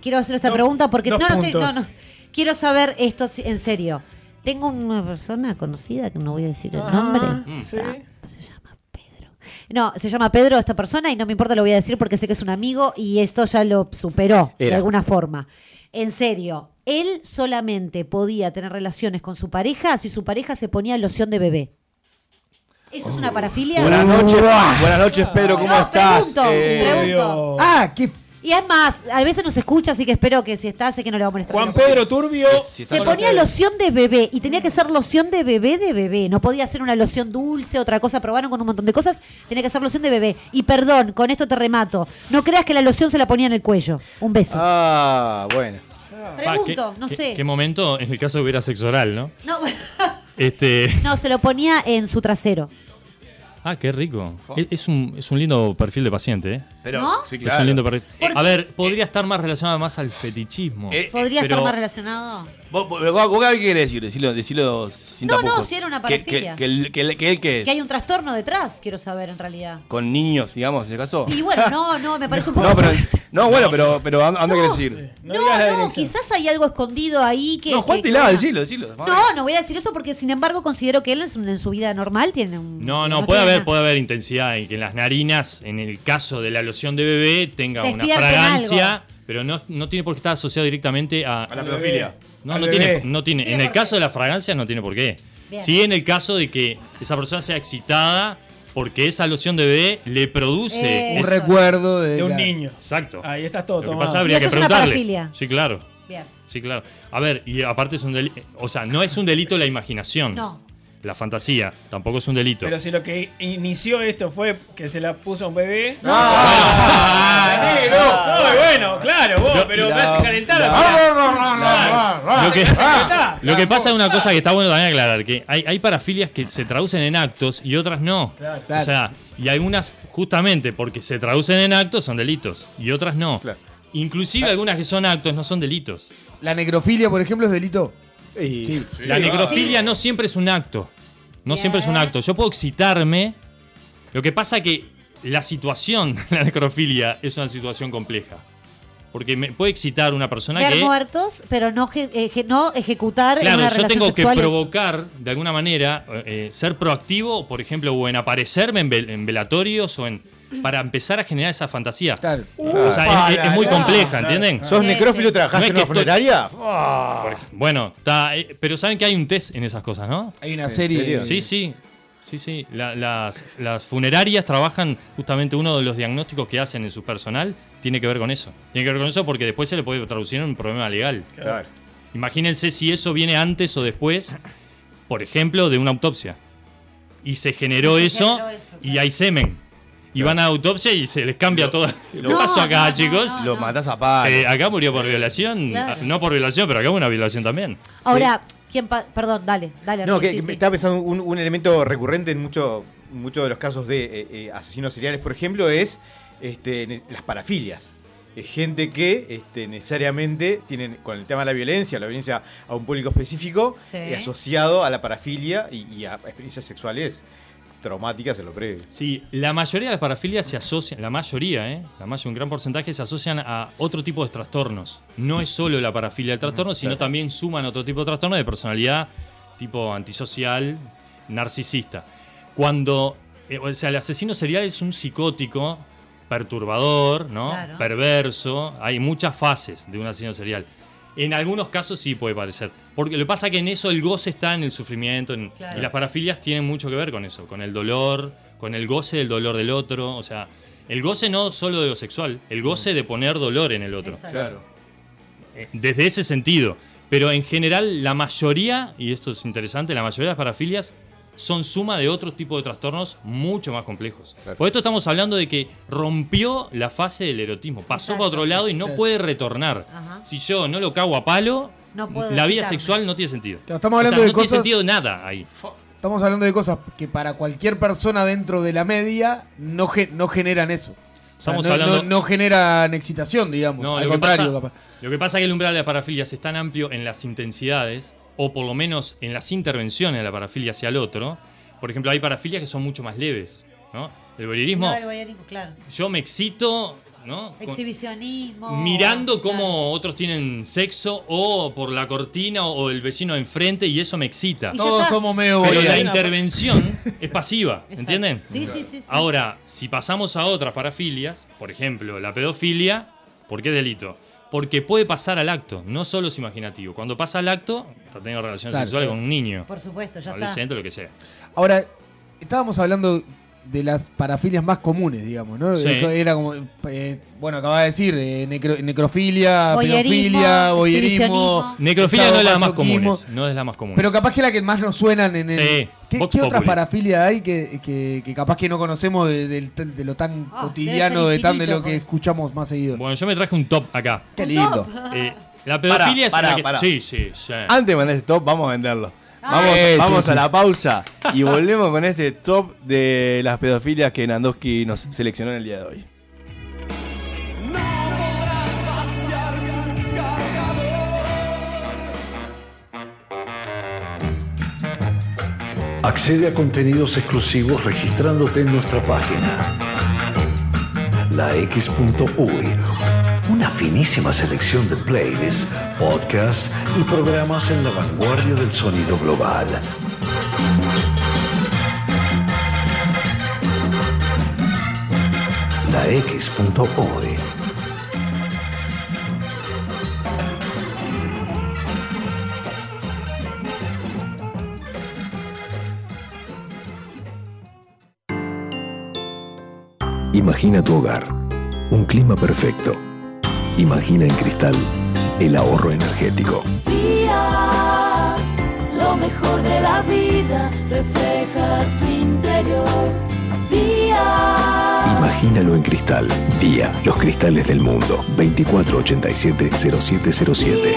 [SPEAKER 5] Quiero hacer esta pregunta porque no,
[SPEAKER 7] dos
[SPEAKER 5] no, estoy-
[SPEAKER 7] puntos.
[SPEAKER 5] no, no. Quiero saber esto si- en serio. Tengo una persona conocida que no voy a decir el
[SPEAKER 7] Ajá,
[SPEAKER 11] Mm.
[SPEAKER 5] nombre.
[SPEAKER 7] sí.
[SPEAKER 5] No, se llama Pedro esta persona y no me importa, lo voy a decir porque sé que es un amigo y esto ya lo superó de
[SPEAKER 15] Era.
[SPEAKER 5] alguna forma. En serio, él solamente podía tener relaciones con su pareja si su pareja se ponía loción de bebé. ¿Eso es una parafilia?
[SPEAKER 14] Buenas noches, buenas noches Pedro, ¿cómo
[SPEAKER 5] No,
[SPEAKER 14] estás?
[SPEAKER 5] pregunto,
[SPEAKER 14] Eh,
[SPEAKER 5] pregunto.
[SPEAKER 4] Ah, qué.
[SPEAKER 5] Y es más, a veces nos escucha, así que espero que si está, sé que no le va a molestar.
[SPEAKER 7] Juan Pedro Turbio. Mm.
[SPEAKER 5] Se ponía loción de bebé y tenía que ser loción de bebé de bebé. No podía ser una loción dulce, otra cosa. Probaron con un montón de cosas. Tenía que ser loción de bebé. Y perdón, con esto te remato. No creas que la loción se la ponía en el cuello. Un beso.
[SPEAKER 6] Ah, bueno.
[SPEAKER 5] Pregunto,
[SPEAKER 9] ¿qué-
[SPEAKER 5] no
[SPEAKER 9] Ah, qué-
[SPEAKER 5] sé.
[SPEAKER 9] ¿Qué momento en el caso que hubiera sexo oral, no?
[SPEAKER 5] No,
[SPEAKER 9] Este.
[SPEAKER 5] no, se lo ponía en su trasero.
[SPEAKER 9] Ah, qué rico. Es, es un, es un lindo perfil de paciente, ¿eh?
[SPEAKER 14] Pero,
[SPEAKER 5] ¿No?
[SPEAKER 14] sí,
[SPEAKER 9] Es
[SPEAKER 14] claro.
[SPEAKER 9] un lindo perfil. A ver, podría estar más relacionado más al fetichismo.
[SPEAKER 3] Eh,
[SPEAKER 5] Eh,
[SPEAKER 7] Eh,
[SPEAKER 5] ¿Podría
[SPEAKER 9] pero-
[SPEAKER 5] estar más relacionado?
[SPEAKER 14] Vos, vos, vos, vos, ¿qué querés decir? Decirlo, decirlo sin
[SPEAKER 5] No, no,
[SPEAKER 14] tapujos.
[SPEAKER 5] si era una
[SPEAKER 14] Que-
[SPEAKER 5] parafilia.
[SPEAKER 14] Que, que, el- que, el- que él que es,
[SPEAKER 5] Que hay un trastorno detrás, quiero saber en realidad.
[SPEAKER 14] con niños, digamos, en el caso.
[SPEAKER 5] Y bueno, no, no, me parece un poco.
[SPEAKER 14] No, pero, no, bueno, pero, pero ¿a, a dónde querés ir?
[SPEAKER 5] No, no, quizás hay algo escondido ahí que.
[SPEAKER 14] No,
[SPEAKER 5] que-
[SPEAKER 14] Juan
[SPEAKER 5] que
[SPEAKER 14] Telá,
[SPEAKER 5] bueno.
[SPEAKER 14] decilo, decilo.
[SPEAKER 5] No, no voy a decir eso porque, sin embargo, considero que él en su, en su vida normal tiene un.
[SPEAKER 9] No, no,
[SPEAKER 5] no
[SPEAKER 9] puede
[SPEAKER 5] tiene
[SPEAKER 9] haber,
[SPEAKER 5] nada.
[SPEAKER 9] puede haber intensidad en que en las narinas, en el caso de la loción de bebé, tenga una
[SPEAKER 5] Despierten
[SPEAKER 9] fragancia,
[SPEAKER 5] algo.
[SPEAKER 9] pero no, no tiene por qué estar asociado directamente a,
[SPEAKER 14] la pedofilia.
[SPEAKER 9] No,
[SPEAKER 14] Al
[SPEAKER 9] no
[SPEAKER 14] bebé.
[SPEAKER 9] tiene, no tiene. En el caso de las fragancias no tiene por qué.
[SPEAKER 14] Bien.
[SPEAKER 9] Sí, en el caso de que esa persona sea excitada porque esa loción de bebé le produce
[SPEAKER 4] Un
[SPEAKER 9] ese-
[SPEAKER 4] recuerdo de,
[SPEAKER 7] De un
[SPEAKER 4] la-
[SPEAKER 7] niño.
[SPEAKER 9] Exacto.
[SPEAKER 7] Ahí estás todo
[SPEAKER 9] Lo que
[SPEAKER 7] tomado.
[SPEAKER 9] pasa habría que preguntarle. Sí, claro.
[SPEAKER 5] Bien.
[SPEAKER 9] Sí, claro. A ver, y aparte es un delito. O sea, no es un delito la imaginación.
[SPEAKER 7] No.
[SPEAKER 9] La fantasía tampoco es un delito.
[SPEAKER 7] Pero si lo que inició esto fue que se la puso a un bebé. ¡No!
[SPEAKER 13] negro!
[SPEAKER 5] Ah,
[SPEAKER 7] Muy bueno, claro, vos,
[SPEAKER 9] No,
[SPEAKER 7] pero
[SPEAKER 9] la-
[SPEAKER 7] me hace calentar
[SPEAKER 9] la-
[SPEAKER 7] la
[SPEAKER 9] Lo que,
[SPEAKER 7] Ah,
[SPEAKER 9] lo que pasa es una cosa que está bueno también aclarar, que hay, hay parafilias que se traducen en actos y otras no.
[SPEAKER 7] Claro.
[SPEAKER 9] O sea, y algunas justamente porque se traducen en actos son delitos y otras no. Inclusive algunas que son actos no son delitos.
[SPEAKER 4] La necrofilia, por ejemplo, es delito. Sí.
[SPEAKER 9] La
[SPEAKER 4] Sí.
[SPEAKER 9] necrofilia no siempre es un acto. No siempre es un acto. Yo puedo excitarme. Lo que pasa que la situación de la necrofilia es una situación compleja. Porque me puede excitar una persona
[SPEAKER 5] Ver
[SPEAKER 9] que...
[SPEAKER 5] muertos, pero no, eje- eje- no ejecutar en
[SPEAKER 9] Claro,
[SPEAKER 5] una
[SPEAKER 9] yo
[SPEAKER 5] relación
[SPEAKER 9] tengo que
[SPEAKER 5] sexual. es-
[SPEAKER 9] provocar, de alguna manera, eh, eh, ser proactivo, por ejemplo, o en aparecerme en, vel- en velatorios o en... Para empezar a generar esa fantasía. O sea, es, es- es muy compleja, ¿entienden?
[SPEAKER 6] ¿Sos necrófilo y trabajás
[SPEAKER 9] No es
[SPEAKER 6] en una
[SPEAKER 9] que estoy-
[SPEAKER 6] funeraria?
[SPEAKER 9] Por ej- Bueno, está, eh, pero saben que hay un test en esas cosas, ¿no?
[SPEAKER 4] Hay una ¿En serie. serio?
[SPEAKER 9] Sí, sí. Sí, sí. La- las, las funerarias trabajan justamente uno de los diagnósticos que hacen en su personal tiene que ver con eso. Tiene que ver con eso porque después se le puede traducir en un problema legal.
[SPEAKER 6] Claro.
[SPEAKER 9] Imagínense si eso viene antes o después, por ejemplo, de una autopsia. Y se generó,
[SPEAKER 13] Y se
[SPEAKER 9] eso,
[SPEAKER 13] generó eso,
[SPEAKER 9] y hay semen. Y van a autopsia y se les cambia todo. ¿Qué pasó acá, chicos?
[SPEAKER 14] Lo matás a palo.
[SPEAKER 9] Eh, acá murió por violación.
[SPEAKER 5] Claro.
[SPEAKER 9] Ah, No por violación, pero acá hubo una violación también.
[SPEAKER 5] Ahora, ¿quién pa- perdón, dale, dale.
[SPEAKER 6] No,
[SPEAKER 5] Armin,
[SPEAKER 6] que,
[SPEAKER 5] sí,
[SPEAKER 6] que
[SPEAKER 5] sí.
[SPEAKER 6] estaba pensando un, un elemento recurrente en muchos mucho de los casos de eh, eh, asesinos seriales, por ejemplo, es este, ne- las parafilias. Es gente que este, necesariamente tienen con el tema de la violencia, la violencia a un público específico,
[SPEAKER 9] Sí.
[SPEAKER 6] eh, asociado a la parafilia y, y a experiencias sexuales traumáticas en lo previo.
[SPEAKER 9] Sí, la mayoría de las parafilias se asocian, la mayoría, ¿eh? la mayor, un gran porcentaje se asocian a otro tipo de trastornos. No es solo la parafilia del trastorno, sino también suman otro tipo de trastornos de personalidad, tipo antisocial, narcisista. Cuando, eh, o sea, el asesino serial es un psicótico perturbador, ¿no?
[SPEAKER 13] Claro.
[SPEAKER 9] Perverso. Hay muchas fases de un asesino serial. En algunos casos sí puede parecer. Porque lo que pasa es que en eso el goce está en el sufrimiento. en-
[SPEAKER 13] Claro.
[SPEAKER 9] Y las parafilias tienen mucho que ver con eso, con el dolor, con el goce del dolor del otro. O sea, el goce no solo de lo sexual, el
[SPEAKER 4] Mm.
[SPEAKER 9] goce de poner dolor en el otro.
[SPEAKER 13] Exacto. Claro.
[SPEAKER 9] Eh, Desde ese sentido. Pero en general, la mayoría, y esto es interesante, la mayoría de las parafilias son suma de otro tipo de trastornos mucho más complejos. Por esto estamos hablando de que rompió la fase del erotismo, pasó para otro lado y no
[SPEAKER 4] Claro.
[SPEAKER 9] puede retornar.
[SPEAKER 4] Ajá.
[SPEAKER 9] Si yo no lo cago a palo,
[SPEAKER 4] No puedo
[SPEAKER 9] la vida
[SPEAKER 4] excitarme.
[SPEAKER 9] sexual no tiene sentido.
[SPEAKER 4] Claro, estamos hablando
[SPEAKER 9] O sea,
[SPEAKER 4] de
[SPEAKER 9] no
[SPEAKER 4] cosas-
[SPEAKER 9] tiene sentido nada ahí.
[SPEAKER 4] Estamos hablando de cosas que para cualquier persona dentro de la media no, ge- no generan eso. O sea,
[SPEAKER 9] Estamos
[SPEAKER 4] no,
[SPEAKER 9] hablando-
[SPEAKER 4] no- no generan excitación, digamos.
[SPEAKER 9] No,
[SPEAKER 4] Al
[SPEAKER 9] lo que
[SPEAKER 4] contrario,
[SPEAKER 9] pasa-
[SPEAKER 4] capaz.
[SPEAKER 9] Lo que pasa es que el umbral de la parafilia es tan amplio en las intensidades, o por lo menos en las intervenciones de la parafilia hacia el otro. Por ejemplo, hay parafilias que son mucho más leves. ¿no? El voyerismo,
[SPEAKER 5] No, el voyeurismo, claro.
[SPEAKER 9] yo me excito ¿no? Con-
[SPEAKER 5] Exhibicionismo.
[SPEAKER 9] mirando
[SPEAKER 5] Oh,
[SPEAKER 9] cómo otros tienen sexo, o por la cortina, o el vecino de enfrente, y eso me excita.
[SPEAKER 5] Y ya Todos está. somos medio
[SPEAKER 9] Pero la
[SPEAKER 5] voyeuristas.
[SPEAKER 9] intervención es pasiva,
[SPEAKER 5] Exacto.
[SPEAKER 9] ¿entienden?
[SPEAKER 5] Sí, sí, sí, sí.
[SPEAKER 9] Ahora, si pasamos a otras parafilias, por ejemplo, la pedofilia, ¿por qué delito? Porque puede pasar al acto, no solo es imaginativo. Cuando pasa al acto, está teniendo relaciones
[SPEAKER 4] Claro.
[SPEAKER 9] sexuales con un niño,
[SPEAKER 5] Por supuesto, ya está.
[SPEAKER 9] adolescente, lo que sea.
[SPEAKER 4] Ahora, estábamos hablando de las parafilias más comunes, digamos, ¿no?
[SPEAKER 9] Sí.
[SPEAKER 4] Era como, eh, bueno, acababa de decir, eh, necro- necrofilia,
[SPEAKER 5] Voyerismo,
[SPEAKER 4] pedofilia, voyerismo.
[SPEAKER 5] exhibicionismo.
[SPEAKER 9] Necrofilia no es la más
[SPEAKER 4] sadomasoquismo.
[SPEAKER 9] común, no es la más común.
[SPEAKER 4] Pero capaz que es la que más nos suenan en el.
[SPEAKER 9] Sí,
[SPEAKER 4] ¿Qué,
[SPEAKER 9] Vox
[SPEAKER 4] qué otras
[SPEAKER 9] Populi.
[SPEAKER 4] parafilias hay que, que- que capaz que no conocemos de, del- de lo tan cotidiano,
[SPEAKER 9] Ah, debe ser
[SPEAKER 4] de tan de
[SPEAKER 9] infinito,
[SPEAKER 4] lo que
[SPEAKER 9] porque-
[SPEAKER 4] escuchamos más seguido?
[SPEAKER 9] Bueno, yo me traje un top acá.
[SPEAKER 4] Qué lindo.
[SPEAKER 9] Eh, la
[SPEAKER 14] Pará,
[SPEAKER 9] pedofilia es
[SPEAKER 14] pará,
[SPEAKER 9] una
[SPEAKER 14] pará.
[SPEAKER 9] que... Sí, sí, sí.
[SPEAKER 14] Antes de mandar este top, vamos a venderlo.
[SPEAKER 5] Ah.
[SPEAKER 14] Vamos,
[SPEAKER 5] Eh,
[SPEAKER 9] Sí,
[SPEAKER 14] vamos
[SPEAKER 9] sí,
[SPEAKER 14] a
[SPEAKER 9] sí.
[SPEAKER 14] la pausa y volvemos con este top de las pedofilias que Nandoski nos seleccionó en el día de hoy.
[SPEAKER 10] Accede a contenidos exclusivos registrándote en nuestra página. La X.UI. Una finísima selección de playlists, podcasts y programas en la vanguardia del sonido global. La X.UI. Imagina tu hogar, un clima perfecto. Imagina en cristal el ahorro energético.
[SPEAKER 13] Día, lo mejor de la vida refleja tu interior. Día,
[SPEAKER 10] Imagínalo en cristal. Día, los cristales del mundo. 2487-0707.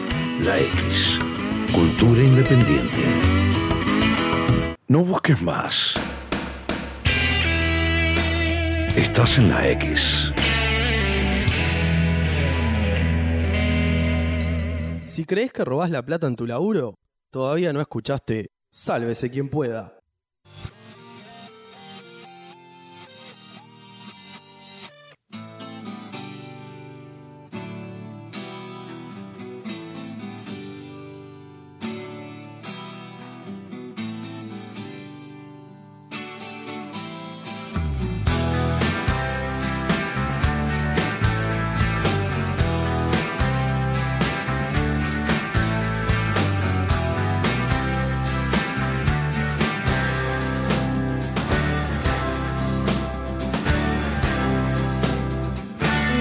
[SPEAKER 10] La X. Cultura independiente. No busques más. Estás en la X.
[SPEAKER 8] Si crees que robás la plata en tu laburo, todavía no escuchaste Sálvese quien pueda.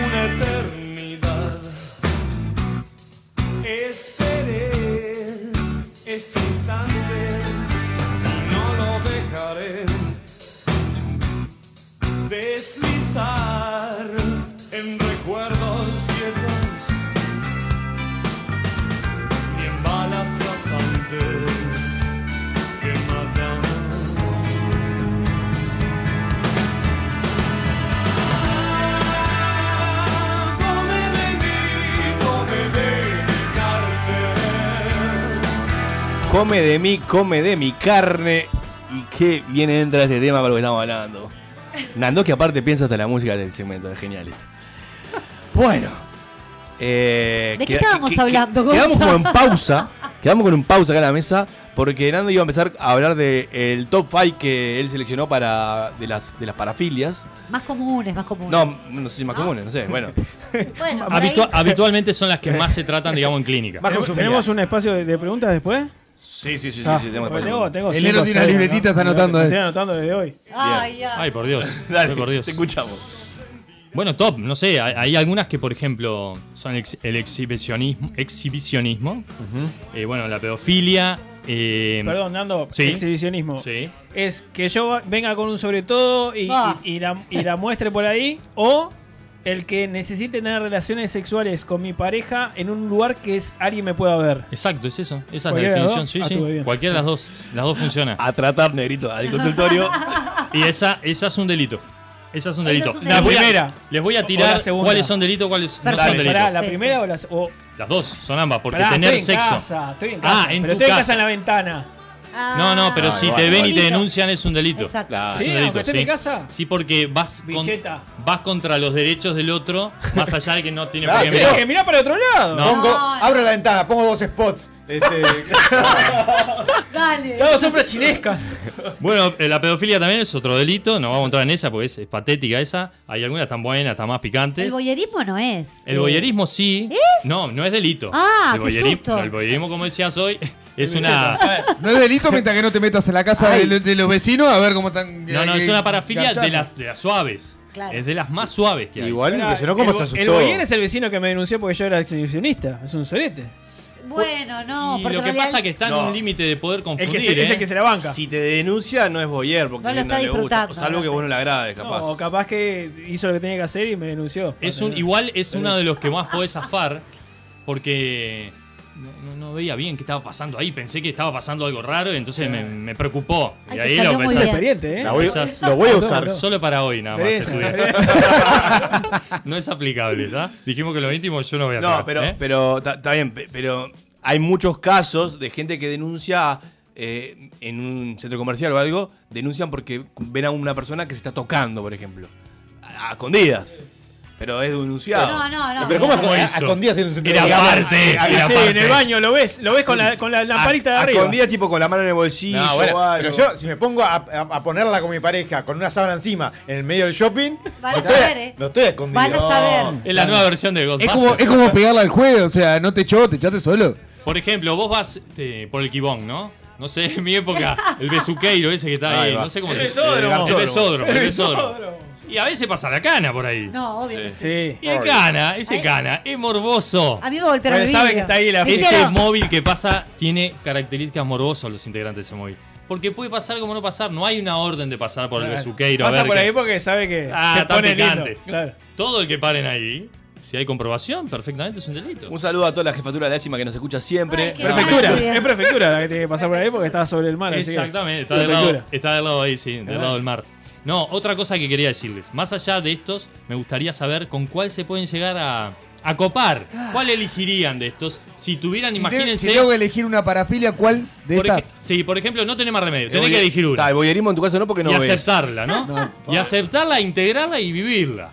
[SPEAKER 13] una eternidad. Esperé este instante y no lo dejaré deslizar en recuerdos viejos y en balas pasantes que matan. Tome de mí, tome de mi carne.
[SPEAKER 3] Come de mí, come de mi carne. Y qué bien entra este tema para lo que estamos hablando. Nando, que aparte piensa hasta la música del segmento, es genial esto. Bueno. eh,
[SPEAKER 5] ¿De qué
[SPEAKER 3] queda-
[SPEAKER 5] estábamos
[SPEAKER 3] que- que-
[SPEAKER 5] hablando, Gonza?
[SPEAKER 3] Quedamos como en pausa. Quedamos con un pausa acá en la mesa. Porque Nando iba a empezar a hablar del el top 5 que él seleccionó para de las, de las parafilias.
[SPEAKER 5] Más comunes, más comunes.
[SPEAKER 3] No, no sé si más comunes, no sé. Bueno.
[SPEAKER 5] Bueno, por ahí-
[SPEAKER 9] Habitu- habitualmente son las
[SPEAKER 3] Eh.
[SPEAKER 9] que más se tratan, digamos, en clínica.
[SPEAKER 7] ¿Tenemos, tenemos un espacio de, de preguntas después?
[SPEAKER 3] Sí, sí, sí,
[SPEAKER 7] Ah,
[SPEAKER 3] sí, sí, tenemos
[SPEAKER 7] pues
[SPEAKER 3] espacio.
[SPEAKER 7] tengo, tengo
[SPEAKER 3] El negro
[SPEAKER 7] cinco,
[SPEAKER 3] tiene una
[SPEAKER 7] seis,
[SPEAKER 3] libretita, está anotando,
[SPEAKER 7] Estoy
[SPEAKER 3] eh.
[SPEAKER 7] anotando desde hoy.
[SPEAKER 5] Ay, ay.
[SPEAKER 9] Ay, por Dios.
[SPEAKER 3] Dale,
[SPEAKER 9] Ay, por Dios.
[SPEAKER 3] te escuchamos.
[SPEAKER 9] Bueno, top, no sé, hay, hay algunas que, por ejemplo, son ex- el exhibicionismo. exhibicionismo eh, bueno, la pedofilia. eh,
[SPEAKER 7] Perdón, Nando,
[SPEAKER 9] Sí.
[SPEAKER 7] exhibicionismo.
[SPEAKER 9] Sí.
[SPEAKER 7] Es que yo va- venga con un sobre todo y,
[SPEAKER 5] Ah.
[SPEAKER 7] y- y la, y la muestre por ahí. O el que necesite tener relaciones sexuales con mi pareja en un lugar que es, alguien me pueda ver.
[SPEAKER 9] Exacto, es eso. Esa es la
[SPEAKER 7] ¿Cualquiera de las
[SPEAKER 9] definición.
[SPEAKER 7] dos?
[SPEAKER 9] Sí,
[SPEAKER 7] Ah,
[SPEAKER 9] sí.
[SPEAKER 7] estuvo bien.
[SPEAKER 9] Cualquiera de las dos. Las dos funciona.
[SPEAKER 3] A tratar, negrito, al consultorio.
[SPEAKER 9] Y esa, esa es un delito. Esa es un
[SPEAKER 7] Esa es
[SPEAKER 9] delito.
[SPEAKER 7] un La delito.
[SPEAKER 9] Les voy a-
[SPEAKER 7] primera.
[SPEAKER 9] Les voy
[SPEAKER 7] O- o
[SPEAKER 9] a
[SPEAKER 7] la
[SPEAKER 9] tirar
[SPEAKER 7] segunda.
[SPEAKER 9] cuáles son delitos, cuáles no son
[SPEAKER 7] Perfecto.
[SPEAKER 9] delitos.
[SPEAKER 7] Pará, la primera o las. O,
[SPEAKER 9] Las dos, son ambas, porque
[SPEAKER 7] pará,
[SPEAKER 9] tener
[SPEAKER 7] estoy en
[SPEAKER 9] sexo.
[SPEAKER 7] casa, estoy en casa.
[SPEAKER 9] Ah, en
[SPEAKER 7] pero
[SPEAKER 9] tu
[SPEAKER 7] estoy en
[SPEAKER 9] casa.
[SPEAKER 7] casa en la ventana.
[SPEAKER 9] No, no, pero si te ven y te denuncian es un delito.
[SPEAKER 7] Exacto.
[SPEAKER 9] Claro.
[SPEAKER 7] Ah, Sí,
[SPEAKER 9] Es un
[SPEAKER 7] aunque esté en mi casa.
[SPEAKER 9] Sí, porque vas, con-
[SPEAKER 7] Bicheta.
[SPEAKER 9] vas contra los derechos del otro, más allá de que no tiene
[SPEAKER 6] Claro,
[SPEAKER 9] por qué
[SPEAKER 6] sí,
[SPEAKER 9] mirar.
[SPEAKER 6] que
[SPEAKER 7] mirá para otro lado.
[SPEAKER 9] No.
[SPEAKER 6] Pongo- abro la ventana, pongo dos spots. Este,
[SPEAKER 5] Dale.
[SPEAKER 7] Todos son chinescas.
[SPEAKER 9] Bueno, eh, la pedofilia también es otro delito, no vamos a entrar en esa porque es, es patética esa. Hay algunas tan buenas, tan más picantes.
[SPEAKER 5] El boyerismo no es.
[SPEAKER 9] El
[SPEAKER 5] Eh,
[SPEAKER 9] boyerismo sí. No, no es delito.
[SPEAKER 5] Ah,
[SPEAKER 9] el,
[SPEAKER 5] qué
[SPEAKER 9] boyerismo,
[SPEAKER 5] susto.
[SPEAKER 9] el boyerismo, como decías hoy, es una.
[SPEAKER 4] No es delito mientras que no te metas en la casa de, lo- de los vecinos a ver cómo están.
[SPEAKER 9] No, no,
[SPEAKER 4] eh,
[SPEAKER 9] es una parafilia
[SPEAKER 4] garchando.
[SPEAKER 9] de las, de las suaves.
[SPEAKER 5] Claro.
[SPEAKER 9] Es de las más suaves que hay.
[SPEAKER 6] Igual me impresionó cómo
[SPEAKER 7] el,
[SPEAKER 6] se
[SPEAKER 7] bo-
[SPEAKER 6] asustó.
[SPEAKER 7] el boyer es el vecino que me denunció porque yo era exhibicionista. Es un solete.
[SPEAKER 5] Bueno, no,
[SPEAKER 9] y
[SPEAKER 5] porque
[SPEAKER 9] lo
[SPEAKER 5] en
[SPEAKER 9] que
[SPEAKER 5] realidad
[SPEAKER 9] pasa es que está en
[SPEAKER 3] No.
[SPEAKER 9] un límite de poder confundir.
[SPEAKER 7] se- es
[SPEAKER 9] ¿eh?
[SPEAKER 7] el que se la banca.
[SPEAKER 3] Si te denuncia, no es voyer, porque
[SPEAKER 5] No lo está
[SPEAKER 3] le gusta.
[SPEAKER 5] disfrutando,
[SPEAKER 3] O salvo que vos no le agrades, capaz.
[SPEAKER 7] O capaz que hizo lo que tenía que hacer y me denunció.
[SPEAKER 9] Es un, igual es uno de los que más podés zafar porque no, no- no veía bien qué estaba pasando ahí. Pensé que estaba pasando algo raro y entonces me, me preocupó.
[SPEAKER 5] Ay,
[SPEAKER 9] y
[SPEAKER 5] te
[SPEAKER 9] ahí
[SPEAKER 5] salió
[SPEAKER 9] lo
[SPEAKER 5] muy
[SPEAKER 9] empezás-
[SPEAKER 5] bien.
[SPEAKER 7] Experiente, ¿eh?
[SPEAKER 9] lo empezás-
[SPEAKER 6] lo voy a usar.
[SPEAKER 9] Solo para hoy nada más.
[SPEAKER 6] Interesa,
[SPEAKER 9] estudia. no es aplicable, ¿verdad? Dijimos que lo íntimo yo no voy a
[SPEAKER 3] No,
[SPEAKER 9] tocar,
[SPEAKER 3] pero,
[SPEAKER 9] ¿eh?
[SPEAKER 3] pero está está bien, pe- pero hay muchos casos de gente que denuncia eh, en un centro comercial o algo, denuncian porque ven a una persona que se está tocando, por ejemplo. a escondidas. Pero es denunciado.
[SPEAKER 5] No, no, no.
[SPEAKER 6] Pero ¿cómo es como a- a escondidas en un centro
[SPEAKER 3] Era
[SPEAKER 6] de-
[SPEAKER 3] aparte.
[SPEAKER 6] Ah,
[SPEAKER 3] era
[SPEAKER 6] sí,
[SPEAKER 3] aparte.
[SPEAKER 6] en el baño,
[SPEAKER 7] lo ves, lo ves con la, con la
[SPEAKER 6] lamparita de arriba.
[SPEAKER 3] Escondida tipo con la mano en el bolsillo.
[SPEAKER 6] No, bueno,
[SPEAKER 3] o algo.
[SPEAKER 6] pero yo, si me pongo a, a- a ponerla con mi pareja, con una sábana encima, en el medio del shopping,
[SPEAKER 5] Van
[SPEAKER 6] no
[SPEAKER 5] a
[SPEAKER 6] estoy-
[SPEAKER 5] saber, ¿eh?
[SPEAKER 6] no estoy escondido.
[SPEAKER 5] Van a saber.
[SPEAKER 9] Es la nueva versión de
[SPEAKER 4] Es
[SPEAKER 9] Ghostbusters.
[SPEAKER 4] como, es como pegarla al juego, o sea, no te echó, te echaste solo.
[SPEAKER 9] Por ejemplo, vos vas este, por el Kibong, ¿no? No sé, en mi época, el besuqueiro ese que está ahí,
[SPEAKER 6] Ahí va.
[SPEAKER 9] no sé cómo
[SPEAKER 6] El
[SPEAKER 9] se
[SPEAKER 6] besódromo.
[SPEAKER 9] El besódromo, el
[SPEAKER 6] El
[SPEAKER 9] besódromo. Y a veces pasa la cana por ahí.
[SPEAKER 5] No, obvio. que sí.
[SPEAKER 9] Y el cana, ese
[SPEAKER 5] Ahí-
[SPEAKER 9] cana, es morboso.
[SPEAKER 5] A mí me golpearon el
[SPEAKER 9] Porque sabe
[SPEAKER 5] vidrio.
[SPEAKER 9] que está ahí la-
[SPEAKER 5] Me
[SPEAKER 9] Ese
[SPEAKER 5] hicieron-
[SPEAKER 9] móvil que pasa tiene características morbosas los integrantes de ese móvil. Porque puede pasar como no pasar, no hay una orden de pasar por el
[SPEAKER 7] Claro.
[SPEAKER 9] besuqueiro. a
[SPEAKER 7] Pasa
[SPEAKER 9] ver
[SPEAKER 7] por
[SPEAKER 9] qué-
[SPEAKER 7] ahí porque sabe que
[SPEAKER 9] Ah,
[SPEAKER 7] se
[SPEAKER 9] está
[SPEAKER 7] pone lindo.
[SPEAKER 9] picante.
[SPEAKER 7] Claro.
[SPEAKER 9] Todo el que paren ahí, si hay comprobación, perfectamente es un delito.
[SPEAKER 3] Un saludo a toda la jefatura de la décima que nos escucha siempre.
[SPEAKER 7] Prefectura, es prefectura la que tiene que pasar por ahí porque está sobre el mar. así que-
[SPEAKER 9] Exactamente, está del,
[SPEAKER 7] Prefectura.
[SPEAKER 9] lado, está del lado ahí, sí, del
[SPEAKER 7] Claro.
[SPEAKER 9] lado del mar. No, otra cosa que quería decirles. Más allá de estos, me gustaría saber con cuál se pueden llegar a, a copar. ¿Cuál elegirían de estos? Si tuvieran,
[SPEAKER 4] Si, te-
[SPEAKER 9] imagínense.
[SPEAKER 4] si tengo que elegir una parafilia, ¿cuál de
[SPEAKER 9] por
[SPEAKER 4] estas?
[SPEAKER 9] ej- sí, por ejemplo, no tenés más remedio. Tenés
[SPEAKER 3] voy-
[SPEAKER 9] que elegir una.
[SPEAKER 3] Está, el boyerismo en tu caso no porque no
[SPEAKER 9] y
[SPEAKER 3] ves.
[SPEAKER 9] aceptarla, ¿no? y aceptarla, integrarla y vivirla.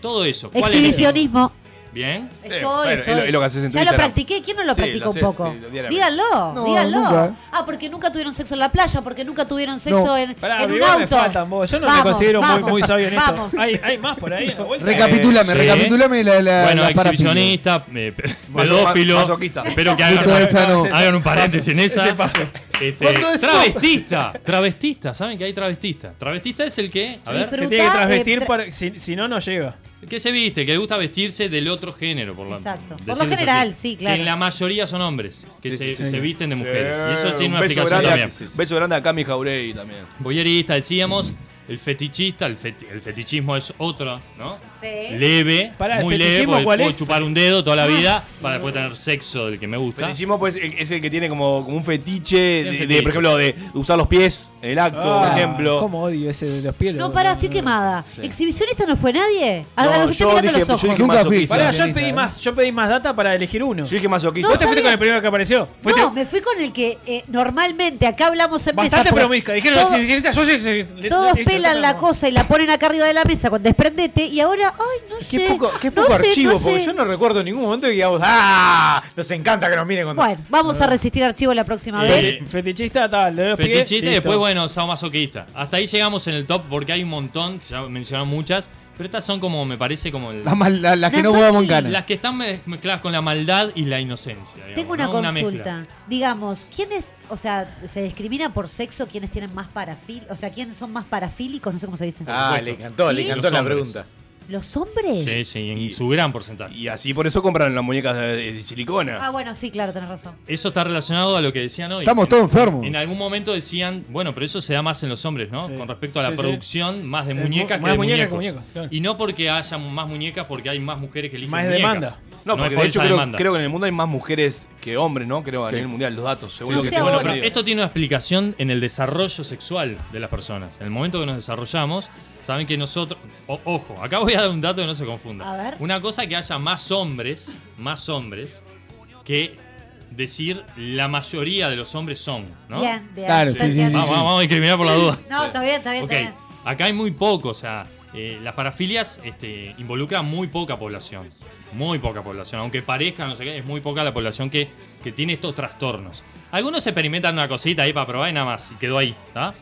[SPEAKER 9] Todo eso. ¿Cuál elegís?
[SPEAKER 5] Exhibicionismo.
[SPEAKER 9] Bien.
[SPEAKER 5] Estoy,
[SPEAKER 3] Eh, bueno,
[SPEAKER 5] estoy.
[SPEAKER 3] es lo- es lo que haces en tu
[SPEAKER 5] ya lo
[SPEAKER 3] Instagram.
[SPEAKER 5] practiqué, ¿quién no lo
[SPEAKER 3] Sí,
[SPEAKER 5] practica
[SPEAKER 3] lo
[SPEAKER 5] un
[SPEAKER 3] haces,
[SPEAKER 5] poco?
[SPEAKER 3] sí, lo- diariamente.
[SPEAKER 5] díganlo,
[SPEAKER 3] No,
[SPEAKER 5] díganlo.
[SPEAKER 3] nunca. ¿eh?
[SPEAKER 5] Ah, porque nunca tuvieron sexo en la playa, porque nunca tuvieron sexo
[SPEAKER 7] No.
[SPEAKER 5] en,
[SPEAKER 7] Pará,
[SPEAKER 5] en un
[SPEAKER 7] Bribón, me
[SPEAKER 5] auto.
[SPEAKER 7] faltan vos. Yo no me
[SPEAKER 5] Vamos,
[SPEAKER 7] considero muy,
[SPEAKER 5] vamos,
[SPEAKER 7] muy sabio en esto.
[SPEAKER 5] vamos.
[SPEAKER 7] Hay, hay más por ahí. a la vuelta.
[SPEAKER 4] Recapitulame,
[SPEAKER 9] Sí.
[SPEAKER 4] recapitulame la, la,
[SPEAKER 9] ¿Eh? bueno,
[SPEAKER 4] la parafilia.
[SPEAKER 9] exhibicionista, eh, pe- pedófilo.
[SPEAKER 3] masoquista.
[SPEAKER 9] Espero que
[SPEAKER 4] Listo,
[SPEAKER 9] hagan,
[SPEAKER 4] esa no.
[SPEAKER 9] hagan un paréntesis en esa.
[SPEAKER 7] Ese paso.
[SPEAKER 9] Este,
[SPEAKER 7] ¿Cuándo es eso?
[SPEAKER 9] travestista. Travestista. ¿Saben que hay travestista? Travestista es el que. A ver.
[SPEAKER 7] Se tiene que
[SPEAKER 5] Disfrutá,
[SPEAKER 7] transvestir
[SPEAKER 5] eh, tra-
[SPEAKER 7] para- si, si no, no llega.
[SPEAKER 9] Que se viste, que le gusta vestirse del otro género, por lo
[SPEAKER 5] Exacto. Por lo
[SPEAKER 9] decirles
[SPEAKER 5] general, sí, claro.
[SPEAKER 9] Que en la mayoría son hombres, que
[SPEAKER 3] Sí,
[SPEAKER 9] se,
[SPEAKER 3] sí, sí.
[SPEAKER 9] se visten de mujeres.
[SPEAKER 3] Sí,
[SPEAKER 9] Y eso tiene
[SPEAKER 3] un
[SPEAKER 9] una
[SPEAKER 3] beso
[SPEAKER 9] aplicación
[SPEAKER 3] grande,
[SPEAKER 9] también.
[SPEAKER 3] a- Beso grande a Cami Jauregui también.
[SPEAKER 9] Boyerista, decíamos, el fetichista, el, feti- el fetichismo es otro, ¿no?
[SPEAKER 5] Sí. Ah.
[SPEAKER 9] Leve,
[SPEAKER 7] Pará, ¿el
[SPEAKER 9] muy leve,
[SPEAKER 7] fetichismo
[SPEAKER 9] porque
[SPEAKER 7] cuál
[SPEAKER 9] puedo
[SPEAKER 7] es?
[SPEAKER 9] chupar un dedo toda la vida para después tener sexo del que me gusta.
[SPEAKER 3] Fetichismo pues, es es el que tiene como, como un fetiche, de,
[SPEAKER 9] Un
[SPEAKER 3] de,
[SPEAKER 9] fetiche.
[SPEAKER 3] por ejemplo, de usar los pies en el acto, por
[SPEAKER 7] Ah,
[SPEAKER 3] ejemplo.
[SPEAKER 7] ¿Cómo odio ese de los pies?
[SPEAKER 5] No, pará, estoy quemada. ¿Exhibicionista no fue nadie? A
[SPEAKER 3] No,
[SPEAKER 5] ver, los
[SPEAKER 3] yo
[SPEAKER 5] estoy mirando
[SPEAKER 3] dije- pues,
[SPEAKER 5] los
[SPEAKER 3] yo
[SPEAKER 5] ojos.
[SPEAKER 3] dije masoquista.
[SPEAKER 7] Pará, yo
[SPEAKER 4] Pianista,
[SPEAKER 7] pedí
[SPEAKER 4] ¿eh?
[SPEAKER 7] más. Yo pedí más data para elegir uno.
[SPEAKER 3] Yo dije masoquista.
[SPEAKER 5] No,
[SPEAKER 7] ¿Vos te fuiste
[SPEAKER 5] está
[SPEAKER 7] con el primero que apareció? Fuiste
[SPEAKER 5] No, me fui con el que eh, normalmente acá hablamos en mesa.
[SPEAKER 7] bastante
[SPEAKER 5] porque
[SPEAKER 7] promiscua. Dijeron
[SPEAKER 5] todo-
[SPEAKER 7] exhibicionista, yo soy exhibicionista.
[SPEAKER 5] Todos
[SPEAKER 7] Listo,
[SPEAKER 5] pelan
[SPEAKER 7] ya
[SPEAKER 5] la
[SPEAKER 7] está,
[SPEAKER 5] cosa y la ponen acá arriba de la mesa con desprendete y ahora, ay, no sé.
[SPEAKER 6] Qué poco, qué
[SPEAKER 5] no
[SPEAKER 6] poco
[SPEAKER 5] sé,
[SPEAKER 6] archivo,
[SPEAKER 5] no sé.
[SPEAKER 6] porque yo no recuerdo en ningún momento que digamos, ¡ah! Nos encanta que nos miren cuando.
[SPEAKER 5] Bueno, vamos a resistir archivo la próxima
[SPEAKER 9] Eh,
[SPEAKER 5] vez.
[SPEAKER 7] vamos. Fetichista, tal, de los pies,
[SPEAKER 9] Fetichista y
[SPEAKER 7] listo.
[SPEAKER 9] después, bueno, sadomasoquista. Hasta ahí llegamos en el top porque hay un montón, ya mencionaron muchas, pero estas son como, me parece, como el-
[SPEAKER 4] Las mal- la- las que no
[SPEAKER 5] Nandoni.
[SPEAKER 4] jugamos en gana.
[SPEAKER 9] las que están mez- mezcladas con la maldad y la inocencia. digamos,
[SPEAKER 5] Tengo una
[SPEAKER 9] ¿no?
[SPEAKER 5] consulta.
[SPEAKER 9] mezcla.
[SPEAKER 5] Digamos, ¿quiénes, o sea, se discrimina por sexo quiénes tienen más parafil, o sea, quiénes son más parafílicos? No sé cómo se dicen.
[SPEAKER 6] Ah, le encantó, le
[SPEAKER 5] Sí.
[SPEAKER 6] encantó
[SPEAKER 9] Los
[SPEAKER 6] la
[SPEAKER 9] hombres.
[SPEAKER 6] pregunta.
[SPEAKER 5] ¿Los hombres?
[SPEAKER 9] Sí, sí, en su gran porcentaje.
[SPEAKER 3] Y así por eso compraron las muñecas de, de silicona.
[SPEAKER 5] Ah, bueno, sí, claro, tenés razón.
[SPEAKER 9] Eso está relacionado a lo que decían hoy.
[SPEAKER 4] Estamos
[SPEAKER 9] En-
[SPEAKER 4] todos enfermos.
[SPEAKER 9] En algún momento decían, bueno, pero eso se da más en los hombres, ¿no?
[SPEAKER 7] Sí.
[SPEAKER 9] Con respecto a la
[SPEAKER 7] Sí, sí.
[SPEAKER 9] producción, más de
[SPEAKER 7] Eh, mu-
[SPEAKER 9] muñecas que
[SPEAKER 7] más
[SPEAKER 9] de
[SPEAKER 7] muñecas que
[SPEAKER 9] muñecos.
[SPEAKER 7] muñecos, claro.
[SPEAKER 9] Y no porque haya más muñecas, porque hay más mujeres que eligen
[SPEAKER 7] Más
[SPEAKER 9] muñecas.
[SPEAKER 7] demanda.
[SPEAKER 3] No,
[SPEAKER 9] es
[SPEAKER 3] porque
[SPEAKER 9] por
[SPEAKER 3] de hecho
[SPEAKER 9] esa
[SPEAKER 3] creo,
[SPEAKER 9] demanda.
[SPEAKER 3] creo que en el mundo hay más mujeres que hombres, ¿no? Creo a nivel mundial, los datos, seguro
[SPEAKER 5] No
[SPEAKER 3] que
[SPEAKER 5] sé
[SPEAKER 3] tengo
[SPEAKER 5] ahora.
[SPEAKER 9] Bueno,
[SPEAKER 3] entendido.
[SPEAKER 9] pero esto tiene una explicación en el desarrollo sexual de las personas. En el momento que nos desarrollamos, saben que nosotros. o- ojo, acá voy a dar un dato que no se confunda.
[SPEAKER 5] A ver.
[SPEAKER 9] Una cosa es que haya más hombres, más hombres, que decir la mayoría de los hombres son, ¿no?
[SPEAKER 5] Bien, bien.
[SPEAKER 4] Claro, sí,
[SPEAKER 5] Está
[SPEAKER 4] sí,
[SPEAKER 5] bien.
[SPEAKER 4] sí,
[SPEAKER 9] Vamos, vamos a discriminar por la duda.
[SPEAKER 5] No, está bien, está bien,
[SPEAKER 9] Ok,
[SPEAKER 5] está bien.
[SPEAKER 9] acá hay muy poco, o sea, eh, las parafilias este, involucran muy poca población. Muy poca población. Aunque parezca, no sé qué, es muy poca la población que, que tiene estos trastornos. Algunos experimentan una cosita ahí para probar y nada más, y quedó ahí, ¿está?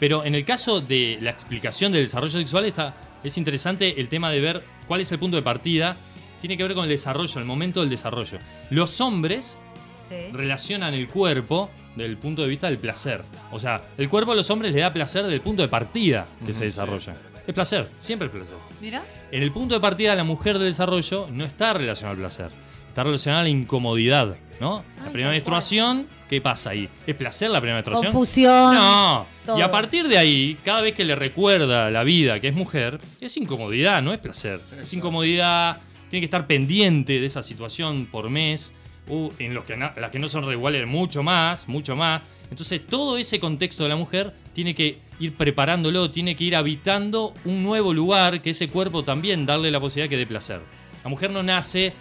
[SPEAKER 9] Pero en el caso de la explicación del desarrollo sexual, está, es interesante el tema de ver cuál es el punto de partida. Tiene que ver con el desarrollo, el momento del desarrollo. Los hombres
[SPEAKER 5] Sí.
[SPEAKER 9] relacionan el cuerpo del punto de vista del placer. O sea, el cuerpo a los hombres le da placer del punto de partida que se desarrolla. Es placer, siempre es placer.
[SPEAKER 5] Mira.
[SPEAKER 9] En el punto de partida de la mujer del desarrollo no está relacionado al placer, está relacionado a la incomodidad, ¿no?
[SPEAKER 5] Ay,
[SPEAKER 9] La primera
[SPEAKER 5] tal
[SPEAKER 9] menstruación, ¿qué pasa ahí? ¿Es placer la primera menstruación?
[SPEAKER 5] Confusión.
[SPEAKER 9] No.
[SPEAKER 5] todo.
[SPEAKER 9] Y a partir de ahí, cada vez que le recuerda la vida que es mujer, es incomodidad, no es placer. Es incomodidad, tiene que estar pendiente de esa situación por mes. Uh, en los que na- las que no son re iguales, mucho más, mucho más. Entonces, todo ese contexto de la mujer tiene que ir preparándolo, tiene que ir habitando un nuevo lugar que ese cuerpo también darle la posibilidad que dé placer. La mujer no nace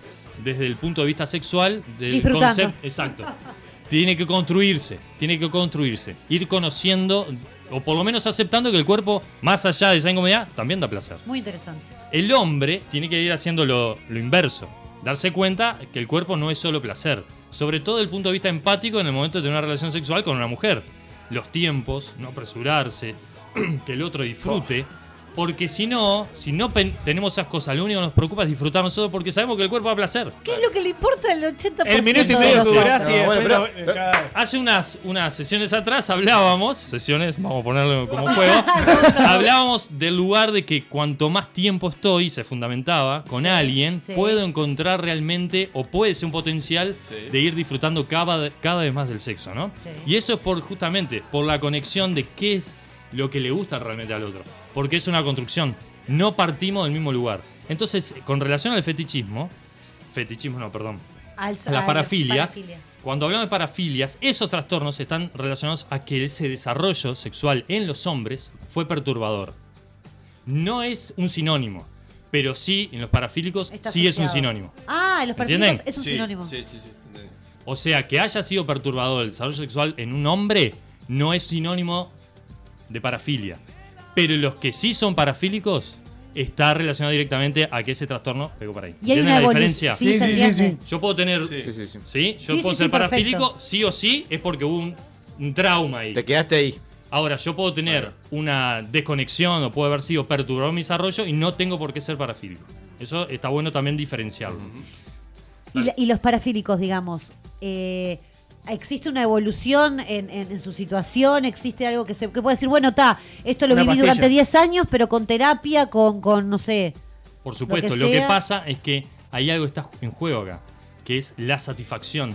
[SPEAKER 9] desde el punto de vista sexual del
[SPEAKER 5] Disfrutando.
[SPEAKER 9] concepto. Exacto. Tiene que construirse, tiene que construirse, ir conociendo O por lo menos aceptando que el cuerpo, más allá de esa incomodidad, también da placer.
[SPEAKER 5] Muy interesante.
[SPEAKER 9] El hombre tiene que ir haciendo lo, lo inverso. Darse cuenta que el cuerpo no es solo placer. Sobre todo desde el punto de vista empático en el momento de tener una relación sexual con una mujer. Los tiempos, no apresurarse, que el otro disfrute. Porque si no, si no pen- tenemos esas cosas, lo único que nos preocupa es disfrutar nosotros porque sabemos que el cuerpo da placer.
[SPEAKER 5] ¿Qué es lo que le importa al 80%
[SPEAKER 9] El minuto y
[SPEAKER 5] de
[SPEAKER 9] medio que
[SPEAKER 5] nosotros?
[SPEAKER 9] durás y No, bueno, después pero- Hace unas, unas sesiones atrás hablábamos, sesiones, vamos a ponerlo como juego, hablábamos del lugar de que cuanto más tiempo estoy, se fundamentaba, con
[SPEAKER 14] Sí,
[SPEAKER 9] alguien,
[SPEAKER 14] sí.
[SPEAKER 9] puedo encontrar realmente o puede ser un potencial
[SPEAKER 14] Sí.
[SPEAKER 9] de ir disfrutando cada, cada vez más del sexo, ¿no?
[SPEAKER 14] Sí.
[SPEAKER 9] Y eso es por justamente, por la conexión de qué es lo que le gusta realmente al otro, porque es una construcción, no partimos del mismo lugar. Entonces, con relación al fetichismo, fetichismo no, perdón,
[SPEAKER 5] Al-
[SPEAKER 9] las
[SPEAKER 5] al-
[SPEAKER 9] parafilias.
[SPEAKER 5] parafilia.
[SPEAKER 9] Cuando hablamos de parafilias, esos trastornos están relacionados a que ese desarrollo sexual en los hombres fue perturbador. No es un sinónimo, pero sí en los parafílicos
[SPEAKER 5] Está
[SPEAKER 9] sí es un
[SPEAKER 5] asociado.
[SPEAKER 9] sinónimo.
[SPEAKER 5] Ah, en los
[SPEAKER 9] ¿Entienden?
[SPEAKER 5] perfiles es un sinónimo.
[SPEAKER 14] Sí, sí, sí.
[SPEAKER 9] O sea, que haya sido perturbador el desarrollo sexual en un hombre no es sinónimo de parafilia. Pero los que sí son parafílicos está relacionado directamente a que ese trastorno pegó para ahí.
[SPEAKER 5] Y hay
[SPEAKER 9] ¿Entienden
[SPEAKER 5] una
[SPEAKER 9] la
[SPEAKER 5] evolu-
[SPEAKER 9] diferencia?
[SPEAKER 5] sí, Sí, se sí, sí, entiende.
[SPEAKER 9] Yo puedo tener.
[SPEAKER 6] Sí,
[SPEAKER 9] Sí,
[SPEAKER 6] sí, sí.
[SPEAKER 9] Yo
[SPEAKER 5] Sí, sí,
[SPEAKER 9] puedo ser
[SPEAKER 5] sí,
[SPEAKER 9] parafílico,
[SPEAKER 5] perfecto.
[SPEAKER 9] sí o sí, es porque hubo un, un trauma ahí.
[SPEAKER 6] Te quedaste ahí.
[SPEAKER 9] Ahora, yo puedo tener una desconexión o puede haber sido perturbado mi desarrollo y no tengo por qué ser parafílico. Eso está bueno también diferenciarlo.
[SPEAKER 5] Y, la- y los parafílicos, digamos, eh, ¿existe una evolución en, en- en su situación? ¿Existe algo que se que puede decir, bueno, está, esto lo
[SPEAKER 9] Una
[SPEAKER 5] viví
[SPEAKER 9] pastilla.
[SPEAKER 5] durante 10 años, pero con terapia, con, con no sé.
[SPEAKER 9] Por supuesto, lo que,
[SPEAKER 5] sea.
[SPEAKER 9] pasa es que hay algo que está en juego acá, que es la satisfacción.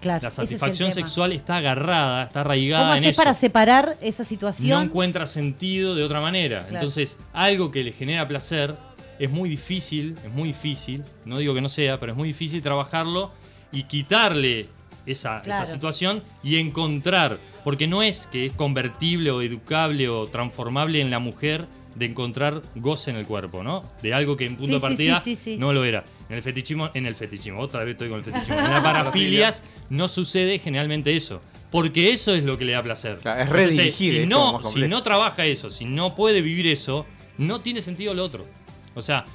[SPEAKER 5] Claro,
[SPEAKER 9] la
[SPEAKER 5] ese es el
[SPEAKER 9] satisfacción
[SPEAKER 5] tema.
[SPEAKER 9] sexual está agarrada, está
[SPEAKER 5] ¿Cómo
[SPEAKER 9] arraigada Ah, en
[SPEAKER 5] haces
[SPEAKER 9] eso.
[SPEAKER 5] para separar esa
[SPEAKER 9] no
[SPEAKER 5] situación?
[SPEAKER 9] encuentra sentido de otra manera.
[SPEAKER 5] Claro.
[SPEAKER 9] Entonces, algo que le genera placer es muy difícil, es muy difícil, no digo que no sea, pero es muy difícil trabajarlo y quitarle esa, esa
[SPEAKER 14] Claro.
[SPEAKER 9] situación y encontrar, porque no es que es convertible o educable o transformable en la mujer de encontrar goce en el cuerpo, ¿no? De algo que en punto
[SPEAKER 14] Sí,
[SPEAKER 9] de
[SPEAKER 14] sí,
[SPEAKER 9] partida
[SPEAKER 14] sí, sí, sí.
[SPEAKER 9] no lo era. En el fetichismo, en el fetichismo, otra vez estoy con el fetichismo. En las parafilias no sucede generalmente eso. Porque eso es lo que le da placer.
[SPEAKER 6] es
[SPEAKER 9] Entonces,
[SPEAKER 6] redirigir,
[SPEAKER 9] si
[SPEAKER 6] es como
[SPEAKER 9] no,
[SPEAKER 6] más
[SPEAKER 9] si
[SPEAKER 6] complejo.
[SPEAKER 9] no trabaja eso, si no puede vivir eso, no tiene sentido lo otro. O sea,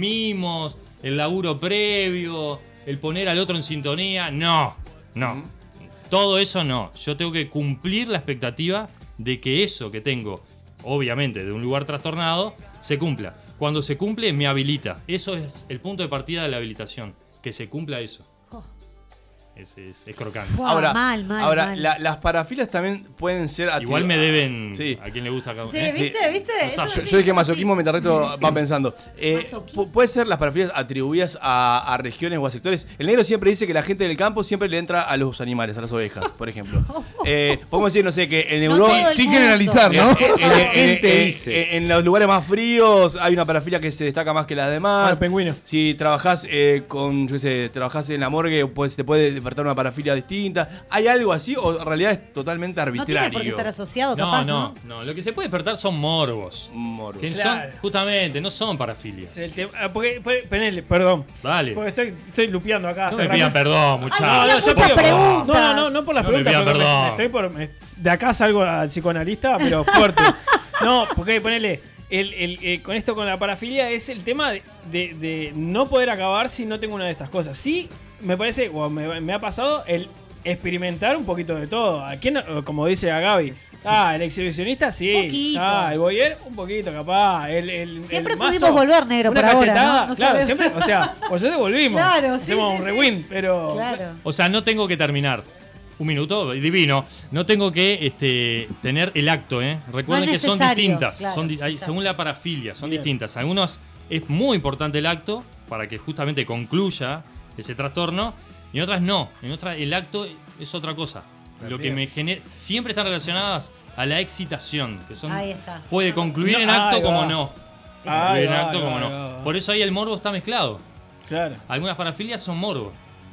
[SPEAKER 9] mimos, el laburo previo, el poner al otro en sintonía, no, no. Todo eso no. Yo tengo que cumplir la expectativa de que eso que tengo, obviamente de un lugar trastornado, se cumpla. Cuando se cumple, me habilita. Eso es el punto de partida de la habilitación. Que se cumpla eso.
[SPEAKER 5] Oh.
[SPEAKER 9] Es, es- es crocante.
[SPEAKER 3] Ah,
[SPEAKER 14] ahora,
[SPEAKER 5] mal, mal,
[SPEAKER 14] ahora
[SPEAKER 5] mal.
[SPEAKER 14] la- las parafilas también pueden ser atribu-
[SPEAKER 9] Igual me deben a quien le gusta cada uno.
[SPEAKER 5] Sí, ¿viste? ¿Viste? Eso
[SPEAKER 14] Yo,
[SPEAKER 5] sí,
[SPEAKER 14] yo dije
[SPEAKER 5] eso
[SPEAKER 14] masoquismo
[SPEAKER 5] sí.
[SPEAKER 14] mientras resto va pensando. Eh, pu- ¿Puede ser las parafilias atribuidas a, a regiones o a sectores? El negro siempre dice que la gente del campo siempre le entra a los animales, a las ovejas, por ejemplo. Eh, podemos decir, no sé, que en
[SPEAKER 4] No
[SPEAKER 14] Europa. Eh,
[SPEAKER 4] todo el Sin mundo. generalizar, ¿no?
[SPEAKER 14] En, en- en-
[SPEAKER 4] ¿Quién te
[SPEAKER 14] en-
[SPEAKER 4] dice?
[SPEAKER 14] eh, en- en los lugares más fríos hay una parafilia que se destaca más que las demás. Si trabajás eh, con, yo qué sé, trabajás en la morgue, pues te puede despertar una parafilia distinta. ¿Hay algo así o en realidad es totalmente
[SPEAKER 5] No
[SPEAKER 14] arbitrario?
[SPEAKER 5] tiene por qué estar asociado,
[SPEAKER 9] No,
[SPEAKER 5] capaz,
[SPEAKER 9] no,
[SPEAKER 5] ¿no?
[SPEAKER 9] no. Lo que se puede despertar son morbos.
[SPEAKER 14] Morbos.
[SPEAKER 9] Que
[SPEAKER 7] Claro.
[SPEAKER 9] son, justamente, no son parafilias.
[SPEAKER 7] Es el tema- ah, porque- porque- ponele, perdón.
[SPEAKER 9] Dale.
[SPEAKER 7] Porque estoy, estoy lupeando acá.
[SPEAKER 9] No
[SPEAKER 7] hace
[SPEAKER 9] me
[SPEAKER 7] rato.
[SPEAKER 9] pidan perdón, muchachos. Ay, tenía
[SPEAKER 7] yo
[SPEAKER 9] muchas
[SPEAKER 7] pido-
[SPEAKER 9] preguntas.
[SPEAKER 7] No, no, no, no por las
[SPEAKER 9] No me
[SPEAKER 7] preguntas.
[SPEAKER 9] pidan
[SPEAKER 7] porque me-
[SPEAKER 9] perdón.
[SPEAKER 7] estoy por- me- de acá salgo al psicoanalista, pero fuerte. no, porque ponele, el, el- el- con esto con la parafilia es el tema de, de- de no poder acabar si no tengo una de estas cosas. Sí, me parece, o me, me ha pasado el experimentar un poquito de todo. ¿A quién, no- como dice a Gaby? Ah, el exhibicionista sí.
[SPEAKER 5] Un poquito.
[SPEAKER 7] Ah, el boyer un poquito, capaz. El, el-
[SPEAKER 5] Siempre
[SPEAKER 7] el mazo,
[SPEAKER 5] pudimos volver, negro,
[SPEAKER 7] una
[SPEAKER 5] por ahora,
[SPEAKER 7] cachetada,
[SPEAKER 5] ¿no? No
[SPEAKER 7] claro,
[SPEAKER 5] sabemos.
[SPEAKER 7] siempre, o sea, por suerte volvimos.
[SPEAKER 5] Claro, sí,
[SPEAKER 7] Hacemos
[SPEAKER 5] sí,
[SPEAKER 7] un
[SPEAKER 5] sí.
[SPEAKER 7] rewind, pero.
[SPEAKER 5] Claro.
[SPEAKER 9] O sea, no tengo que terminar. Un minuto, divino. No tengo que este, tener el acto, ¿eh? Recuerden
[SPEAKER 14] No
[SPEAKER 9] que
[SPEAKER 14] es
[SPEAKER 9] son
[SPEAKER 14] necesario,
[SPEAKER 9] distintas.
[SPEAKER 14] claro,
[SPEAKER 9] son di- hay- según la parafilia, son distintas. Algunos es muy importante el acto para que justamente concluya ese trastorno. Y en otras no. En otras el acto es otra cosa. Lo que
[SPEAKER 14] Bien.
[SPEAKER 9] me genera. Siempre están relacionadas a la excitación. Que son,
[SPEAKER 5] Ahí está.
[SPEAKER 9] Puede concluir
[SPEAKER 7] No,
[SPEAKER 9] en acto
[SPEAKER 7] ahí
[SPEAKER 9] como
[SPEAKER 7] va.
[SPEAKER 9] no.
[SPEAKER 7] Ahí
[SPEAKER 9] Concluir en
[SPEAKER 7] va,
[SPEAKER 9] acto
[SPEAKER 7] ahí
[SPEAKER 9] como
[SPEAKER 7] va, ahí
[SPEAKER 9] no.
[SPEAKER 7] va.
[SPEAKER 9] Por eso ahí el morbo está mezclado.
[SPEAKER 7] Claro.
[SPEAKER 9] Algunas parafilias son morbo.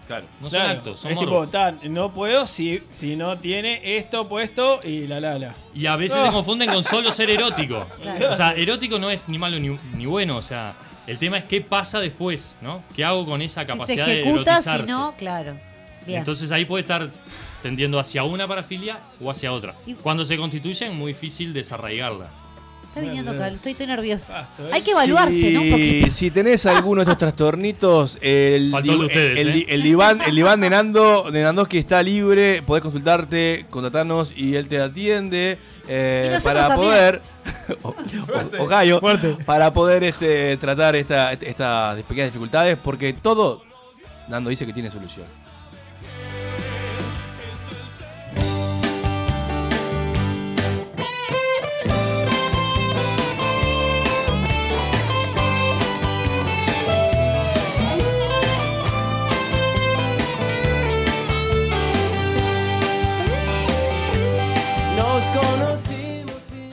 [SPEAKER 14] Claro.
[SPEAKER 9] No son
[SPEAKER 7] Claro,
[SPEAKER 9] actos, son
[SPEAKER 7] es
[SPEAKER 9] morbo.
[SPEAKER 7] tipo, tan, no puedo si, si no tiene esto puesto y la la la.
[SPEAKER 9] Y a veces
[SPEAKER 7] No.
[SPEAKER 9] se confunden con solo ser erótico.
[SPEAKER 7] Ah. Claro.
[SPEAKER 9] O sea, erótico no es ni malo ni, ni bueno. O sea, el tema es qué pasa después, ¿no? ¿Qué hago con esa
[SPEAKER 5] Si se
[SPEAKER 9] capacidad de
[SPEAKER 5] ejecuta, si
[SPEAKER 9] erotizarse?
[SPEAKER 5] no, claro. Bien.
[SPEAKER 9] Entonces ahí puede estar tendiendo hacia una parafilia o hacia otra.
[SPEAKER 5] Y-
[SPEAKER 9] Cuando se constituyen es muy difícil desarraigarla.
[SPEAKER 5] Está viniendo acá, estoy, estoy nerviosa.
[SPEAKER 7] ¿eh?
[SPEAKER 5] Hay que evaluarse, ¿no? Un poquito.
[SPEAKER 3] Si- Si tenés alguno de estos trastornitos, el,
[SPEAKER 9] Faltó el de ustedes,
[SPEAKER 3] el-
[SPEAKER 9] ¿eh?
[SPEAKER 3] el- el diván, el diván de Nando, de Nandoski está libre, podés consultarte, contratanos y él te atiende eh,
[SPEAKER 5] Y nosotros
[SPEAKER 3] para
[SPEAKER 5] también.
[SPEAKER 3] poder o- o- Ohio, para poder este, tratar esta- este- estas pequeñas dificultades, porque todo Nando dice que tiene solución.
[SPEAKER 11] Nos conocimos.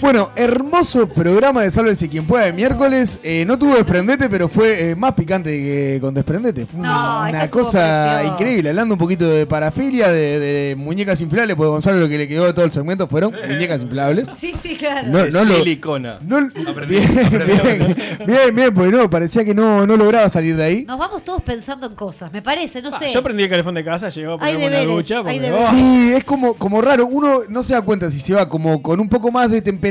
[SPEAKER 4] Bueno, hermoso programa de Sálvese quien pueda de miércoles. Eh, no tuvo desprendete, pero fue eh, más picante que con desprendete. Fue una,
[SPEAKER 5] No, esto
[SPEAKER 4] una
[SPEAKER 5] estuvo
[SPEAKER 4] cosa
[SPEAKER 5] precioso.
[SPEAKER 4] increíble. Hablando un poquito de parafilia, de, de muñecas inflables, porque Gonzalo lo que le quedó de todo el segmento fueron muñecas inflables.
[SPEAKER 5] Sí, sí, claro.
[SPEAKER 4] No, no lo-
[SPEAKER 3] Silicona.
[SPEAKER 4] no- bien, bien, bien, bien, porque no, parecía que no, no lograba salir de ahí.
[SPEAKER 5] Nos vamos todos pensando en cosas, me parece, no
[SPEAKER 7] Ah,
[SPEAKER 5] sé.
[SPEAKER 7] Yo prendí el calefón de casa, llegó a
[SPEAKER 5] Hay
[SPEAKER 7] ponerme una
[SPEAKER 5] deberes,
[SPEAKER 7] ducha.
[SPEAKER 5] hay
[SPEAKER 7] porque,
[SPEAKER 5] deberes.
[SPEAKER 7] oh,
[SPEAKER 4] Sí, es como, como raro. Uno no se da cuenta si se va como con un poco más de temperatura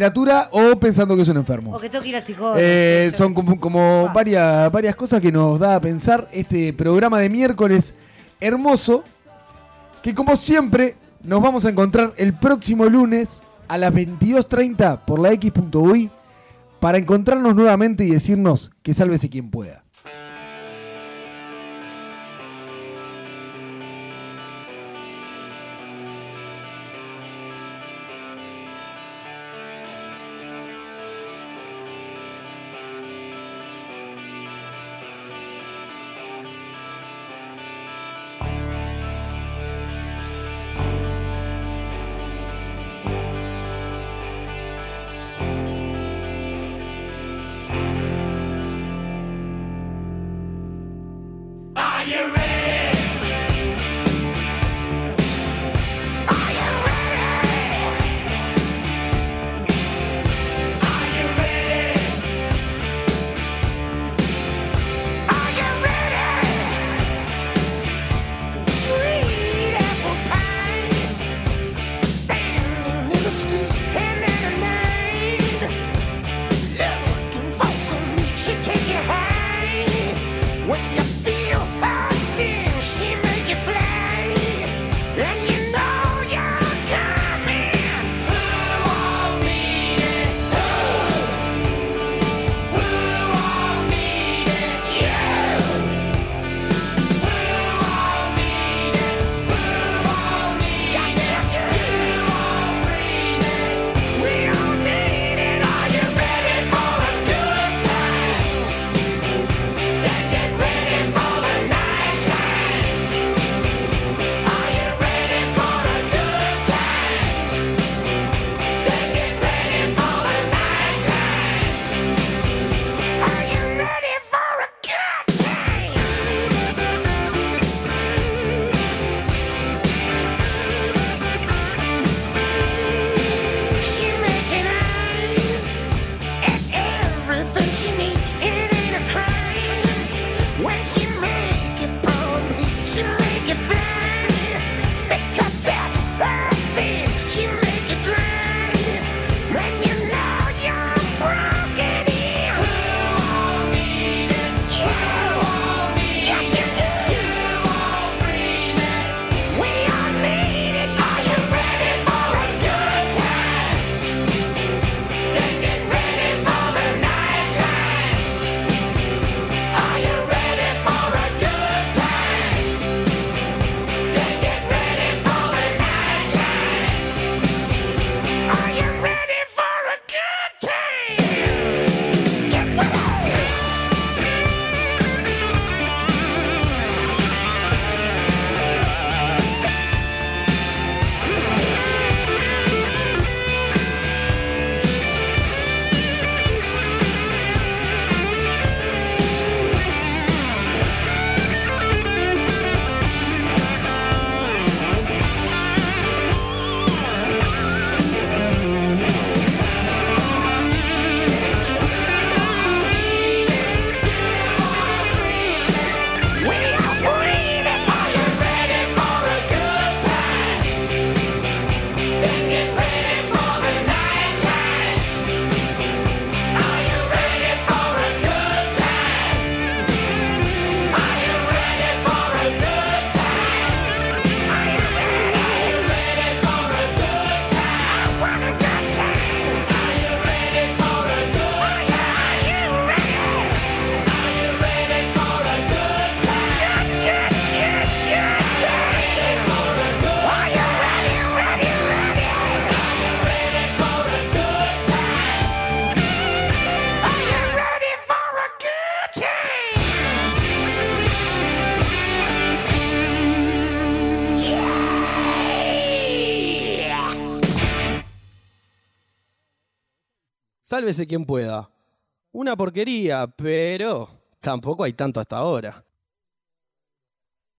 [SPEAKER 4] o pensando que es un enfermo.
[SPEAKER 5] O que tengo que ir al psicólogo.
[SPEAKER 4] Eh,
[SPEAKER 5] sí,
[SPEAKER 4] son como, como varias, varias cosas que nos da a pensar este programa de miércoles hermoso, que como siempre nos vamos a encontrar el próximo lunes a las 22.30 por la X.UI para encontrarnos nuevamente y decirnos que sálvese quien pueda.
[SPEAKER 8] Sálvese quien pueda. Una porquería, pero tampoco hay tanto hasta ahora.